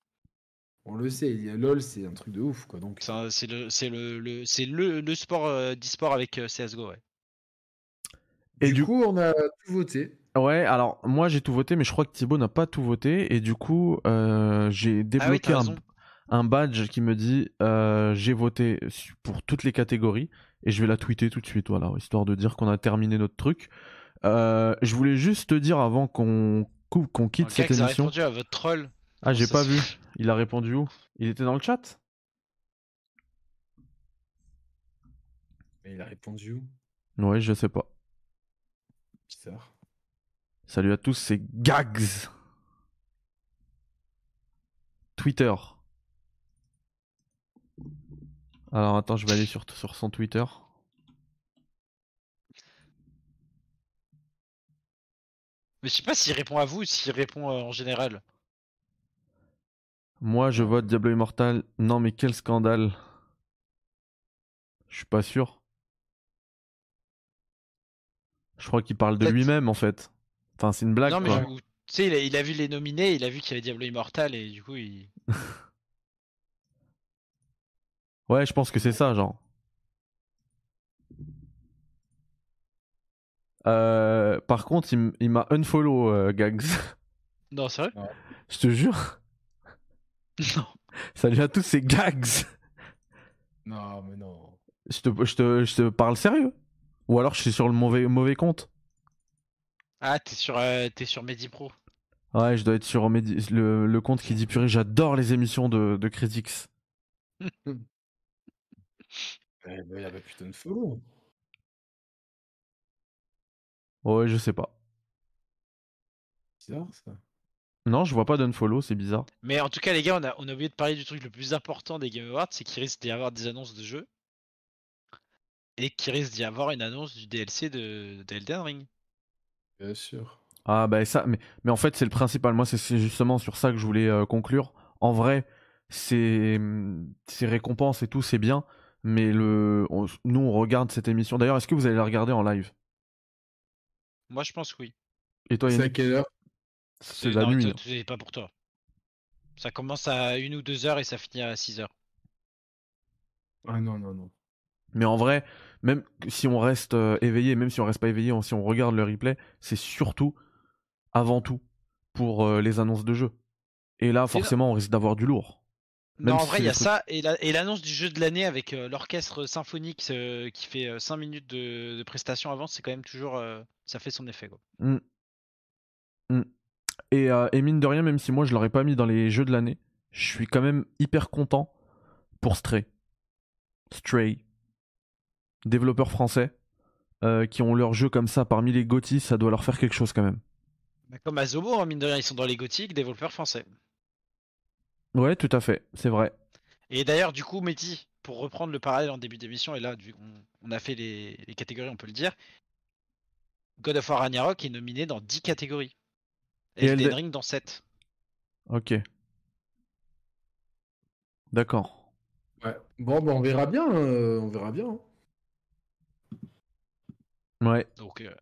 [SPEAKER 2] On le sait, il y a LOL, c'est un truc de ouf. Quoi, donc,
[SPEAKER 3] C'est un- C'est le, c'est le, le- c'est le, le sport euh, d'e-sport avec euh, CSGO, ouais.
[SPEAKER 1] Et
[SPEAKER 2] du,
[SPEAKER 1] du
[SPEAKER 2] coup, on a tout voté.
[SPEAKER 1] Ouais, alors moi j'ai tout voté, mais je crois que Thibaut n'a pas tout voté. Et du coup, euh, j'ai
[SPEAKER 3] Ah oui,
[SPEAKER 1] débloqué
[SPEAKER 3] t'as
[SPEAKER 1] un,
[SPEAKER 3] raison.
[SPEAKER 1] un badge qui me dit euh, j'ai voté su- pour toutes les catégories et je vais la tweeter tout de suite, voilà, histoire de dire qu'on a terminé notre truc. Euh, je voulais juste te dire avant qu'on cou- qu'on quitte
[SPEAKER 3] Gags
[SPEAKER 1] cette
[SPEAKER 3] a
[SPEAKER 1] émission.
[SPEAKER 3] répondu à votre troll.
[SPEAKER 1] Ah, j'ai
[SPEAKER 3] Ça
[SPEAKER 1] pas
[SPEAKER 3] se-
[SPEAKER 1] vu. Il a répondu où Il était dans le chat
[SPEAKER 2] Mais il a répondu où
[SPEAKER 1] Ouais, je sais pas.
[SPEAKER 2] Bizarre.
[SPEAKER 1] Salut à tous, c'est Gags. Twitter. Alors attends, je vais aller sur, sur son Twitter.
[SPEAKER 3] Mais je sais pas s'il répond à vous ou s'il répond euh, en général.
[SPEAKER 1] Moi, je vote Diablo Immortal. Non, mais quel scandale. Je suis pas sûr. Je crois qu'il parle de
[SPEAKER 3] Peut-être.
[SPEAKER 1] lui-même en fait. Enfin, c'est une blague.
[SPEAKER 3] non, mais
[SPEAKER 1] quoi.
[SPEAKER 3] je- ou- tu sais, il, a- il a vu les nominés, il a vu qu'il y avait Diablo Immortal et du coup, il.
[SPEAKER 1] Ouais, je pense que c'est ça, genre. Euh, par contre, il m- il m'a unfollow, euh, Gags.
[SPEAKER 3] Non, c'est vrai
[SPEAKER 1] Je te jure.
[SPEAKER 3] Non.
[SPEAKER 1] Salut à tous, c'est Gags.
[SPEAKER 2] Non, mais non.
[SPEAKER 1] Je te, je te- je te parle sérieux. Ou alors je suis sur le mauvais, mauvais compte.
[SPEAKER 3] Ah, t'es sur, euh, t'es sur MediPro.
[SPEAKER 1] Ouais, je dois être sur Medi- le, le compte qui dit purée, j'adore les émissions de, de Critics.
[SPEAKER 2] Eh ben, il avait putain de follow.
[SPEAKER 1] Ouais, je sais pas.
[SPEAKER 2] Bizarre, ça.
[SPEAKER 1] Non, je vois pas d'unfollow, c'est bizarre.
[SPEAKER 3] Mais en tout cas, les gars, on a, on a oublié de parler du truc le plus important des Game Awards, c'est qu'il risque d'y avoir des annonces de jeux. Et qu'il risque d'y avoir une annonce du DLC de d'Elden Ring.
[SPEAKER 2] Bien sûr.
[SPEAKER 1] Ah bah ça, mais, mais en fait c'est le principal. Moi c'est- c'est justement sur ça que je voulais euh, conclure. En vrai, ces, ces récompenses et tout c'est bien, mais le, on- nous on regarde cette émission. D'ailleurs, est-ce que vous allez la regarder en live
[SPEAKER 3] Moi, je pense oui.
[SPEAKER 1] Et toi,
[SPEAKER 2] C'est à
[SPEAKER 1] Yannick
[SPEAKER 2] quelle heure
[SPEAKER 1] C'est
[SPEAKER 3] Euh,
[SPEAKER 1] la
[SPEAKER 3] non,
[SPEAKER 1] nuit.
[SPEAKER 3] toi, C'est pas pour toi. Ça commence à une ou deux heures et ça finit à 6 heures.
[SPEAKER 2] Ah non, non, non.
[SPEAKER 1] Mais en vrai, même si on reste euh, éveillé, même si on reste pas éveillé, on- si on regarde le replay, c'est surtout, avant tout, pour euh, les annonces de jeu. Et là, forcément, on risque d'avoir du lourd. Même
[SPEAKER 3] non, en
[SPEAKER 1] si
[SPEAKER 3] vrai,
[SPEAKER 1] c'est
[SPEAKER 3] il y a
[SPEAKER 1] des trucs-
[SPEAKER 3] ça et la- et l'annonce du jeu de l'année avec euh, l'orchestre symphonique euh, qui fait 5 minutes de, de prestation avant, c'est quand même toujours. euh, ça fait son effet, quoi.
[SPEAKER 1] Et, euh, et mine de rien, même si moi je l'aurais pas mis dans les jeux de l'année, je suis quand même hyper content pour Stray. Stray. Développeurs français euh, qui ont leur jeu comme ça parmi les GOTY, ça doit leur faire quelque chose quand même.
[SPEAKER 3] Bah, Comme Azobo, hein, mine de rien, ils sont dans les gothiques, développeurs français.
[SPEAKER 1] Ouais, tout à fait, c'est vrai.
[SPEAKER 3] Et d'ailleurs, du coup, Mehdi, pour reprendre le parallèle en début d'émission, et là, vu qu'on on a fait les, les catégories, on peut le dire, God of War Ragnarok est nominé dans 10 catégories.
[SPEAKER 1] Et
[SPEAKER 3] Et
[SPEAKER 1] Elden-
[SPEAKER 3] Elden Ring dans 7.
[SPEAKER 1] Ok. D'accord.
[SPEAKER 2] Ouais. Bon, ben, on verra bien. euh, on verra bien. hein.
[SPEAKER 1] Ouais.
[SPEAKER 3] Donc, euh,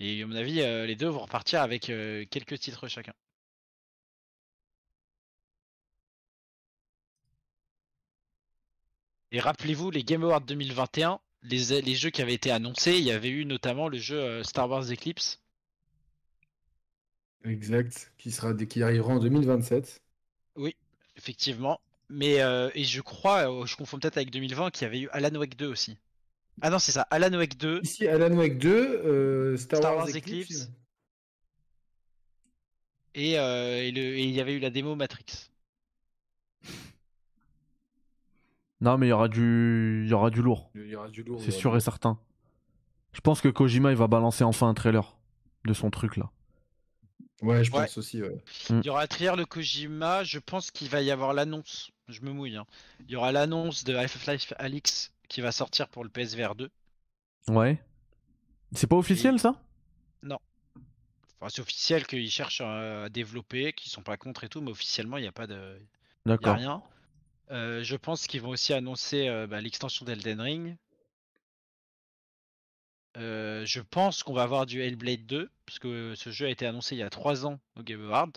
[SPEAKER 3] et à mon avis, euh, les deux vont repartir avec euh, quelques titres chacun. Et rappelez-vous, les Game Awards 2021, les, les jeux qui avaient été annoncés, il y avait eu notamment le jeu euh, Star Wars Eclipse,
[SPEAKER 2] Exact. Qui, sera, qui arrivera en 2027.
[SPEAKER 3] Effectivement. Mais euh, et je crois, euh, je confonds peut-être avec 2020, qu'il y avait eu Alan Wake 2 aussi. Ah non, c'est ça, Alan Wake 2.
[SPEAKER 2] Ici, Alan Wake 2, euh, Star,
[SPEAKER 3] Star
[SPEAKER 2] Wars,
[SPEAKER 3] Wars
[SPEAKER 2] Eclipse.
[SPEAKER 3] Eclipse. Et, euh, et le- et il y avait eu la démo Matrix.
[SPEAKER 1] Non, mais il y aura du, il y aura du lourd.
[SPEAKER 2] Il y aura du lourd. il y
[SPEAKER 1] C'est
[SPEAKER 2] aura
[SPEAKER 1] sûr
[SPEAKER 2] du
[SPEAKER 1] et certain. Je pense que Kojima, il va balancer enfin un trailer de son truc là.
[SPEAKER 2] lourd. Ouais, je
[SPEAKER 3] Ouais.
[SPEAKER 2] pense aussi. ouais.
[SPEAKER 1] Mm.
[SPEAKER 3] Il y aura un trailer de Kojima, je pense qu'il va y avoir l'annonce, je me mouille, hein. il y aura l'annonce de Half-Life Alix qui va sortir pour le PSVR 2.
[SPEAKER 1] Ouais. C'est pas officiel ça
[SPEAKER 3] Enfin, c'est officiel qu'ils cherchent euh, à développer, qu'ils sont pas contre et tout, mais officiellement, il n'y a pas de, Il a
[SPEAKER 1] D'accord.
[SPEAKER 3] rien. Euh, je pense qu'ils vont aussi annoncer euh, bah, l'extension d'Elden Ring. Euh, je pense qu'on va avoir du Hellblade 2, parce que ce jeu a été annoncé il y a 3 ans au Game Awards.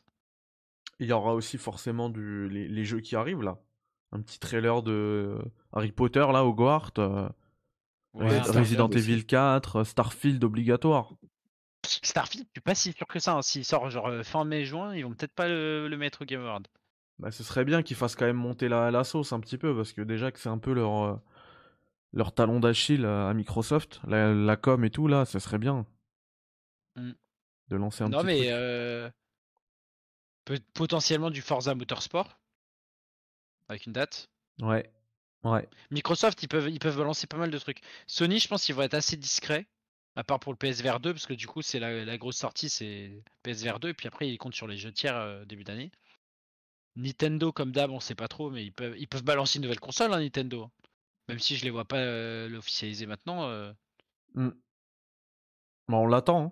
[SPEAKER 1] Il y aura aussi forcément du... les, les jeux qui arrivent là. Un petit trailer de euh, Harry Potter là, Hogwarts, euh,
[SPEAKER 2] Ouais,
[SPEAKER 1] Res-
[SPEAKER 2] Starfield
[SPEAKER 1] Resident
[SPEAKER 2] aussi.
[SPEAKER 1] Evil 4, euh, Starfield obligatoire.
[SPEAKER 3] Starfield, je suis pas si sûr que ça. hein. S'il sort genre euh, fin mai-juin, ils vont peut-être pas le, le mettre au Game Awards.
[SPEAKER 1] Bah, ce serait bien qu'ils fassent quand même monter la, la sauce un petit peu parce que déjà que c'est un peu leur, euh, leur talon d'Achille euh, à Microsoft, la, la com et tout là, ce serait bien
[SPEAKER 3] Mm.
[SPEAKER 1] de lancer un
[SPEAKER 3] Non,
[SPEAKER 1] petit
[SPEAKER 3] mais
[SPEAKER 1] truc.
[SPEAKER 3] euh, peut- potentiellement du Forza Motorsport, avec une date.
[SPEAKER 1] Ouais. Ouais.
[SPEAKER 3] Microsoft, ils peuvent, ils peuvent balancer pas mal de trucs. Sony, je pense qu'ils vont être assez discrets, à part pour le PSVR 2, parce que du coup, c'est la, la grosse sortie, c'est PSVR 2, et puis après, ils comptent sur les jeux tiers euh, début d'année. Nintendo, comme d'hab, on sait pas trop, mais ils peuvent, ils peuvent balancer une nouvelle console, hein, Nintendo. Même si je les vois pas euh, l'officialiser maintenant. euh.
[SPEAKER 1] Bah, on l'attend. hein.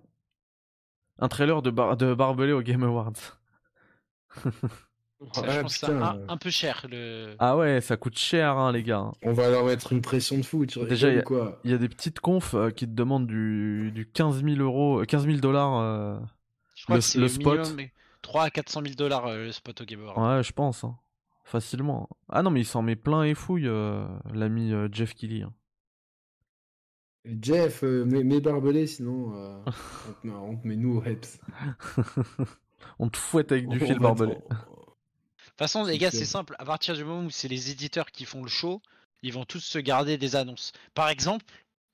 [SPEAKER 1] Un trailer de, Bar- de Barbelé au Game Awards.
[SPEAKER 3] Ça,
[SPEAKER 2] Ah,
[SPEAKER 3] je pense que c'est
[SPEAKER 2] putain.
[SPEAKER 3] un, un peu cher. Le...
[SPEAKER 1] Ah ouais, ça coûte cher, hein, les gars.
[SPEAKER 2] On va leur mettre une pression de fou, tu
[SPEAKER 1] Déjà,
[SPEAKER 2] rigoles
[SPEAKER 1] y
[SPEAKER 2] ou quoi
[SPEAKER 1] Il y a des petites confs euh, qui te demandent du, du 15 000 euros, euh, 15 000 dollars. euh,
[SPEAKER 3] je crois
[SPEAKER 1] le-
[SPEAKER 3] que c'est
[SPEAKER 1] le
[SPEAKER 3] minimum,
[SPEAKER 1] spot.
[SPEAKER 3] mais 3 à 400 000 dollars euh, le spot au Game Award.
[SPEAKER 1] Ouais, je pense. hein. Facilement. Ah non, mais il s'en met plein et fouille, euh, l'ami euh, Jeff Kelly. hein.
[SPEAKER 2] Jeff, euh, mets, mets barbelé, sinon euh, on, te met, on te met nous au reps.
[SPEAKER 1] On te fouette avec du
[SPEAKER 2] On- on
[SPEAKER 1] fil
[SPEAKER 2] va-
[SPEAKER 1] barbelé.
[SPEAKER 3] De toute façon, les
[SPEAKER 2] Ok.
[SPEAKER 3] gars, c'est simple. À partir du moment où c'est les éditeurs qui font le show, ils vont tous se garder des annonces. Par exemple,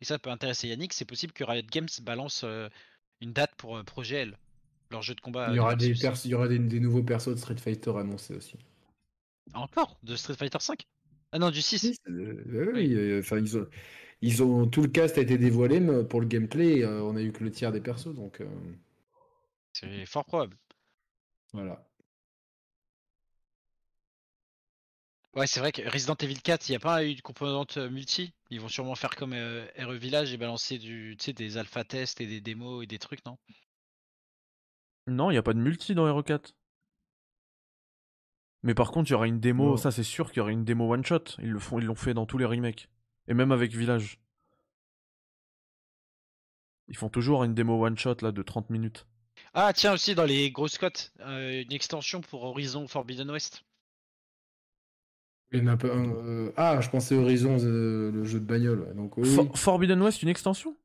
[SPEAKER 3] et ça peut intéresser Yannick, c'est possible que Riot Games balance euh, une date pour euh, Projet L, leur jeu de combat.
[SPEAKER 2] Il
[SPEAKER 3] euh,
[SPEAKER 2] y aura, des,
[SPEAKER 3] versus.
[SPEAKER 2] pers- il y aura des, des nouveaux persos de Street Fighter annoncés aussi.
[SPEAKER 3] Encore De Street Fighter 5 Ah non, du 6
[SPEAKER 2] Euh, ouais, oui, euh, enfin, ils, ont, ils ont- tout le cast a été dévoilé, mais pour le gameplay, euh, on a eu que le tiers des persos, donc euh,
[SPEAKER 3] C'est fort probable.
[SPEAKER 2] voilà.
[SPEAKER 3] Ouais, c'est vrai que Resident Evil 4, il n'y a pas eu de composante euh, multi. Ils vont sûrement faire comme euh, RE Village et balancer du, tu sais, des alpha tests et des démos et des trucs, non
[SPEAKER 1] Non, il n'y a pas de multi dans Hero 4. Mais par contre, il y aura une démo,
[SPEAKER 2] Non.
[SPEAKER 1] ça c'est sûr qu'il y aura une démo one shot. Ils le font, ils l'ont fait dans tous les remakes. Et même avec Village. Ils font toujours une démo one shot là de 30 minutes.
[SPEAKER 3] Ah, tiens, aussi dans les grosses cotes, euh, une extension pour Horizon Forbidden West.
[SPEAKER 2] Il y en a pas un, euh, ah, je pensais Horizon, euh, le jeu de bagnole. ouais, Donc, oui,
[SPEAKER 1] For-
[SPEAKER 2] oui.
[SPEAKER 1] Forbidden West, une extension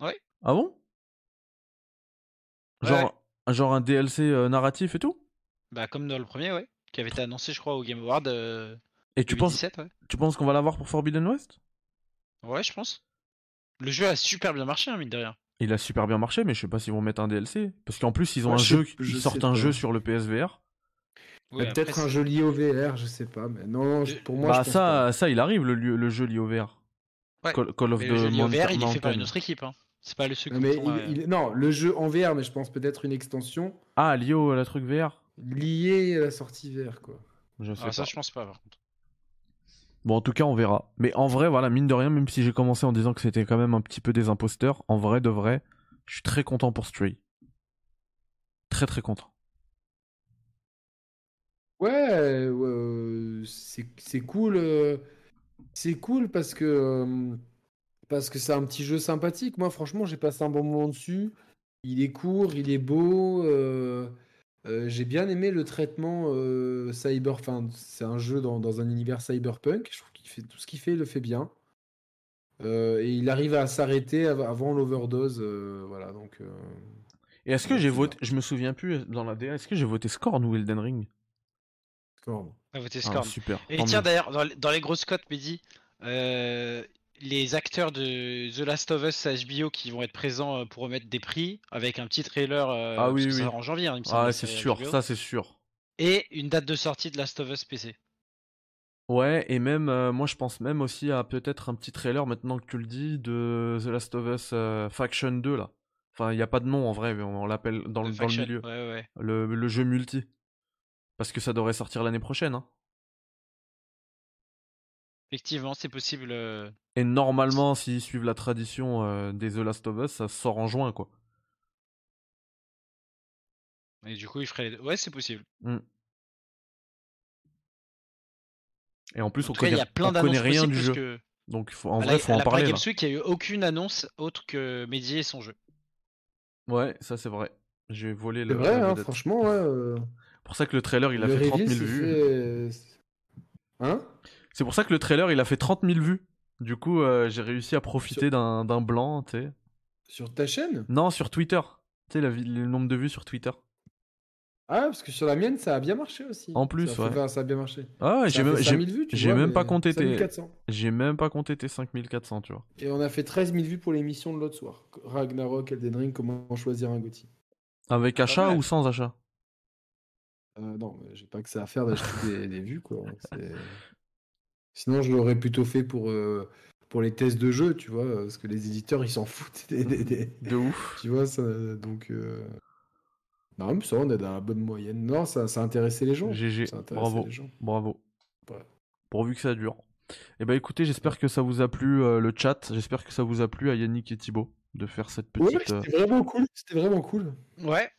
[SPEAKER 3] Ouais.
[SPEAKER 1] Ah bon
[SPEAKER 3] Ouais,
[SPEAKER 1] genre, genre un DLC euh, narratif et tout
[SPEAKER 3] Bah comme dans le premier, ouais, qui avait été annoncé, je crois, au Game Award euh,
[SPEAKER 1] Et tu penses,
[SPEAKER 3] 2017, ouais.
[SPEAKER 1] tu penses qu'on va l'avoir pour Forbidden West
[SPEAKER 3] Ouais, je pense. Le jeu a super bien marché, hein, mine de rien.
[SPEAKER 1] Il a super bien marché, mais je sais pas s'ils vont mettre un DLC. Parce qu'en plus, ils ont
[SPEAKER 2] Moi,
[SPEAKER 1] un
[SPEAKER 2] je
[SPEAKER 1] jeu,
[SPEAKER 2] sais- je
[SPEAKER 1] ils sortent
[SPEAKER 2] sais
[SPEAKER 1] un
[SPEAKER 2] pas.
[SPEAKER 1] jeu sur le PSVR.
[SPEAKER 2] Mais Peut-être un jeu lié au VR, je sais pas, mais non, je- pour moi,
[SPEAKER 1] bah
[SPEAKER 2] je pense
[SPEAKER 1] ça,
[SPEAKER 2] pas.
[SPEAKER 1] ça, il arrive le, lieu- le jeu lié au VR.
[SPEAKER 3] Ouais.
[SPEAKER 1] Call, Call of
[SPEAKER 3] Mais
[SPEAKER 1] the
[SPEAKER 3] le jeu lié au
[SPEAKER 1] Mountain-
[SPEAKER 3] VR, il est fait par une
[SPEAKER 1] Mountain.
[SPEAKER 3] autre équipe, hein. C'est pas le ceux
[SPEAKER 1] Ah,
[SPEAKER 2] Non,
[SPEAKER 3] qui
[SPEAKER 2] mais
[SPEAKER 3] font, euh,
[SPEAKER 2] il- il- non, le jeu en VR, mais je pense peut-être une extension
[SPEAKER 1] Ah, lié au la truc VR.
[SPEAKER 2] liée à la sortie VR, quoi.
[SPEAKER 1] Je sais
[SPEAKER 3] ah, ça,
[SPEAKER 1] pas.
[SPEAKER 3] je pense pas, par contre.
[SPEAKER 1] Bon, en tout cas, on verra. Mais en vrai, voilà, mine de rien, même si j'ai commencé en disant que c'était quand même un petit peu des imposteurs, en vrai de vrai, je suis très content pour Stray. Très très content.
[SPEAKER 2] Ouais, euh, ouais, c'est c'est cool. euh, c'est cool parce que euh, parce que c'est un petit jeu sympathique. Moi, franchement, j'ai passé un bon moment dessus. Il est court, il est beau. euh, euh, j'ai bien aimé le traitement euh, cyber. Enfin, c'est un jeu dans, dans un univers cyberpunk. Je trouve qu'il fait tout ce qu'il fait, il le fait bien. Euh, et il arrive à s'arrêter av- avant l'overdose. euh, voilà, donc. euh,
[SPEAKER 1] Et est-ce que
[SPEAKER 2] Ouais,
[SPEAKER 1] j'ai
[SPEAKER 2] c'est
[SPEAKER 1] voté, je me souviens plus euh, dans la DA, est-ce que j'ai voté Scorn ou Elden Ring
[SPEAKER 2] Scorn.
[SPEAKER 3] Ah, votez
[SPEAKER 1] Ah,
[SPEAKER 3] Scorn.
[SPEAKER 1] Super.
[SPEAKER 3] Et
[SPEAKER 1] tant
[SPEAKER 3] tiens,
[SPEAKER 1] mieux.
[SPEAKER 3] d'ailleurs, dans, les- dans les grosses cotes, Mehdi, euh, les acteurs de The Last of Us HBO qui vont être présents euh, pour remettre des prix, avec un petit trailer euh,
[SPEAKER 1] Ah oui,
[SPEAKER 3] parce que ça
[SPEAKER 1] oui.
[SPEAKER 3] sort en janvier, hein, il me semble,
[SPEAKER 1] Ah,
[SPEAKER 3] la
[SPEAKER 1] c'est
[SPEAKER 3] série
[SPEAKER 1] sûr,
[SPEAKER 3] HBO,
[SPEAKER 1] ça c'est sûr.
[SPEAKER 3] Et une date de sortie de Last of Us PC.
[SPEAKER 1] Ouais, et même, euh, moi je pense même aussi à peut-être un petit trailer, maintenant que tu le dis, de The Last of Us euh, Faction 2, là. Enfin, il n'y a pas de nom en vrai, mais on, on l'appelle dans, le-
[SPEAKER 3] de
[SPEAKER 1] dans le
[SPEAKER 3] Faction,
[SPEAKER 1] milieu.
[SPEAKER 3] ouais, ouais, ouais.
[SPEAKER 1] Le, le jeu multi. Parce que ça devrait sortir l'année prochaine. Hein.
[SPEAKER 3] Effectivement, c'est possible. euh,
[SPEAKER 1] Et normalement, s'ils suivent la tradition euh, des The Last of Us, ça sort en juin, quoi.
[SPEAKER 3] Et du coup, il ferait. les deux. Ouais, c'est possible.
[SPEAKER 1] Et en plus,
[SPEAKER 3] En
[SPEAKER 1] on
[SPEAKER 3] tout cas, il
[SPEAKER 1] connaît,
[SPEAKER 3] y a plein
[SPEAKER 1] on connaît
[SPEAKER 3] d'annonces
[SPEAKER 1] rien
[SPEAKER 3] possibles
[SPEAKER 1] du
[SPEAKER 3] parce
[SPEAKER 1] jeu.
[SPEAKER 3] que
[SPEAKER 1] Donc, faut, en
[SPEAKER 3] à
[SPEAKER 1] vrai,
[SPEAKER 3] la,
[SPEAKER 1] faut
[SPEAKER 3] à
[SPEAKER 1] en
[SPEAKER 3] la
[SPEAKER 1] parler,
[SPEAKER 3] Paris
[SPEAKER 1] là.
[SPEAKER 3] Games Week, il n'y a eu aucune annonce autre que Mehdi et son jeu.
[SPEAKER 1] Ouais, ça c'est vrai. J'ai volé
[SPEAKER 2] C'est
[SPEAKER 1] le.
[SPEAKER 2] vrai,
[SPEAKER 1] la
[SPEAKER 2] hein,
[SPEAKER 1] vedette.
[SPEAKER 2] franchement, ouais, euh,
[SPEAKER 1] pour ça que le trailer, il a
[SPEAKER 2] le
[SPEAKER 1] fait 30
[SPEAKER 2] reveal
[SPEAKER 1] 000
[SPEAKER 2] s'est
[SPEAKER 1] vues.
[SPEAKER 2] fait, euh, c'est- Hein?
[SPEAKER 1] C'est pour ça que le trailer, il a fait 30 000 vues. Du coup, euh, j'ai réussi à profiter d'un d'un blanc, tu sais.
[SPEAKER 2] Sur ta chaîne?
[SPEAKER 1] Non, sur Twitter. Tu sais, la vi- le nombre de vues sur Twitter.
[SPEAKER 2] Ah, parce que sur la mienne, ça a bien marché aussi.
[SPEAKER 1] En plus,
[SPEAKER 2] ça a fait-
[SPEAKER 1] ouais.
[SPEAKER 2] enfin, ça a bien marché.
[SPEAKER 1] Ah ouais,
[SPEAKER 2] Ça
[SPEAKER 1] j'ai
[SPEAKER 2] a
[SPEAKER 1] même,
[SPEAKER 2] fait
[SPEAKER 1] j'ai-
[SPEAKER 2] 5000 vues, tu
[SPEAKER 1] j'ai
[SPEAKER 2] vois,
[SPEAKER 1] même
[SPEAKER 2] mais
[SPEAKER 1] pas compté tes-
[SPEAKER 2] 5400.
[SPEAKER 1] j'ai même pas compté tes 5400, tu vois.
[SPEAKER 2] Et on a fait 13 000 vues pour l'émission de l'autre soir. Ragnarok, Elden Ring, comment choisir un Gotti. Ah
[SPEAKER 1] Avec achat
[SPEAKER 3] mal.
[SPEAKER 1] ou sans achat
[SPEAKER 2] Euh, non, mais j'ai pas que ça à faire d'acheter des, des vues, quoi. C'est- Sinon, je l'aurais plutôt fait pour, euh, pour les tests de jeu, tu vois, euh, parce que les éditeurs, ils s'en foutent. des- des- des-
[SPEAKER 1] De ouf.
[SPEAKER 2] Tu vois, ça, donc. euh, Non, mais ça, on est dans la bonne moyenne. Non, ça, ça intéressait les gens.
[SPEAKER 1] GG.
[SPEAKER 2] Ça intéressait
[SPEAKER 1] Bravo.
[SPEAKER 2] les gens.
[SPEAKER 1] Bravo.
[SPEAKER 2] Ouais.
[SPEAKER 1] Pourvu que ça dure. Eh ben écoutez, j'espère que ça vous a plu euh, le chat. J'espère que ça vous a plu à Yannick et Thibaut de faire cette
[SPEAKER 2] Ouais,
[SPEAKER 1] petite. euh,
[SPEAKER 2] c'était vraiment cool. C'était vraiment cool.
[SPEAKER 3] Ouais.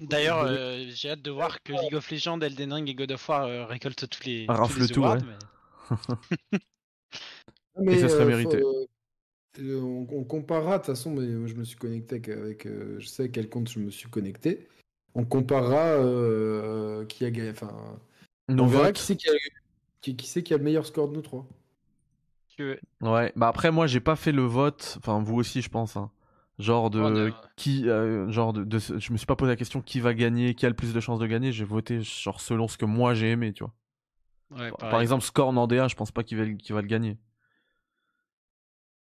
[SPEAKER 3] D'ailleurs, euh, j'ai hâte de voir que League of Legends, Elden Ring et God of War euh, récoltent tous les.
[SPEAKER 1] Ah,
[SPEAKER 3] tous
[SPEAKER 1] rafle
[SPEAKER 3] les
[SPEAKER 1] tout,
[SPEAKER 3] awards,
[SPEAKER 1] ouais.
[SPEAKER 3] mais-
[SPEAKER 2] Mais,
[SPEAKER 1] ça serait
[SPEAKER 2] euh,
[SPEAKER 1] mérité.
[SPEAKER 2] faut, euh, on, on comparera, de toute façon, mais moi, je me suis connecté avec. avec, euh, je sais à quel compte je me suis connecté. On comparera euh, qui a gagné. Enfin,
[SPEAKER 1] Nos
[SPEAKER 2] on verra
[SPEAKER 1] votes.
[SPEAKER 2] qui c'est qui a, qui, qui c'est qui a le meilleur score de nous trois.
[SPEAKER 3] que-
[SPEAKER 1] Ouais, bah après moi j'ai pas fait le vote, enfin vous aussi je pense, hein. genre de
[SPEAKER 3] On a-
[SPEAKER 1] qui, euh, genre de, de ce- je me suis pas posé la question qui va gagner, qui a le plus de chances de gagner, j'ai voté genre selon ce que moi j'ai aimé, tu vois.
[SPEAKER 3] ouais,
[SPEAKER 1] Par-
[SPEAKER 3] pareil.
[SPEAKER 1] Par exemple Scorn en DA, je pense pas qu'il va, qu'il va le gagner.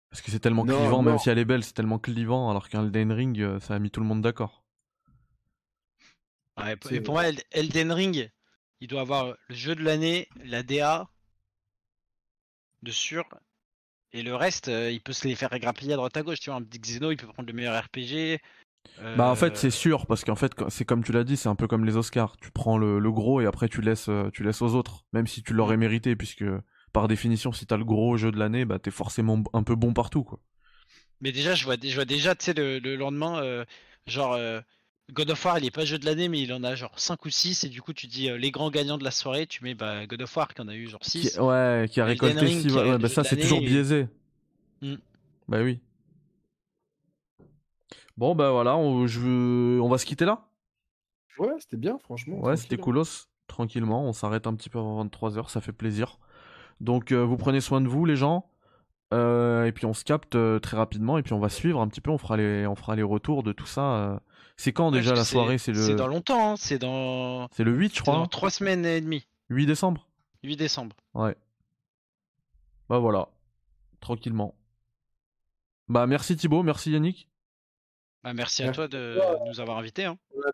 [SPEAKER 1] Parce que c'est tellement
[SPEAKER 2] Non,
[SPEAKER 1] clivant,
[SPEAKER 2] non.
[SPEAKER 1] même si elle est belle, c'est tellement clivant, alors qu'un Elden Ring, euh, ça a mis tout le monde d'accord.
[SPEAKER 3] Ouais, pour-
[SPEAKER 2] c'est-
[SPEAKER 3] et pour moi, Eld- Elden Ring, il doit avoir le jeu de l'année, la DA, de sûr. Et le reste, euh, il peut se les faire grappiller à droite à gauche. Tu vois, un petit Xeno, il peut prendre le meilleur RPG. euh,
[SPEAKER 1] Bah en fait c'est sûr, parce qu'en fait co- c'est comme tu l'as dit, c'est un peu comme les Oscars, tu prends le, le gros et après tu laisses, euh, tu laisses aux autres, même si tu
[SPEAKER 3] Mm.
[SPEAKER 1] l'aurais mérité, puisque par définition si t'as le gros jeu de l'année, bah t'es forcément b- un peu bon partout quoi.
[SPEAKER 3] Mais déjà, je vois, je vois déjà, tu sais, le, le lendemain, euh, genre, euh, God of War, il est pas jeu de l'année, mais il en a genre 5 ou 6, et du coup, tu dis euh, les grands gagnants de la soirée, tu mets bah, God of War qui en a eu genre
[SPEAKER 1] Qui-
[SPEAKER 3] 6.
[SPEAKER 1] ouais, qui a
[SPEAKER 3] Elden
[SPEAKER 1] récolté six
[SPEAKER 3] Ring qui
[SPEAKER 1] votes.
[SPEAKER 3] a
[SPEAKER 1] Ouais,
[SPEAKER 3] le
[SPEAKER 1] bah
[SPEAKER 3] jeu
[SPEAKER 1] ça
[SPEAKER 3] de
[SPEAKER 1] c'est toujours
[SPEAKER 3] l'année.
[SPEAKER 1] biaisé.
[SPEAKER 3] Mm.
[SPEAKER 1] Bah oui. Bon bah voilà, on, je veux... on va se quitter là
[SPEAKER 2] Ouais, c'était bien, franchement.
[SPEAKER 1] Ouais, c'était
[SPEAKER 2] tranquille, hein.
[SPEAKER 1] coolos. Tranquillement, on s'arrête un petit peu avant 23h, ça fait plaisir. Donc euh, vous prenez soin de vous les gens. Euh, et puis on se capte euh, très rapidement et puis on va suivre un petit peu, on fera les, on fera les retours de tout ça. euh. C'est quand déjà
[SPEAKER 3] Parce
[SPEAKER 1] la
[SPEAKER 3] que
[SPEAKER 1] soirée C'est
[SPEAKER 3] C'est
[SPEAKER 1] le,
[SPEAKER 3] dans longtemps, hein, c'est dans,
[SPEAKER 1] c'est le 8 je
[SPEAKER 3] c'est
[SPEAKER 1] crois,
[SPEAKER 3] dans
[SPEAKER 1] hein
[SPEAKER 3] 3 semaines et demie,
[SPEAKER 1] 8 décembre
[SPEAKER 3] 8 décembre.
[SPEAKER 1] Ouais. Bah voilà, tranquillement. Bah merci Thibaut, merci Yannick.
[SPEAKER 3] Bah, merci à
[SPEAKER 2] Merci
[SPEAKER 3] toi de nous avoir invités. hein.
[SPEAKER 2] hein.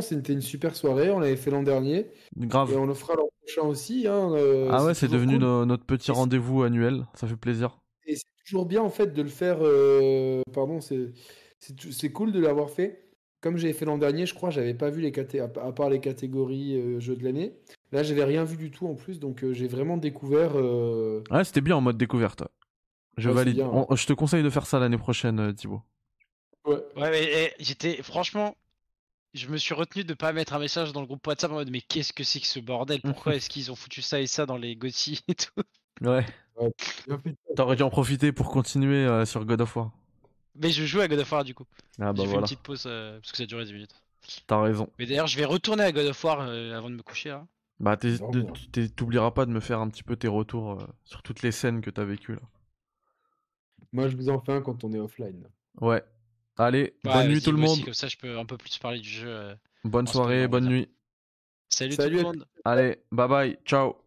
[SPEAKER 2] C'était une super soirée, on l'avait fait l'an dernier.
[SPEAKER 1] Grave.
[SPEAKER 2] Et on euh, le fera l'an prochain aussi. hein, euh,
[SPEAKER 1] Ah ouais, c'est
[SPEAKER 2] toujours
[SPEAKER 1] devenu
[SPEAKER 2] cool.
[SPEAKER 1] no- notre petit
[SPEAKER 2] Et c'est-
[SPEAKER 1] rendez-vous annuel, ça fait plaisir.
[SPEAKER 2] Et c'est toujours bien en fait de le faire. euh, Pardon, c'est c'est tou- c'est cool de l'avoir fait. Comme j'avais fait l'an dernier, je crois, j'avais pas vu les caté- à pa- à part les catégories euh, jeux de l'année. Là, j'avais rien vu du tout en plus, donc euh, j'ai vraiment découvert. euh,
[SPEAKER 1] Ouais, c'était bien en mode découverte. Je
[SPEAKER 2] Ouais, c'est
[SPEAKER 1] valide.
[SPEAKER 2] bien, ouais.
[SPEAKER 1] On- je te conseille de faire ça l'année prochaine, euh, Thibaut.
[SPEAKER 2] ouais.
[SPEAKER 3] Ouais, mais eh, j'étais, franchement, je me suis retenu de pas mettre un message dans le groupe WhatsApp en mode, mais qu'est-ce que c'est que ce bordel Pourquoi est-ce qu'ils ont foutu ça et ça dans les GOTY et tout
[SPEAKER 1] Ouais.
[SPEAKER 2] Bien fait.
[SPEAKER 1] T'aurais dû en profiter pour continuer euh, sur God of War.
[SPEAKER 3] Mais je joue à God of War du coup.
[SPEAKER 1] Ah bah
[SPEAKER 3] J'ai fait une
[SPEAKER 1] voilà,
[SPEAKER 3] petite pause euh, parce que ça durait 10 minutes.
[SPEAKER 1] t'as raison.
[SPEAKER 3] Mais d'ailleurs, je vais retourner à God of War euh, avant de me coucher là.
[SPEAKER 1] Bah t'es-
[SPEAKER 2] Non,
[SPEAKER 1] de-
[SPEAKER 2] non.
[SPEAKER 1] t'es- t'oublieras pas de me faire un petit peu tes retours euh, sur toutes les scènes que t'as vécues là.
[SPEAKER 2] Moi, je vous en fais un quand on est offline.
[SPEAKER 1] Ouais. Allez,
[SPEAKER 3] Ouais,
[SPEAKER 1] bonne nuit
[SPEAKER 3] Bah, vas-y,
[SPEAKER 1] tout le
[SPEAKER 3] moi
[SPEAKER 1] monde.
[SPEAKER 3] aussi, Comme ça, je peux un peu plus parler du jeu. euh.
[SPEAKER 1] Bonne
[SPEAKER 3] On se
[SPEAKER 1] soirée,
[SPEAKER 3] revoit,
[SPEAKER 1] bonne
[SPEAKER 3] on va
[SPEAKER 1] nuit.
[SPEAKER 3] Salut,
[SPEAKER 2] Salut
[SPEAKER 3] tout
[SPEAKER 2] à
[SPEAKER 3] le monde.
[SPEAKER 1] Allez, bye bye, ciao.